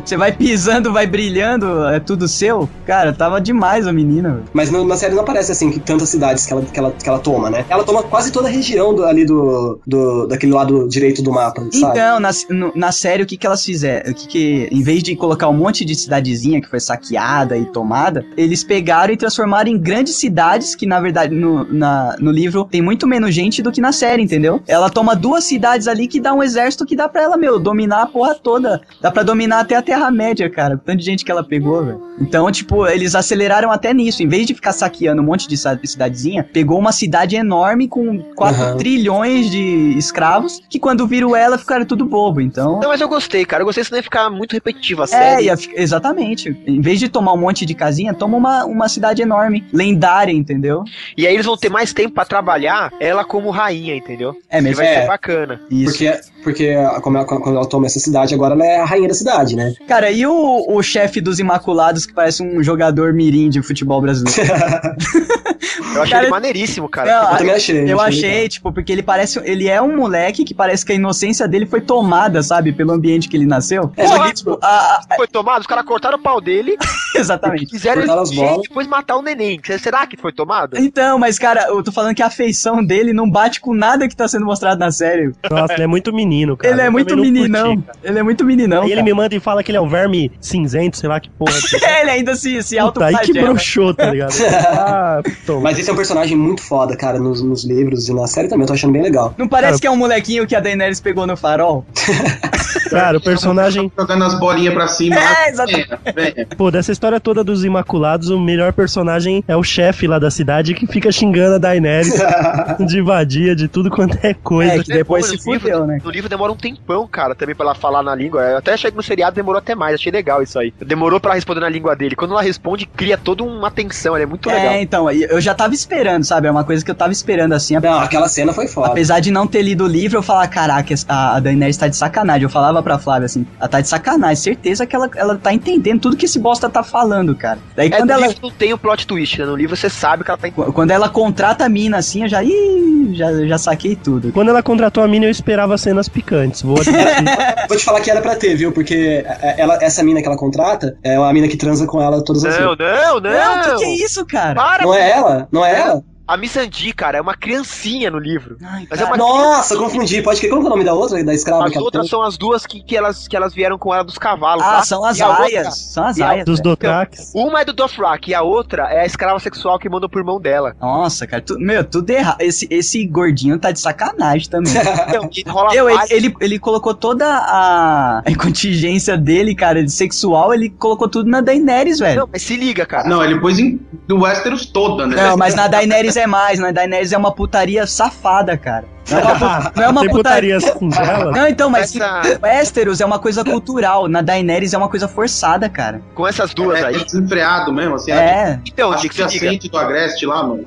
A: Você vai pisando, vai brilhando, é tudo seu. Cara, tava demais a menina, velho.
E: Mas no- na série não aparece assim que tantas cidades que ela, que ela, que ela toma, né? Ela toma quase toda a região do- ali do, do. daquele lado direito do mapa, sabe?
A: Então, na, no- na série, o que, que elas fizeram? O que, que, em vez de colocar um monte de cidadezinha que foi saqueada e tomada, eles pegaram e transformaram em grandes cidades, que na verdade no, na- no livro tem muito menos gente do que na série, entendeu? Ela toma duas cidades ali que dá um exército que dá pra ela, meu, dominar a porra toda. Dá pra dominar até a Terra-média, cara. o Tanto de gente que ela pegou, velho. Então, tipo, eles aceleraram até nisso. Em vez de ficar saqueando um monte de sa- cidadezinha, pegou uma cidade enorme com 4
E: Aham.
A: trilhões de escravos, que quando viram ela ficaram tudo bobo, então.
D: Não, mas eu gostei, cara. Eu gostei, senão ia ficar muito repetitiva a
A: É,
D: série.
A: ia fi- exatamente. Em vez de tomar um monte de casinha, toma uma, uma cidade enorme, lendária, entendeu?
D: E aí eles vão ter mais tempo pra trabalhar ela como rainha, entendeu?
A: É
D: Que
A: mesmo.
D: vai
E: é.
D: ser bacana.
A: Isso.
E: Porque, porque ah, como ela- quando ela toma essa cidade, agora ela é a rainha da cidade, né?
A: Cara, e o, o chefe dos Imaculados, que parece um jogador mirim de futebol brasileiro?
D: Eu achei
A: Cara,
D: ele maneiríssimo, cara.
A: Não,
E: Eu também achei.
A: Ah, Eu achei,
E: legal.
A: tipo, porque ele parece. Ele é um moleque que parece que a inocência dele foi tomada, sabe? Pelo ambiente que ele nasceu.
E: É,
A: Só
D: porra,
A: que, tipo, a- a-
D: Foi tomado, os caras cortaram o pau dele,
A: ah, *laughs* exatamente.
D: quiseram
E: Cortaram as
D: gente,
E: bolas.
D: depois matar o neném. Será que foi tomado?
A: Então, mas, cara, eu tô falando que a afeição dele não bate com nada que tá sendo mostrado na série.
B: Nossa, ele é muito menino, cara.
A: ele é
B: Eu
A: muito
B: também não curti,
A: meninão.
B: cara.
A: ele é muito meninão.
B: Aí ele
A: cara.
B: me manda e fala que ele é um verme cinzento, sei lá que porra.
A: *laughs* É, *laughs* ele ainda se, se auto
B: Puta, aí que broxou,
A: *laughs*
B: tá ligado? Ah, toma.
E: Mas esse é um personagem muito foda, cara, nos, nos livros e na série também, eu tô achando bem legal.
A: Não parece
B: Cara,
A: que é um molequinho que a Daenerys pegou no farol?
B: Cara, o personagem.
C: Jogando as bolinhas pra cima.
A: É, exatamente.
C: É,
B: Pô, dessa história toda dos Imaculados, o melhor personagem é o chefe lá da cidade que fica xingando a Daenerys de vadia, de tudo quanto é coisa.
A: É, que depois
D: Pô,
A: se
D: no livro-
A: fudeu, né?
D: No livro demora um tempão, cara, também pra ela falar na língua. Eu até achei que no seriado demorou até mais, achei legal isso aí. Demorou pra ela responder na língua dele. Quando ela responde, cria toda uma tensão, ela é muito
A: É,
D: legal.
A: então, e eu já tava esperando, sabe? É uma coisa que eu tava esperando, assim.
E: Não, aquela cena foi foda.
A: Apesar de não ter lido o livro, eu falava, caraca, a a Daenerys tá de sacanagem. Eu falava pra Flávia assim, ela tá de sacanagem, certeza que ela, ela tá entendendo tudo que esse bosta tá falando, cara. Daí
D: É,
A: quando
D: no
A: ela.
D: livro não tem o plot twist, né? No livro você sabe que ela tá em...
A: Qu- Quando ela contrata a mina assim, eu já. Ih, já, já saquei tudo.
B: Quando ela contratou a mina, eu esperava cenas picantes. Vou
A: *laughs*
B: admitir.
E: Vou te falar que era pra ter, viu? Porque é, ela, essa mina que ela contrata é uma mina que transa com ela todas as
D: Não,
E: vezes.
D: não, não!
A: Não, o que, que é isso, cara?
D: Para!
E: Não é ela? Não é ela?
D: A Missandi, cara, é uma criancinha no livro.
A: Ai,
D: Mas é
A: cara.
D: uma-
E: Nossa, eu confundi. Pode que Como que é o nome da outra? Da escrava?
D: As
E: que ela
D: outras
E: tem?
D: são as duas que, que, elas, que elas vieram com ela dos cavalos.
A: Ah,
D: tá?
A: são as
D: E a outra-
A: aias. São as
D: e a-
A: aias. né?
B: dos
A: velho.
B: Dothrax.
D: Uma é do Dothrak e a outra é a escrava sexual que mandou pro
A: *laughs*
D: irmão dela.
A: Nossa, cara, tu- meu, tudo errado. Esse, esse gordinho tá de sacanagem
D: *laughs*
A: também.
D: Então, e rola
A: Meu, ele,
D: várias-
A: ele, ele colocou toda a *laughs* a contingência dele, cara, de sexual, ele colocou tudo na Daenerys, velho.
D: Não, mas se liga, cara.
C: Não, ele pôs em do Westeros toda, né?
A: Não, mas na Daenerys é mais, na Daenerys é uma putaria safada, cara. Não é uma, pu- não é uma
B: Tem
A: putaria.
B: putaria assim,
A: *laughs*
B: singela?
A: Não, então, mas
D: Essa-
A: Westeros é uma coisa cultural, na Daenerys é uma coisa forçada, cara.
D: Com essas duas
C: É, é
D: aí.
C: desenfreado mesmo, assim. acho-
A: É.
D: Então,
C: Acho
D: Dick,
C: que já
D: se liga.
C: sente do Agreste lá, mano.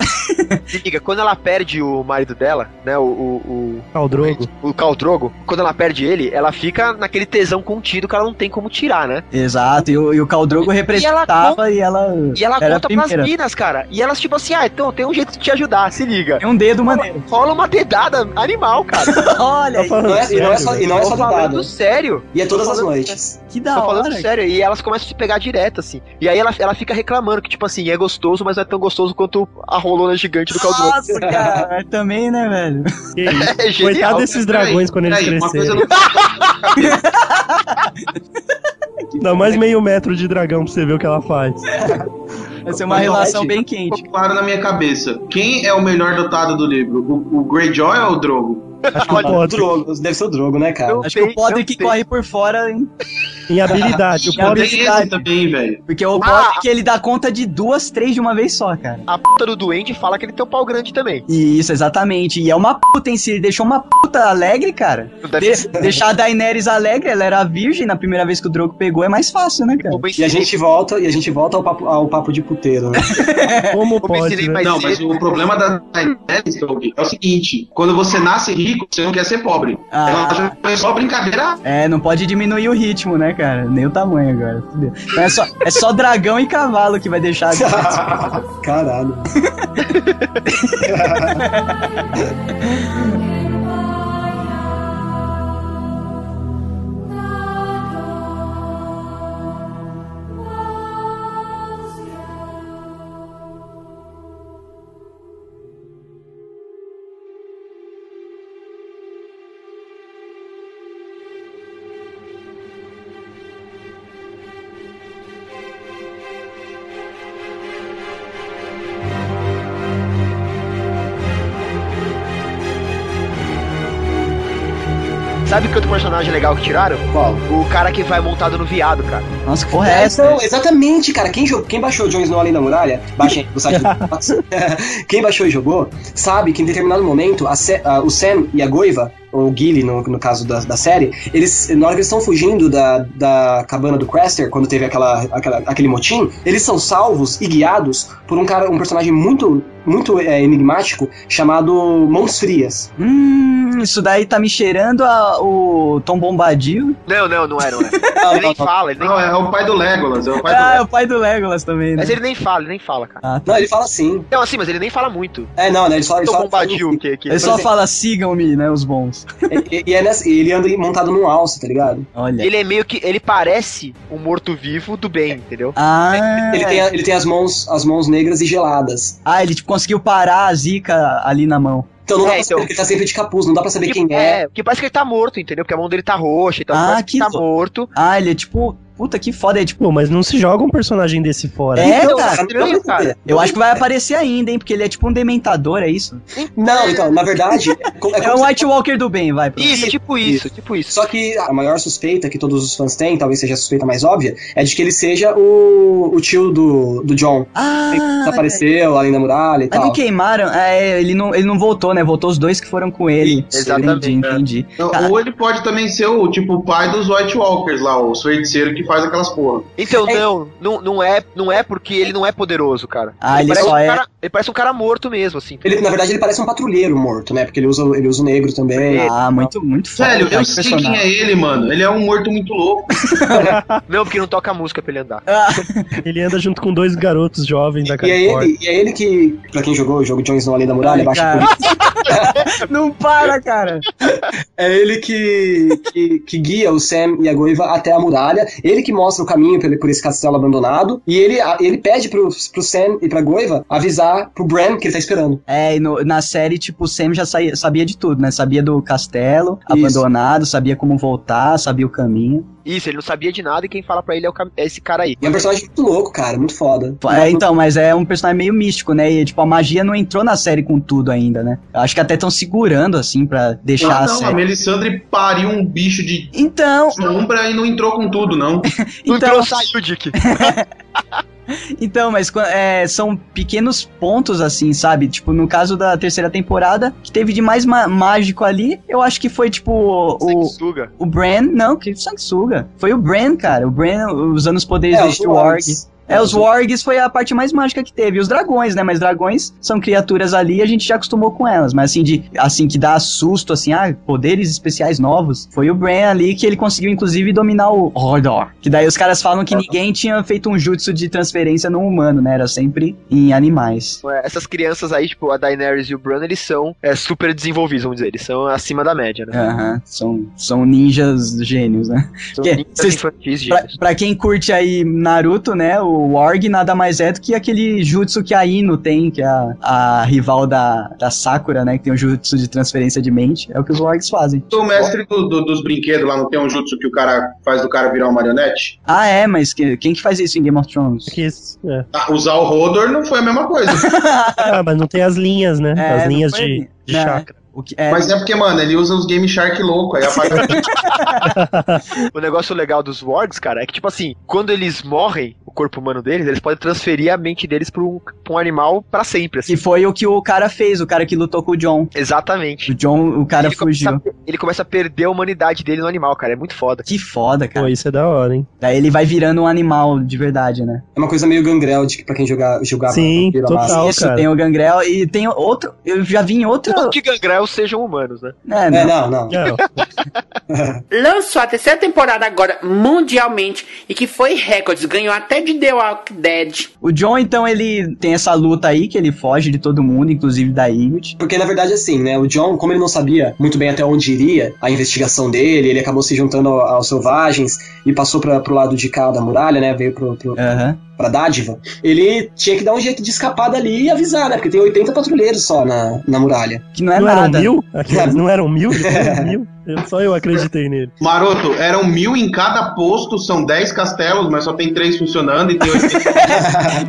D: Se liga, quando ela perde o marido dela, né, o, o,
B: Ah, Caldrogo.
D: o, o Khal Drogo, quando ela perde ele, ela fica naquele tesão contido que ela não tem como tirar, né?
A: Exato, e o, e o Caldrogo representava e ela,
D: E ela
A: era a
D: conta pras
A: primeira.
D: minas, cara. E elas, tipo assim, ah, então tem um jeito de te ajudar, se liga.
A: Tem um dedo maneiro.
D: Rola uma dedada animal, cara.
A: Olha,
B: Tá
A: aí,
B: falando
E: Não é- e não é só-
B: sério,
E: e não é
D: Tô
E: só
D: falando
E: dedada.
D: sério.
E: E é todas
D: Tô
E: as
D: falando-
E: noites.
A: que da
D: Tô falando
A: hora.
D: sério. E elas começam a se pegar direto, assim. E aí ela, ela fica reclamando que, tipo assim, é gostoso, mas não é tão gostoso quanto a rolona gigante do Khal Drogo.
A: Nossa, cara, também, né, velho?
B: velho? Que isso?
D: *laughs* É genial.
B: Coitado desses dragões quando eles
C: Peraí, uma coisa
B: crescerem.
C: não
B: Dá mais meio metro de dragão pra você ver o que ela faz.
A: Vai ser é uma
C: Mas não,
A: relação
C: Ed,
A: bem quente.
C: ficou claro na minha cabeça. Quem é o melhor dotado do livro? O, o Greyjoy ou o Drogo?
B: Acho que o Potter.
E: Drogo, deve ser o Drogo, né, cara?
D: Eu-
A: Acho que o
D: sei,
A: Potter
D: eu
A: que
D: sei.
A: corre por fora, hein? *laughs*
B: Em habilidade.
A: Em
B: O
A: habilidade.
B: Potter
C: Tem esse também, velho.
A: Porque o Potter que ele dá conta de duas, três de uma vez só, cara.
D: A puta do duende fala que ele tem um pau grande também.
A: E Isso, exatamente. E é uma puta em si, ele deixou uma puta alegre, cara.
D: Não deve
A: De- deixar a Daenerys alegre, ela era virgem na primeira vez que o Drogo pegou, é mais fácil, né, cara?
D: Como eu
E: E a
D: ensinei-
E: gente volta, e a gente volta ao papo, ao papo de
D: *laughs*
E: puteiro, né?
B: como
D: como eu
B: pode,
D: ensinei
B: né?
D: mais
C: Não,
D: cedo,
C: mas o problema da Daenerys Doug, é o seguinte: quando você nasce rico, você não quer ser pobre.
A: Ah.
C: Ela já foi só brincadeira.
A: É, não pode diminuir o ritmo, né, cara? Nem o tamanho agora. fudeu. Então é só, é só dragão e cavalo que vai deixar.
E: Caralho.
D: Sabe que outro personagem legal que tiraram?
E: Qual?
D: O cara que vai montado no viado, cara.
A: Nossa, que porra é
E: É,
A: essa?
E: então, exatamente, cara. Quem, jogou, quem baixou o Jon Snow Além da Muralha, baixem no site do *laughs* Xbox. Quem baixou e jogou, sabe que em determinado momento a Se- a- o Sam e a Goiva, o- ou o Gilly, no, no caso da, da série, eles, na hora que eles estão fugindo da, da cabana do Craster, quando teve aquela, aquela- aquele motim, eles são salvos e guiados por um cara, um personagem muito, muito é, enigmático chamado Mãos Frias.
A: Hum, isso daí tá me cheirando a, o Tom Bombadil.
D: Não, não, não é, não é.
E: *laughs* Não,
D: Ele
E: não,
D: nem
E: não.
D: fala, ele nem
C: Não, é o pai do Legolas, é o pai do
A: Ah, é
C: Legolas.
A: o pai do Legolas também, né?
D: Mas ele nem fala, ele nem fala, cara.
A: Ah, tá.
E: Não, ele fala assim.
D: Não, assim, mas ele nem fala muito.
E: É, não, né? Ele só. Ele
D: Tom
E: só
D: Bombadil, que, que...
A: Ele só
E: exemplo-
A: fala, sigam-me, né, os bons.
E: E, e é nessa- e ele anda montado num alce, tá ligado?
A: Olha.
D: Ele é meio que. Ele parece um morto-vivo do bem, entendeu?
A: Ah,
E: Ele tem, a- ele tem as, mãos, as mãos negras e geladas.
A: ah, ele tipo, conseguiu parar a zica ali na mão.
E: Então não
D: É,
E: dá pra
D: então.
E: saber, porque ele tá sempre de capuz, não dá pra saber
A: Tipo,
E: quem é.
D: Porque parece que ele tá morto, entendeu? Porque a mão dele tá roxa e tal.
A: Ah,
D: parece que
A: que
D: tá
A: louco.
D: morto.
A: Ah, ele é tipo, puta que foda, é tipo.
B: Pô, mas não se joga um personagem desse fora.
A: É, cara,
E: Então, não dá pra
D: estranho, um cara.
E: saber.
A: Eu acho que vai aparecer ainda, hein? Porque ele é tipo um dementador, é isso?
E: Não, então, na verdade, é
A: *laughs*
E: co- é
A: É
E: como
A: um
E: se-
A: White Walker do bem, vai. pronto.
D: Isso, tipo isso, tipo isso.
E: Só que a maior suspeita que todos os fãs têm, talvez seja a suspeita mais óbvia, é de que ele seja o, o tio do, do John.
A: Ah,
E: que desapareceu além da muralha e
A: mas não
E: tal.
A: queimaram. É, ele não, ele não voltou, né? Voltou os dois que foram com ele.
E: Isso,
D: exatamente,
A: Entendi, entendi.
C: Não,
A: Cara,
C: Ou ele pode também ser o tipo o pai dos White Walkers lá, o feiticeiro que faz aquelas porra.
D: Então,
E: É-
D: não, não, não é, não é porque ele não é poderoso, cara.
A: Ah, ele
D: parece
A: só
D: um
A: é-
D: cara- ele parece um cara morto mesmo, assim.
E: Ele, na verdade, ele parece um patrulheiro morto, né? Porque ele usa, ele usa o negro também.
A: Ah, muito, muito foda.
C: Velho,
A: cara, um
C: eu
A: que
C: sei quem é ele, mano. Ele é um morto muito louco.
D: Não, porque não toca música pra ele andar.
B: Ele anda junto com dois garotos jovens da
E: E é,
B: Califórnia.
E: ele, e é ele que, pra quem jogou o jogo Jones no Além da Muralha,
A: Ai,
E: baixa
A: cara.
E: polícia,
A: Não para, cara.
E: é ele que, que, que guia o Sam e a Goiva até a muralha, ele que mostra o caminho pelo- por esse castelo abandonado, e ele, a- ele pede pro, pro Sam e pra Goiva avisar pro Bran que ele tá esperando.
A: É, e no- na série, tipo, o Sam já saía- sabia de tudo, né? Sabia do castelo,
E: Isso.
A: abandonado, sabia como voltar, sabia o caminho.
D: Isso, ele não sabia de nada e quem fala pra ele é, o cam- é esse cara aí.
E: E é um personagem muito louco, cara, muito foda.
A: É, então, mas é um personagem meio místico, né? E, tipo, a magia não entrou na série com tudo ainda, né? Eu acho que até estão segurando, assim, pra deixar
C: Ah,
A: a
C: não, a
A: série.
C: Melisandre pariu um bicho de
A: Então,
C: sombra e não entrou com tudo, não.
A: então,
D: Não entrou, saiu, Dick.
A: Então, mas quan- é, são pequenos pontos, assim, sabe? Tipo, no caso da terceira temporada, que teve de mais ma- mágico ali, eu acho que foi, tipo, o,
D: Sanguessuga.
A: o Bran. Não, que sanguessuga. Foi o Bran, cara. O Bran usando os poderes
E: É,
A: do
E: os
A: Steward.
E: Wargs.
A: É, os Wargs foi a parte mais mágica que teve. E Os dragões, né? Mas dragões são criaturas ali e a gente já acostumou com elas. Mas assim, de, assim que dá susto, assim, ah, poderes especiais novos. Foi o Bran ali que ele conseguiu, inclusive, dominar o Hodor. Que daí os caras falam que ninguém tinha feito um jutsu de transferência no humano, né? Era sempre em animais.
D: É, Essas crianças aí, tipo, a Daenerys e o Bran, eles são é, super desenvolvidos, vamos dizer. Eles são acima da média, né?
A: Aham, são, são ninjas gênios, né?
D: São
A: Que-
D: ninjas
A: vocês-
D: infantis,
A: Pra,
D: gênios.
A: pra quem curte aí Naruto, né? O Warg nada mais é do que aquele jutsu que a Ino tem, que é a, a rival da, da Sakura, né? Que tem um jutsu de transferência de mente. É o que os Wargs fazem.
C: O mestre do- do- dos brinquedos lá não tem um jutsu que o cara faz do cara virar uma marionete?
A: Ah, é, mas que- quem que faz isso em Game of Thrones?
B: Que esse- é.
C: Ah, usar o Rodor não foi a mesma coisa.
B: Ah, mas não tem as linhas, né?
A: É,
B: as
A: não
B: linhas
A: foi
B: de,
A: ali.
B: de
A: Né?
B: chakra.
A: O que, é,
C: Mas é porque, mano, ele usa os Game Shark louco. Aí aparece...
D: O negócio legal dos wargs, cara, é que, tipo assim, quando eles morrem, o corpo humano deles, eles podem transferir a mente deles pra um, pra um animal pra sempre, assim.
A: que foi o que o cara fez, o cara que lutou com o John.
D: Exatamente.
A: O John, o cara
D: ele,
A: fugiu.
D: Começa a, ele começa a perder a humanidade dele no animal, cara. É muito foda.
A: Que foda,
B: Pô,
A: cara.
B: isso é da hora, hein?
A: Daí ele vai virando um animal de verdade, né?
E: É uma coisa meio gangrel de que pra quem jogar, jogava
B: Sim,
E: vampiro à
B: total.
E: massa.
A: Isso,
B: cara.
A: tem o Gangrel e tem outro. Eu já vi em outra.
D: Não que gangrel sejam humanos, né?
A: né,
E: É, não, não.
B: Não,
H: Lançou a terceira temporada agora mundialmente e que foi recordes, ganhou até de The Walking Dead.
A: O John, então, ele tem essa luta aí que ele foge de todo mundo, inclusive da Ymit.
E: *laughs* Porque na verdade, assim, né? O John, como ele não sabia muito bem até onde iria a investigação dele, ele acabou se juntando ao- aos selvagens e passou pra, pro lado de cá da muralha, né? Veio pro, pro,
A: Aham.
E: pra dádiva. Ele tinha que dar um jeito de escapar dali e avisar, né? Porque tem 80 patrulheiros só na, na muralha.
D: *laughs*
A: Que não *laughs* é
B: não eram
E: um
A: nada. *laughs*
B: mil? Aqueles não eram mil? Eles eram mil? Eu- só eu acreditei nele.
C: Maroto, eram mil em cada posto, são dez castelos, mas só tem três funcionando e tem 80.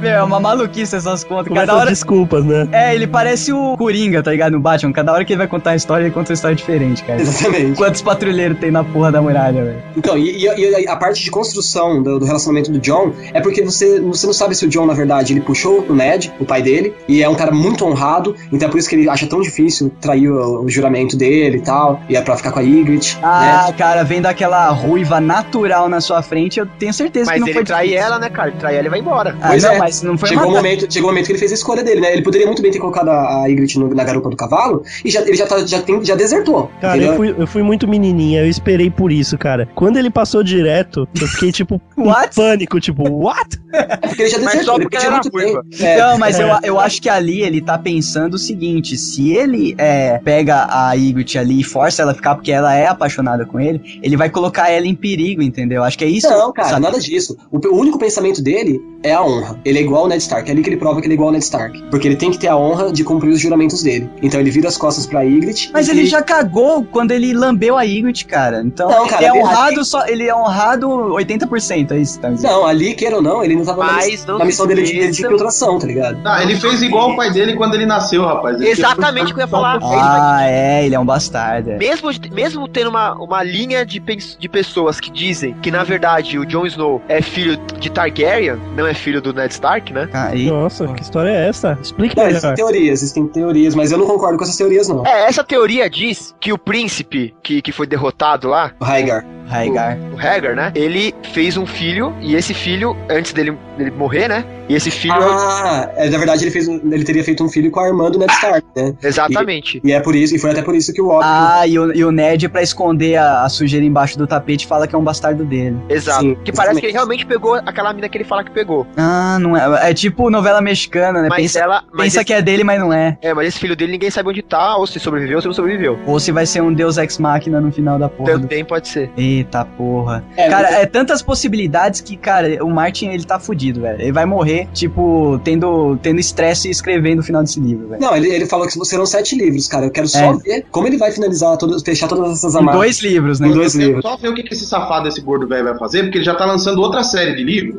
A: Meu, *laughs* é uma maluquice essas contas.
E: é
B: Com essas
A: Cada hora.
B: desculpas, né?
A: É, ele parece o Coringa, tá ligado? No Batman. Cada hora que ele vai contar a história, ele conta uma história diferente, cara.
E: Exatamente.
A: Quantos patrulheiros tem na porra da muralha, velho?
E: Então, e, e- e a parte de construção do, do relacionamento do John é porque você, você não sabe se o John, na verdade, ele puxou o Ned, o pai dele, e é um cara muito honrado, então é por isso que ele acha tão difícil trair o, o juramento dele e tal, e é pra ficar com a Ygritte, né?
A: Ah, cara, vendo aquela ruiva natural na sua frente, eu tenho certeza que
D: Mas
A: não
D: ele
A: foi.
D: trai ela, né, cara? Ele trai ela e vai embora.
A: Ah,
E: Pois
A: não,
E: é.
A: mas não
E: né?
A: foi
E: Chegou o,
A: matar.
E: momento, chegou o momento que ele fez a escolha dele, né? Ele poderia muito bem ter colocado a, a Ygritte no- na garupa do cavalo e já, ele já, tá- já, tem- já desertou.
B: Cara,
E: entendeu?
B: eu fui, eu fui muito menininha, eu esperei por isso, cara. Quando ele passou direto, eu fiquei tipo em
A: *laughs* What?
B: pânico, tipo, what?
E: É Porque ele já
D: Mas só
E: desertou, ele
D: porque
E: podia
D: ela
E: muito
D: era ruiva.
E: bem. É,
A: Não, mas eu, eu acho que ali ele tá pensando o seguinte: se ele é, pega a Ygritte ali e força ela a ficar porque ela é apaixonada com ele, ele vai colocar ela em perigo, entendeu? Acho que é isso.
E: Não, cara,
A: sabe?
E: nada disso. O, pe- o único pensamento dele é a honra. Ele é igual ao Ned Stark. É ali que ele prova que ele é igual ao Ned Stark. Porque ele tem que ter a honra de cumprir os juramentos dele. Então ele vira as costas pra Ygritte.
A: Mas
E: e-
A: ele já cagou quando ele lambeu a Ygritte, cara. Então,
E: Não, cara,
A: ele é
E: ali-
A: honrado só. Ele é honrado 80%, é isso que tá me dizendo.
E: Não, ali, queira ou não, ele não tava na
D: Mas
E: miss- na,
D: não
E: missão
D: se
E: dele de, dele de
D: esqueça-
E: infiltração, tá ligado?
C: Ah, ele fez igual o pai dele quando ele nasceu, rapaz. Ele
D: Exatamente o que eu ia falar. Ele vai-
A: Ah, é, ele é um bastardo. é.
D: Mesmo, mesmo tendo uma, uma linha de, pens- de pessoas que dizem que, na verdade, o Jon Snow é filho de Targaryen, não é filho do Ned Stark, né?
A: Ah, e-
B: Nossa, que história é essa? Explica
E: Não, existem
B: melhor.
E: teorias, existem teorias, mas eu não concordo com essas teorias, não.
D: É, essa teoria diz que o príncipe que, que foi derrotado lá,
E: O Rhaegar.
A: Rhaegar.
D: o Hagar, né? Ele fez um filho, e esse filho, antes dele, dele morrer, né? E esse filho.
E: Ah, é, na verdade ele, fez, um- ele teria feito um filho com a irmã do Ned Stark, né?
D: Exatamente.
E: E é por isso, e foi até por isso que o Otto.
A: Ah, e o, e o Ned, pra esconder a, a sujeira embaixo do tapete, fala que é um bastardo dele.
D: Exato.
E: sim,
D: que parece que
E: exatamente.
D: ele realmente pegou aquela mina que ele fala que pegou.
A: Ah, não é. É tipo novela mexicana, né?
D: Mas
A: pensa
D: ela. Mas
A: pensa
D: esse,
A: que é dele, mas não é.
D: É, mas esse filho dele ninguém sabe onde tá, ou se sobreviveu ou se não sobreviveu.
A: Ou se vai ser um deus ex-máquina no final da porra. né? do-
D: Também pode ser.
A: Eita porra.
E: É,
A: Cara, é tantas possibilidades que, cara, o Martin, ele tá fudido, velho. Ele vai morrer, tipo, tendo tendo estresse e escrevendo o final desse livro, velho.
E: Não, ele, ele falou que serão sete livros, cara. Eu quero só
A: É.
E: ver como ele vai finalizar, todo, fechar todas essas
A: Em
E: amarras.
A: dois livros, né?
E: Em dois
C: Eu quero
E: livros.
C: Só ver o que que esse safado, esse gordo velho vai fazer, porque ele já tá lançando outra série de livro.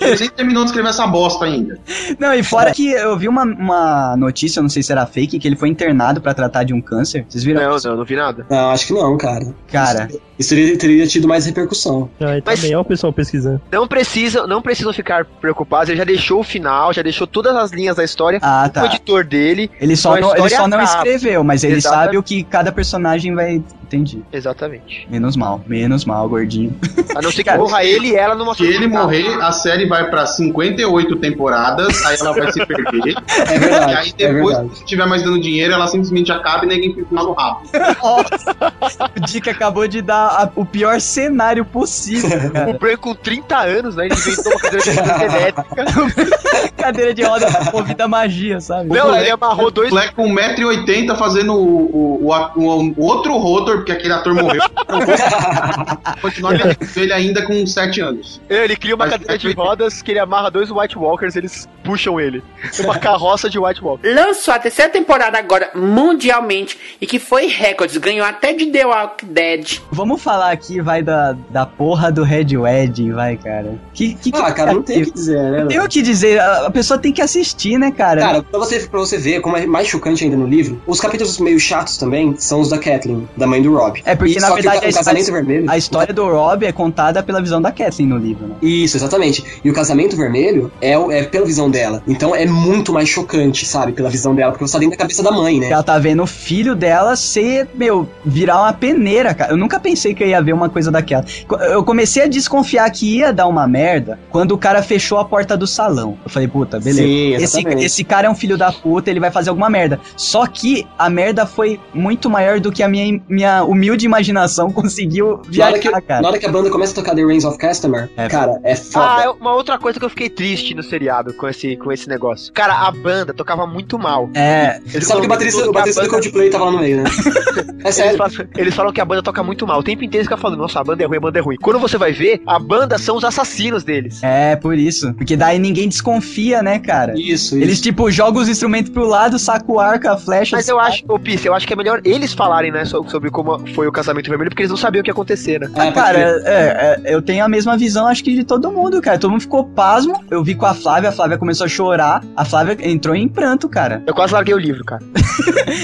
C: ele nem terminou de escrever essa bosta ainda.
A: Não, e fora
D: É.
A: que eu vi uma, uma notícia, eu não sei se era fake, que ele foi internado pra tratar de um câncer. Vocês viram?
D: Não, não, não vi nada.
E: Não, acho que não, cara.
D: *laughs*
A: Cara,
E: Isso teria, teria tido mais repercussão.
A: um-
B: Ah, e
D: Mas-
B: também, olha o pessoal pesquisando.
D: Não precisam, não precisam ficar preocupados, ele já deixou o final, já deixou todas as linhas da história.
A: ah,
D: O
A: tá.
D: editor dele,
A: Ele só,
D: Uma
A: não, ele
D: história
A: só não
D: acaba.
A: escreveu, mas ele
D: Exatamente.
A: sabe o que cada personagem vai. Entendi.
D: exatamente.
A: Menos mal, menos mal, gordinho.
D: A não ser que
A: Cara,
D: morra ele e ela numa
C: Se ele morrer, a série vai pra 58 temporadas, aí ela vai se perder.
E: É
C: *laughs* e aí
E: verdade. é
C: depois,
E: verdade.
C: se tiver mais dando dinheiro, ela simplesmente acaba e ninguém fica no rabo.
A: Nossa, o Dick acabou de dar a- o pior cenário
E: *laughs*
A: possível,
D: O
A: cara.
D: Bran com 30 anos, né? Ele inventou uma cadeira de rodas elétrica.
A: Cadeira de roda movida a magia, sabe?
D: Não, ele amarrou dois.
C: Moleque com 1,80m fazendo o, o, o, a- o- o outro rotor, porque aquele ator morreu. Continuar ele ainda com 7 anos.
D: Ele cria uma
C: Mas-
D: cadeira de rodas que ele amarra dois White Walkers, eles puxam ele. Uma carroça de White Walker.
H: Lançou a terceira temporada agora mundialmente e que foi recordes, ganhou até de The Walking Dead.
A: Vamos falar aqui, vai, da, da porra do Red Wedding, vai, cara. Que, que,
E: Ah, cara, não tem o que dizer, né?
A: Não tem o que dizer, a a pessoa tem que assistir, né, cara?
E: Cara, pra você, pra você ver como é mais chocante ainda no livro, os capítulos meio chatos também são os da Kathleen, da mãe do Rob.
A: É, porque,
E: E-
A: na
E: só que
A: verdade,
E: o ca-
A: a
E: o casamento
A: história-
E: vermelho.
A: a história do Rob é contada pela visão da Kathleen no livro, né?
E: Isso, exatamente. E o casamento vermelho é, o- é pela visão dela. Então é muito mais chocante, sabe? Pela visão dela, porque você tá dentro da cabeça da mãe, né?
A: Ela tá vendo o filho dela ser, meu, virar uma peneira, cara. Eu nunca pensei que eu ia ver uma coisa daquela. Co- Eu comecei a desconfiar que ia dar uma merda quando o cara fechou a porta do salão. Eu falei, puta, beleza.
E: Sim,
A: Esse,
E: exatamente.
A: esse cara é um filho da puta, ele vai fazer alguma merda. Só que a merda foi muito maior do que a minha, minha humilde imaginação *laughs* conseguiu
E: na, hora que,
A: viajar,
E: na
A: cara.
E: hora que a banda começa a tocar The Reigns of Customer,
A: É.
E: cara, é
D: Ah,
E: foda.
D: é uma outra coisa que eu fiquei triste no seriado com esse, com esse negócio. Cara, a banda tocava muito mal.
A: É,
D: Eles
E: Sabe que o
D: falam-
E: baterista, o baterista do
A: acabando.
E: Coldplay tava lá no meio, né? É
D: Eles
E: sério.
D: falam, eles falam que a banda toca muito mal. Tem tempo inteiro fica falando, nossa, a banda é ruim, a banda é ruim. Quando você vai ver, a banda são os assassinos deles.
A: É, por isso. Porque daí ninguém desconfia, né, cara?
E: Isso, isso.
A: Eles, tipo, jogam os instrumentos pro lado, saca o arco, a flecha.
D: Mas eu acho, ô Pisse, eu acho que é melhor eles falarem, né, so- sobre como foi o casamento vermelho, porque eles não sabiam o que ia acontecer, né?
A: Ah, cara, é, é, eu tenho a mesma visão, acho que de todo mundo, cara. Todo mundo ficou pasmo. Eu vi com a Flávia, a Flávia começou a chorar. A Flávia entrou em pranto, cara.
D: Eu quase larguei o livro,
E: *laughs*
D: cara.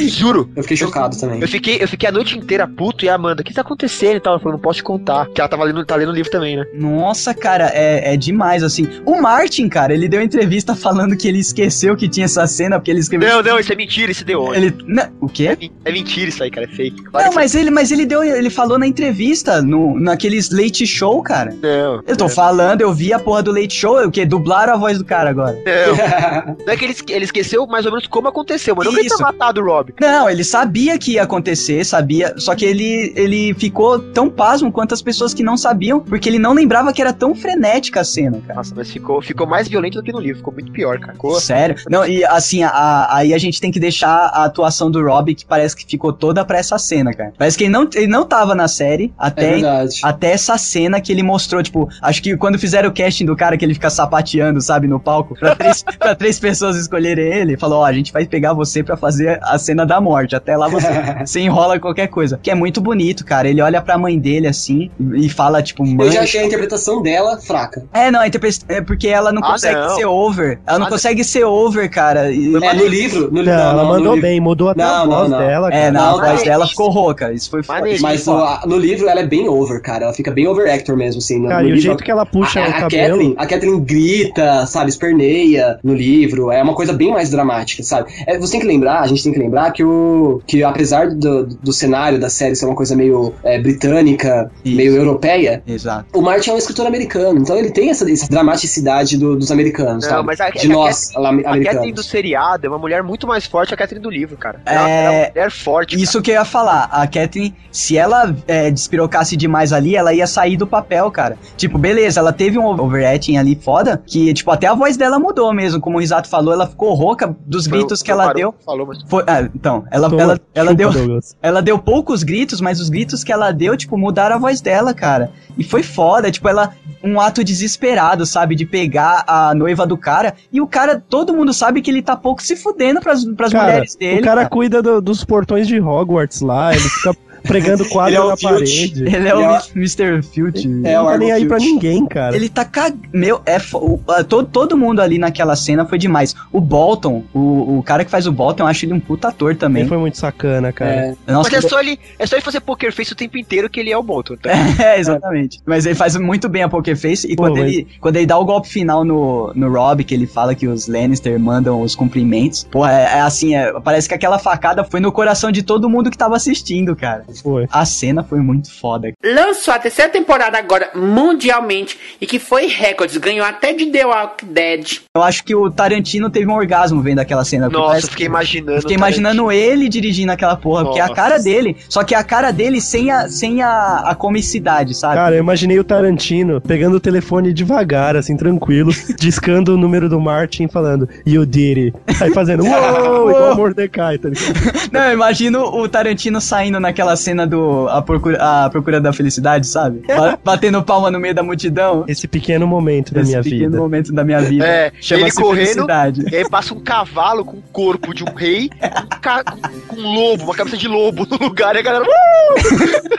D: Juro.
E: Eu fiquei chocado também.
D: Eu fiquei, eu fiquei a noite inteira puto e a Amanda, o que tá acontecendo e tal? Ela falou, não posso te contar. Que ela tava lendo, tá lendo o livro também, né?
A: Nossa, cara, é, é demais, assim. O Martin, cara, ele deu entrevista *laughs* falando que ele esqueceu que tinha essa cena, porque ele escreveu.
D: Não, não, isso é mentira, isso deu ódio.
A: Ele, não, o quê?
D: É, men- é mentira isso aí, cara, é fake. Claro
A: Não,
D: que
A: mas ele, mas ele deu, ele falou na entrevista, no, naqueles late show, cara.
D: isso- Não,
A: Eu tô falando, eu vi a porra do late show, o quê? Dublaram a voz do cara agora.
D: não.
E: *laughs*
D: Não é que ele, esque- ele esqueceu mais ou menos como aconteceu, mas não que ele
A: Isso.
D: tinha matado o Rob.
A: Não, ele sabia que ia acontecer, sabia, só que ele, ele ficou tão pasmo quanto as pessoas que não sabiam, porque ele não lembrava que era tão frenética a cena, cara.
D: Nossa, mas ficou, ficou mais violento do que no livro, ficou muito pior, cara. Ficou-
A: Sério? Não, e assim, a- a- aí a gente tem que deixar a atuação do Rob, que parece que ficou toda pra essa cena, cara. Parece que ele não, ele não tava na série
E: É
A: até
E: verdade.
A: Até essa cena que ele mostrou, tipo, acho que quando fizeram o casting do cara que ele fica sapateando, sabe, no palco, pra
E: *laughs*
A: três, pra três pessoas escolherem ele, falou, ó, a gente vai pegar você pra fazer a cena da morte, até lá
E: *laughs*
A: você, você enrola qualquer coisa. Que é muito bonito, cara, ele olha pra mãe dele, assim, e fala, tipo,
E: Eu
A: mãe...
E: já achei a interpretação dela fraca.
A: É, não, a interpre- é porque ela não
D: Ah,
A: consegue
D: não.
A: ser over, ela não
D: Ah,
A: consegue ser over, cara, e...
E: É, no livro, no
B: Não,
E: livro.
B: ela mandou
E: no
B: bem, mudou até a
E: Não, não,
B: voz
E: não.
B: dela.
A: É,
B: cara.
A: não, a
E: Não,
A: voz
D: mas-
A: dela ficou rouca, isso foi foda.
D: Mas-
E: livro. Mas no, a- no livro ela é bem over, cara. Ela fica bem overactor mesmo, assim. No,
B: Cara,
E: no
B: e o
E: livro,
B: jeito que ela puxa
A: Ah,
E: a,
B: o
E: a,
B: cabelo.
E: Kathleen, a Kathleen grita, sabe, esperneia no livro. É uma coisa bem mais dramática, sabe? É, você tem que lembrar, a gente tem que lembrar que o que apesar do, do cenário da série ser uma coisa meio é, britânica,
A: Isso.
E: meio europeia,
A: Exato.
E: o Martin é um escritor americano, então ele tem essa, essa dramaticidade do- dos americanos,
D: Não,
E: sabe?
D: mas a-
E: de
D: a
E: nós, lá-
D: A Catherine do
E: americanos.
D: seriado é uma mulher muito mais forte que a Catherine do livro, cara.
A: É.
D: Ela ela é uma mulher forte. cara.
A: Isso que eu ia falar. A Catherine, se ela é, despirocasse demais ali, ela ia sair do papel, cara. Tipo, beleza, ela teve um overacting ali foda, que, tipo, até a voz dela mudou mesmo. Como o Risato falou, ela ficou rouca dos
D: Foi o-
A: gritos que
D: foi o
A: ela
D: Maru
A: deu.
D: que Falou, mas...
A: Foi- ah, então, ela,
B: Toma,
A: ela, ela
B: chupa,
A: deu,
B: Douglas.
A: ela deu poucos gritos, mas os gritos que ela deu, tipo, mudaram a voz dela, cara. E foi foda, tipo, ela. Um ato desesperado, sabe? De pegar a noiva do cara. E o cara, todo mundo sabe que ele tá pouco se fudendo pras, pras
B: Cara,
A: mulheres dele.
B: o cara cuida do- dos portões de Hogwarts lá, ele fica
A: *laughs*
B: pregando quadro
A: Ele é o
B: na
A: Filch.
B: parede.
A: Ele é o
E: E a-
A: Mr. Filch.
E: É,
B: não
E: o
B: tá nem
E: Argo
B: aí pra
E: Filch.
B: ninguém, cara.
A: Ele tá cag... Meu, é fo... o- a- todo, todo mundo ali naquela cena foi demais. O Bolton, o, o cara que faz o Bolton, eu acho ele um puta ator
B: Ele
A: também.
B: foi muito sacana, cara.
E: É,
A: Nossa,
D: mas é só, ele, é só ele fazer poker face o tempo inteiro que ele é o Bolton. Tá?
A: *laughs* é, exatamente. Mas ele faz muito bem a Poker Face. E
B: Pô,
A: quando,
B: mas-
A: ele, quando ele dá o golpe final no, no Rob, que ele fala que os Lannister mandam os cumprimentos. Porra, é, é assim, é- parece que aquela facada foi no coração de todo mundo que tava assistindo, cara.
B: Foi.
A: A cena foi muito foda.
H: Lançou a terceira temporada agora mundialmente e que foi recordes, ganhou até de The Walking Dead.
A: Eu acho que o Tarantino teve um orgasmo vendo aquela cena. porque
D: Nossa,
A: parece-
D: eu fiquei imaginando.
A: Eu Fiquei imaginando ele dirigindo aquela porra, porque é a
D: Nossa.
A: cara dele, só que é a cara dele sem a, sem a, a comicidade, sabe?
B: Cara, eu imaginei o Tarantino pegando o telefone devagar, assim, tranquilo, *laughs* discando o número do Martin e falando, You did it. Aí fazendo,
A: *laughs*
B: uou, igual o Mordecai, tá ligado?
A: Não, eu imagino o Tarantino saindo naquela cena do A Procura, a procura da Felicidade, sabe?
B: É.
A: Ba- Batendo palma no meio da multidão.
B: Esse pequeno momento da
A: Esse
B: minha
A: pequeno
B: vida.
A: momento da minha vida.
D: É, ele
A: Chama-se
D: correndo.
A: Felicidade.
D: E aí passa um cavalo com o corpo de um rei, com, ca- com- com um lobo, uma cabeça de lobo no lugar, e a galera. "Uh!"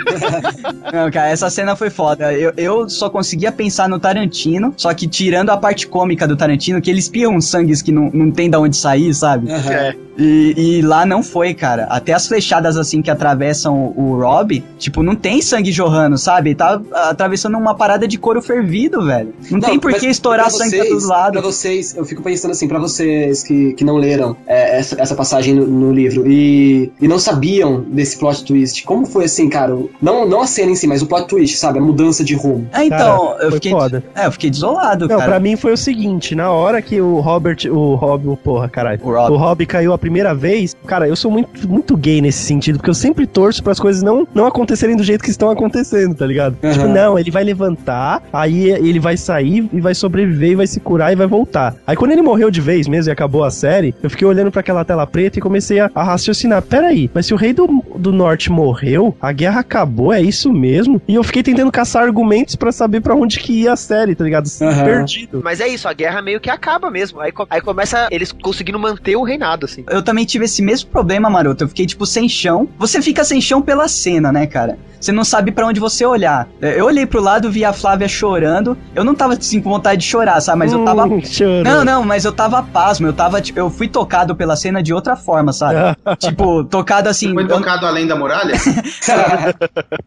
A: Não, cara, essa cena foi foda. Eu, eu só conseguia pensar no Tarantino, só que tirando a parte cômica do Tarantino, que ele espia uns sangues que não, não tem da onde sair, sabe?
E: aham.
D: É.
A: E, e lá não foi, cara. Até as flechadas assim que atravessam o, o Rob, tipo, não tem sangue jorrando, sabe? Tá ah, atravessando uma parada de couro fervido, velho. Não, tem por
E: mas
A: que estourar
E: pra
A: sangue
E: vocês-
A: pra todos os
E: Pra
A: lados.
E: vocês, eu fico pensando assim, pra vocês que, que não leram é, essa, essa passagem no, no livro e, e não sabiam desse plot twist, como foi assim, cara? o- Não, não a cena em si, mas o plot twist, sabe? A mudança de *laughs* rumo.
A: Ah, então,
B: Cara,
A: eu
B: foi
A: fiquei.
B: foda.
A: É, eu fiquei desolado,
B: Não,
A: cara.
B: pra mim foi o seguinte, na hora que o Robert, o Rob, o porra, caralho,
A: O Rob.
B: o Rob caiu a primeira vez, cara, eu sou muito, muito gay nesse sentido, porque eu sempre torço para as coisas não, não acontecerem do jeito que estão acontecendo, tá ligado?
E: Aham.
B: Tipo, não, ele vai levantar, aí ele vai sair e vai sobreviver e vai se curar e vai voltar. Aí quando ele morreu de vez mesmo e acabou a série, eu fiquei olhando pra aquela tela preta e comecei a, a raciocinar, peraí, mas se o rei do do Norte morreu, a guerra acabou, é isso mesmo. E eu fiquei tentando caçar argumentos pra saber pra onde que ia a série, tá ligado?
E: Aham.
B: Perdido.
D: Mas é isso, a guerra meio que acaba mesmo. Aí, co- aí começa eles conseguindo manter o reinado, assim.
A: Eu também tive esse mesmo problema, maroto. Eu fiquei, tipo, sem chão. Você fica sem chão pela cena, né, cara? Você não sabe pra onde você olhar. É, Eu olhei pro lado, vi a Flávia chorando. Eu não tava, assim, com vontade de chorar, sabe? Mas eu tava.
B: Hum, chorou.
A: Não, não, mas eu tava pasmo. Eu tava, tipo, eu fui tocado pela cena de outra forma, sabe? tipo, tocado assim.
C: Foi tocado além da muralha?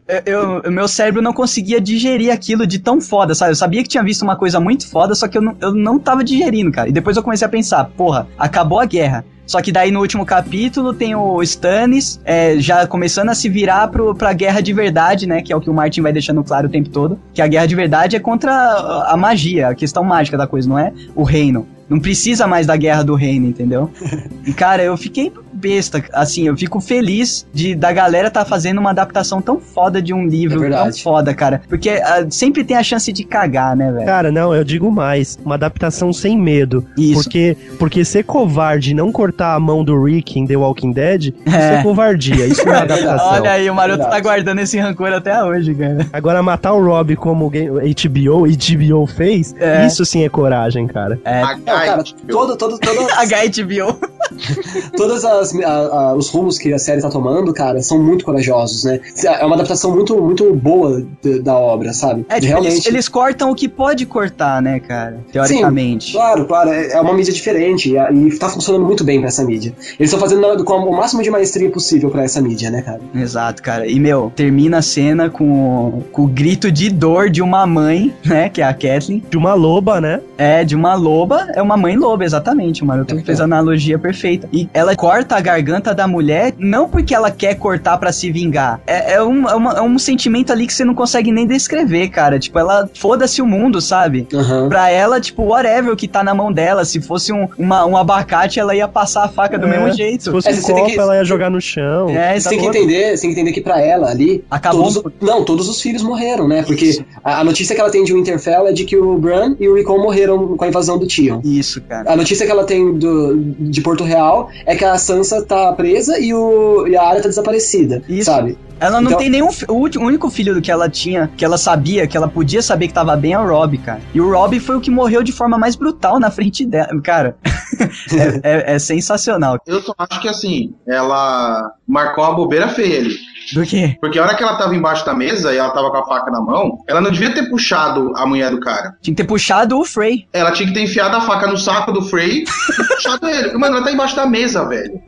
A: eu- eu- eu- meu cérebro não conseguia digerir aquilo de tão foda, sabe? Eu sabia que tinha visto uma coisa muito foda, só que eu não, eu não tava digerindo, cara. E depois eu comecei a pensar, porra, acabou a guerra. Só que daí no último capítulo tem o Stannis é, já começando a se virar pro, pra guerra de verdade, né? Que é o que o Martin vai deixando claro o tempo todo. Que a guerra de verdade é contra a- a magia, a questão mágica da coisa, não é o reino. Não precisa mais da guerra do reino,
E: *laughs*
A: entendeu? E, cara, eu fiquei besta. Assim, eu fico feliz de da galera tá fazendo uma adaptação tão foda de um
E: É
A: livro tão
E: verdade.
A: foda, cara. Porque ah, sempre tem a chance de cagar, né, velho?
B: Cara, não, eu digo mais. Uma adaptação sem medo.
A: Isso.
B: Porque, porque ser covarde e não cortar a mão do Rick em The Walking Dead, isso é
A: É.
B: covardia. Isso não
A: *laughs*
B: é adaptação.
A: Olha aí, o maroto tá
E: Verdade.
A: guardando esse rancor até hoje, cara.
B: Agora, matar o Rob como game- HBO e HBO fez,
A: É.
B: isso sim é coragem, cara.
A: *laughs*
C: A
E: Não, É, cara, todo, todo, todo,
A: HBO.
E: todas as a- a- os rumos que a série tá tomando, cara, são muito corajosos, né? É uma adaptação muito, muito boa de- da obra, sabe?
A: É,
E: De
A: tipo, eles, eles cortam o que pode cortar, né, cara? Teoricamente.
E: Claro, claro, é é uma mídia diferente e, a- e tá funcionando muito bem pra essa mídia. Eles estão fazendo na- com o máximo de maestria possível pra essa mídia, né, cara?
A: Exato, cara. E, meu, termina a cena com, com o grito de dor de uma mãe, *laughs* né? Que é a Kathleen.
B: De uma loba, né?
A: É, de uma loba, é uma mãe loba, exatamente, mano. Tu fez a analogia perfeita. E ela corta a garganta da mulher, não porque ela quer cortar pra se vingar. É, é um, é, uma- é um sentimento ali que você não consegue nem descrever, cara. Tipo, ela foda-se o mundo, sabe?
E: Aham.
A: Pra ela, tipo, whatever o que tá na mão dela. Se fosse um, uma- um abacate, ela ia passar a faca do
B: É.
A: mesmo
B: Se
A: jeito.
B: fosse
E: É,
B: um
E: você tem
B: copo,
E: que-
B: ela ia jogar no chão.
A: É,
E: Você tem que
A: foda.
E: entender, você tem que entender que pra ela ali.
A: Acabou.
E: todos- não, todos os filhos morreram, né? Porque a, a notícia que ela tem de Winterfell é de que o Bran e o Rickon morreram com a invasão do Tion.
A: Isso, cara.
E: A notícia que ela tem do- de Porto Real é que a Sansa tá presa e, o, e a Arya tá desaparecida,
A: Isso.
E: sabe? *laughs*
A: Ela não
E: Então-
A: tem nenhum. fi- O, último, o único filho que ela tinha, que ela sabia, que ela podia saber que tava bem, é o Rob, cara. E o Rob foi o que morreu de forma mais brutal na frente dela. Cara, *laughs* é, é- é sensacional.
C: Eu só acho que assim, ela marcou uma bobeira feia ali.
A: Do que?
C: Porque a hora que ela tava embaixo da mesa e ela tava com a faca na mão, ela não devia ter puxado a mulher do cara.
A: Tinha que ter puxado o Frey.
C: Ela tinha que ter enfiado a faca no saco do Frey e puxado ele. Mano, ela tá embaixo da mesa, velho.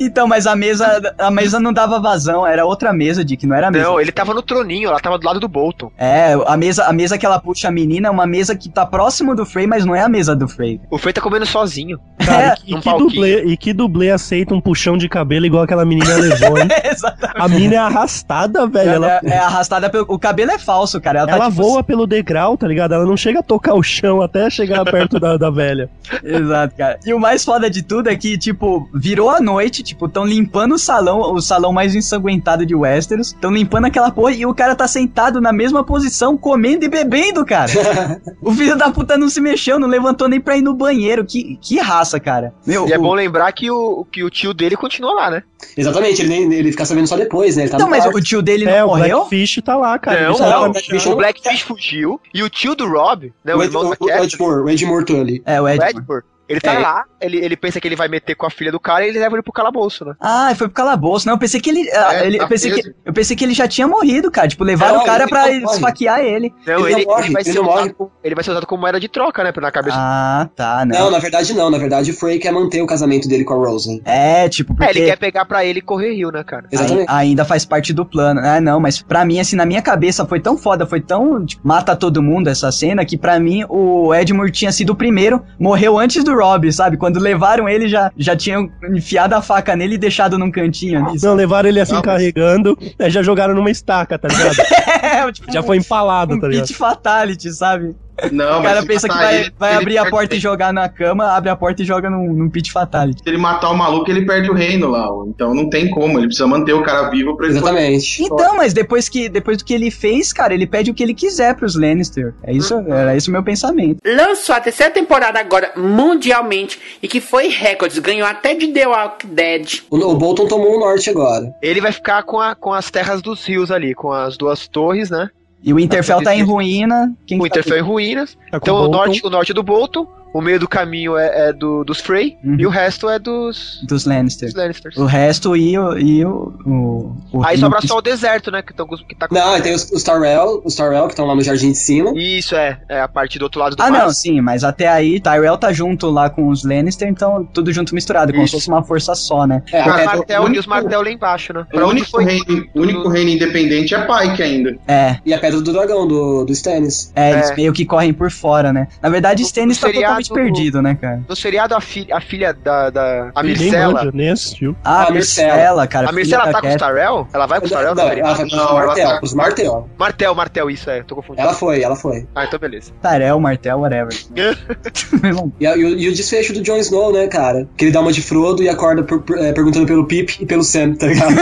A: Então, mas a mesa. A mesa não dava vazão, era outra mesa, de que não era a mesa.
D: Não, ele tava no troninho, ela tava do lado do Bolton.
A: É, a mesa, a mesa que ela puxa a menina é uma mesa que tá próximo do Frey, mas não é a mesa do Frey. *laughs*
D: O Frei tá comendo sozinho.
A: É.
B: Cara, e,
D: num
B: que
D: palquinho.
B: dublê, e que dublê aceita um puxão de cabelo igual aquela menina levou, hein?
A: É, exatamente.
B: A mina é arrastada, velho. Ela,
A: Ela é arrastada pelo. O cabelo é falso, cara. Ela, tá,
B: ela
A: tipo,
B: voa pelo degrau, tá ligado? Ela não chega a tocar o chão até chegar perto da, da velha.
A: *laughs* Exato, cara. E o mais foda de tudo é que, tipo, virou a noite, tipo, tão limpando o salão, o salão mais ensanguentado de Westeros, tão limpando aquela porra e o cara tá sentado na mesma posição, comendo e bebendo, cara.
E: *laughs*
A: o filho da puta não se mexeu, não levantou nem pra ir no banheiro. Que, que raça, cara. Meu,
D: E é
A: o-
D: bom lembrar que o, que o tio dele continua lá, né?
E: Exatamente, ele, nem- ele fica sabendo só depois, né? Ele tá
A: Então,
E: no
A: mas
E: quarto.
A: o tio dele
B: é,
A: não
B: o
A: morreu?
B: Blackfish tá lá, cara.
D: Não,
E: é
B: Ele só
D: não,
B: tá
D: É, o
B: no chão.
D: O Blackfish fugiu e o tio do Rob, né? O,
E: o, Ed,
D: irmão
E: o,
D: da
E: o
D: Cat,
E: Edmure, o tá Edmure Tully.
A: É, o
D: o
A: Edmund.
D: Edmure, ele tá
E: É.
D: lá, ele, ele pensa que ele vai meter com a filha do cara e ele leva ele pro calabouço, né?
A: Ah, foi pro calabouço. Não, eu pensei que ele. ah,
C: É,
A: ele-
C: tá
A: eu, pensei que,
C: preso.
A: eu pensei que ele já tinha morrido, cara. Tipo, levaram
E: Não,
A: o cara
E: ele
A: pra
E: não morre.
A: esfaquear ele.
D: Não,
E: Ele não
D: ele,
E: morre,
D: ele vai
E: ele
D: ser
E: não
D: usado
E: morre.
D: como- ele vai ser usado como moeda de troca, né? Na cabeça
A: Ah, tá, não.
E: Não, na verdade não. Na verdade, o Frey quer manter o casamento dele com a Rose. né?
A: É, tipo,
D: É,
A: porque.
D: ele quer pegar pra ele e correr rio, né, cara?
A: Ai-
C: ah,
E: Exatamente.
A: ainda faz parte do plano. Ah, não, mas pra mim, assim, na minha cabeça foi tão foda, foi tão. tipo, mata todo mundo essa cena, que pra mim o Edmure tinha sido o primeiro, morreu antes do Rob, sabe? Quando levaram ele, já, já tinham enfiado a faca nele e deixado num cantinho
B: *laughs*
A: ali.
B: Não, levaram ele assim
C: Não.
B: carregando, aí já jogaram numa estaca, tá ligado?
A: É, tipo,
B: Já foi empalado,
A: um
B: tá ligado?
A: pit fatality, sabe?
C: Não,
A: O cara
C: se
A: pensa que
C: matar
A: vai,
C: ele,
A: vai
C: ele
A: abrir a
C: perde-
A: porta e jogar na cama, abre a porta e joga num, num pit fatality.
C: Se ele matar o maluco, ele perde o reino lá. ó. Então não tem como, ele precisa manter o cara vivo pra ele poder-
E: Exatamente.
A: Então, mas depois, que, depois do que ele fez, cara, ele pede o que ele quiser pros Lannister. É isso, era esse o meu pensamento.
H: Lançou a terceira temporada agora mundialmente e que foi recordes, ganhou até de The Walking Dead.
E: O, o Bolton tomou o norte agora.
D: Ele vai ficar com, a- com as terras dos rios ali, com as duas torres, né?
A: E o Interfell tá em ruína. Quem
D: Uhum. o
A: que tá-
D: Interfell em ruínas.
B: Tá com
D: então o
B: Bolton.
D: norte, o norte é do Bolton, o meio do caminho é, é do, dos Frey
A: Uhum.
D: e o resto é dos,
A: Dos Lannister.
D: dos Lannisters.
A: O resto e o. E o, o, o
D: Aí
A: reino
D: sobra
A: que-
D: só o deserto, né? Que, tão, com- que tá com...
E: Não, e tem os, os Tarell, os Tarell que estão lá no jardim de cima.
D: Isso é, é a parte do outro lado do
A: Ah,
D: mar.
A: não, sim, mas até aí Tyrell tá junto lá com os Lannister, então tudo junto misturado, como se
D: Isso.
A: fosse uma força só, né?
E: É,
D: Com a
E: até-
C: Cara,
D: Martel
C: o
D: e os
C: único-
D: Martel lá embaixo, né?
C: O
D: Pra onde
C: único,
D: foi?
C: reino, o único reino independente é Pike ainda.
A: É,
E: E a pedra do dragão, do, do Stannis.
A: é, eles
D: É.
A: meio que correm por fora, né? Na verdade,
D: O-
A: Stannis
D: o
A: tá totalmente
D: seriado-
A: perdido, né, cara?
D: No seriado, a, fi- a filha da, da a
B: Ninguém
D: Mircela.
B: manja, nem assistiu.
A: Ah,
E: Ah,
A: a
E: a
A: Mircela, cara.
D: A
A: filha
D: Mircela
A: da
D: tá com os
A: Cat-
D: Tarell? Ela
C: É
D: vai com os Tarell no
E: Não, ela
D: seriado?
E: foi pros
C: Não, ela
E: Martel,
C: tá-
E: pros Martel.
D: Martel, Martel, isso é, tô confundindo.
E: Ela foi, ela foi.
D: Ah, então beleza.
A: Tarel, Martel,
E: *laughs*
A: whatever. Meu irmão,
E: E, a- e o, e o desfecho do Jon Snow, né, cara? Que ele dá uma de Frodo e acorda per- per- eh, perguntando pelo Pip e pelo Sam,
C: *laughs*
E: tá ligado?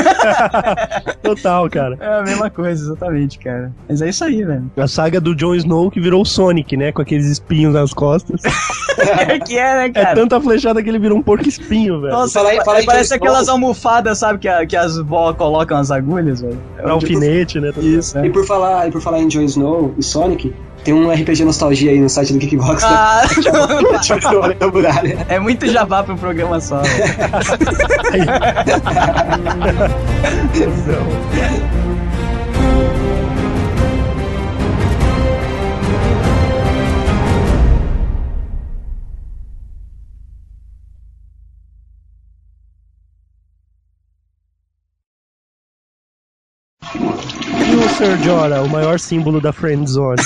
B: Total, cara.
A: é a mesma coisa, exatamente, cara. Mas é isso aí, velho.
B: A saga do Jon Snow que virou o Sonic, né? Com aqueles espinhos nas costas.
A: *laughs* É que é, né,
B: É
A: cara?
B: tanta flechada que ele virou um porco espinho, velho.
A: Nossa,
E: Fala aí- fala aí,
A: parece
E: Jon Snow.
A: aquelas almofadas, sabe, que, a- que as vó colocam as agulhas, velho. É
B: Pra
A: um *laughs* tipo-
B: alfinete, né?
A: Isso,
E: e,
A: né?
E: por falar, e por falar em Jon Snow e Sonic, tem um RPG Nostalgia aí no site do Kickbox. Ah. *laughs*
A: Ah, *laughs*
E: da muralha.
A: é muito jabá pra um programa só. velho. *laughs*
B: E o Sir Jorah, o maior símbolo da Friend Zone.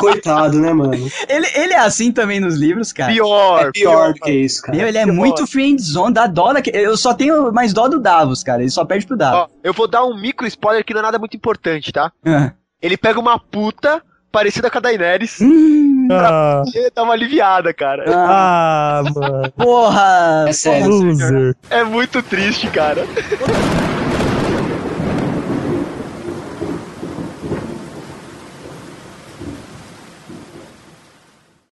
E: Coitado, né, mano?
A: Ele, ele é assim também nos livros, cara.
D: Pior,
E: É pior do que isso,
A: Meu,
E: cara.
A: ele é muito friendzone, dá dó daqui. Eu só tenho mais dó do Davos, cara. Ele só perde pro Davos.
D: Ó, eu vou dar um micro spoiler que não é nada muito importante, tá?
A: Ah.
D: Ele pega uma puta parecida com a Daenerys
A: Hum,
B: Ah,
D: e dá uma aliviada, cara.
A: ah,
B: ah
A: *laughs*
B: mano.
A: porra!
E: É sério.
B: Loser.
D: É muito triste, cara.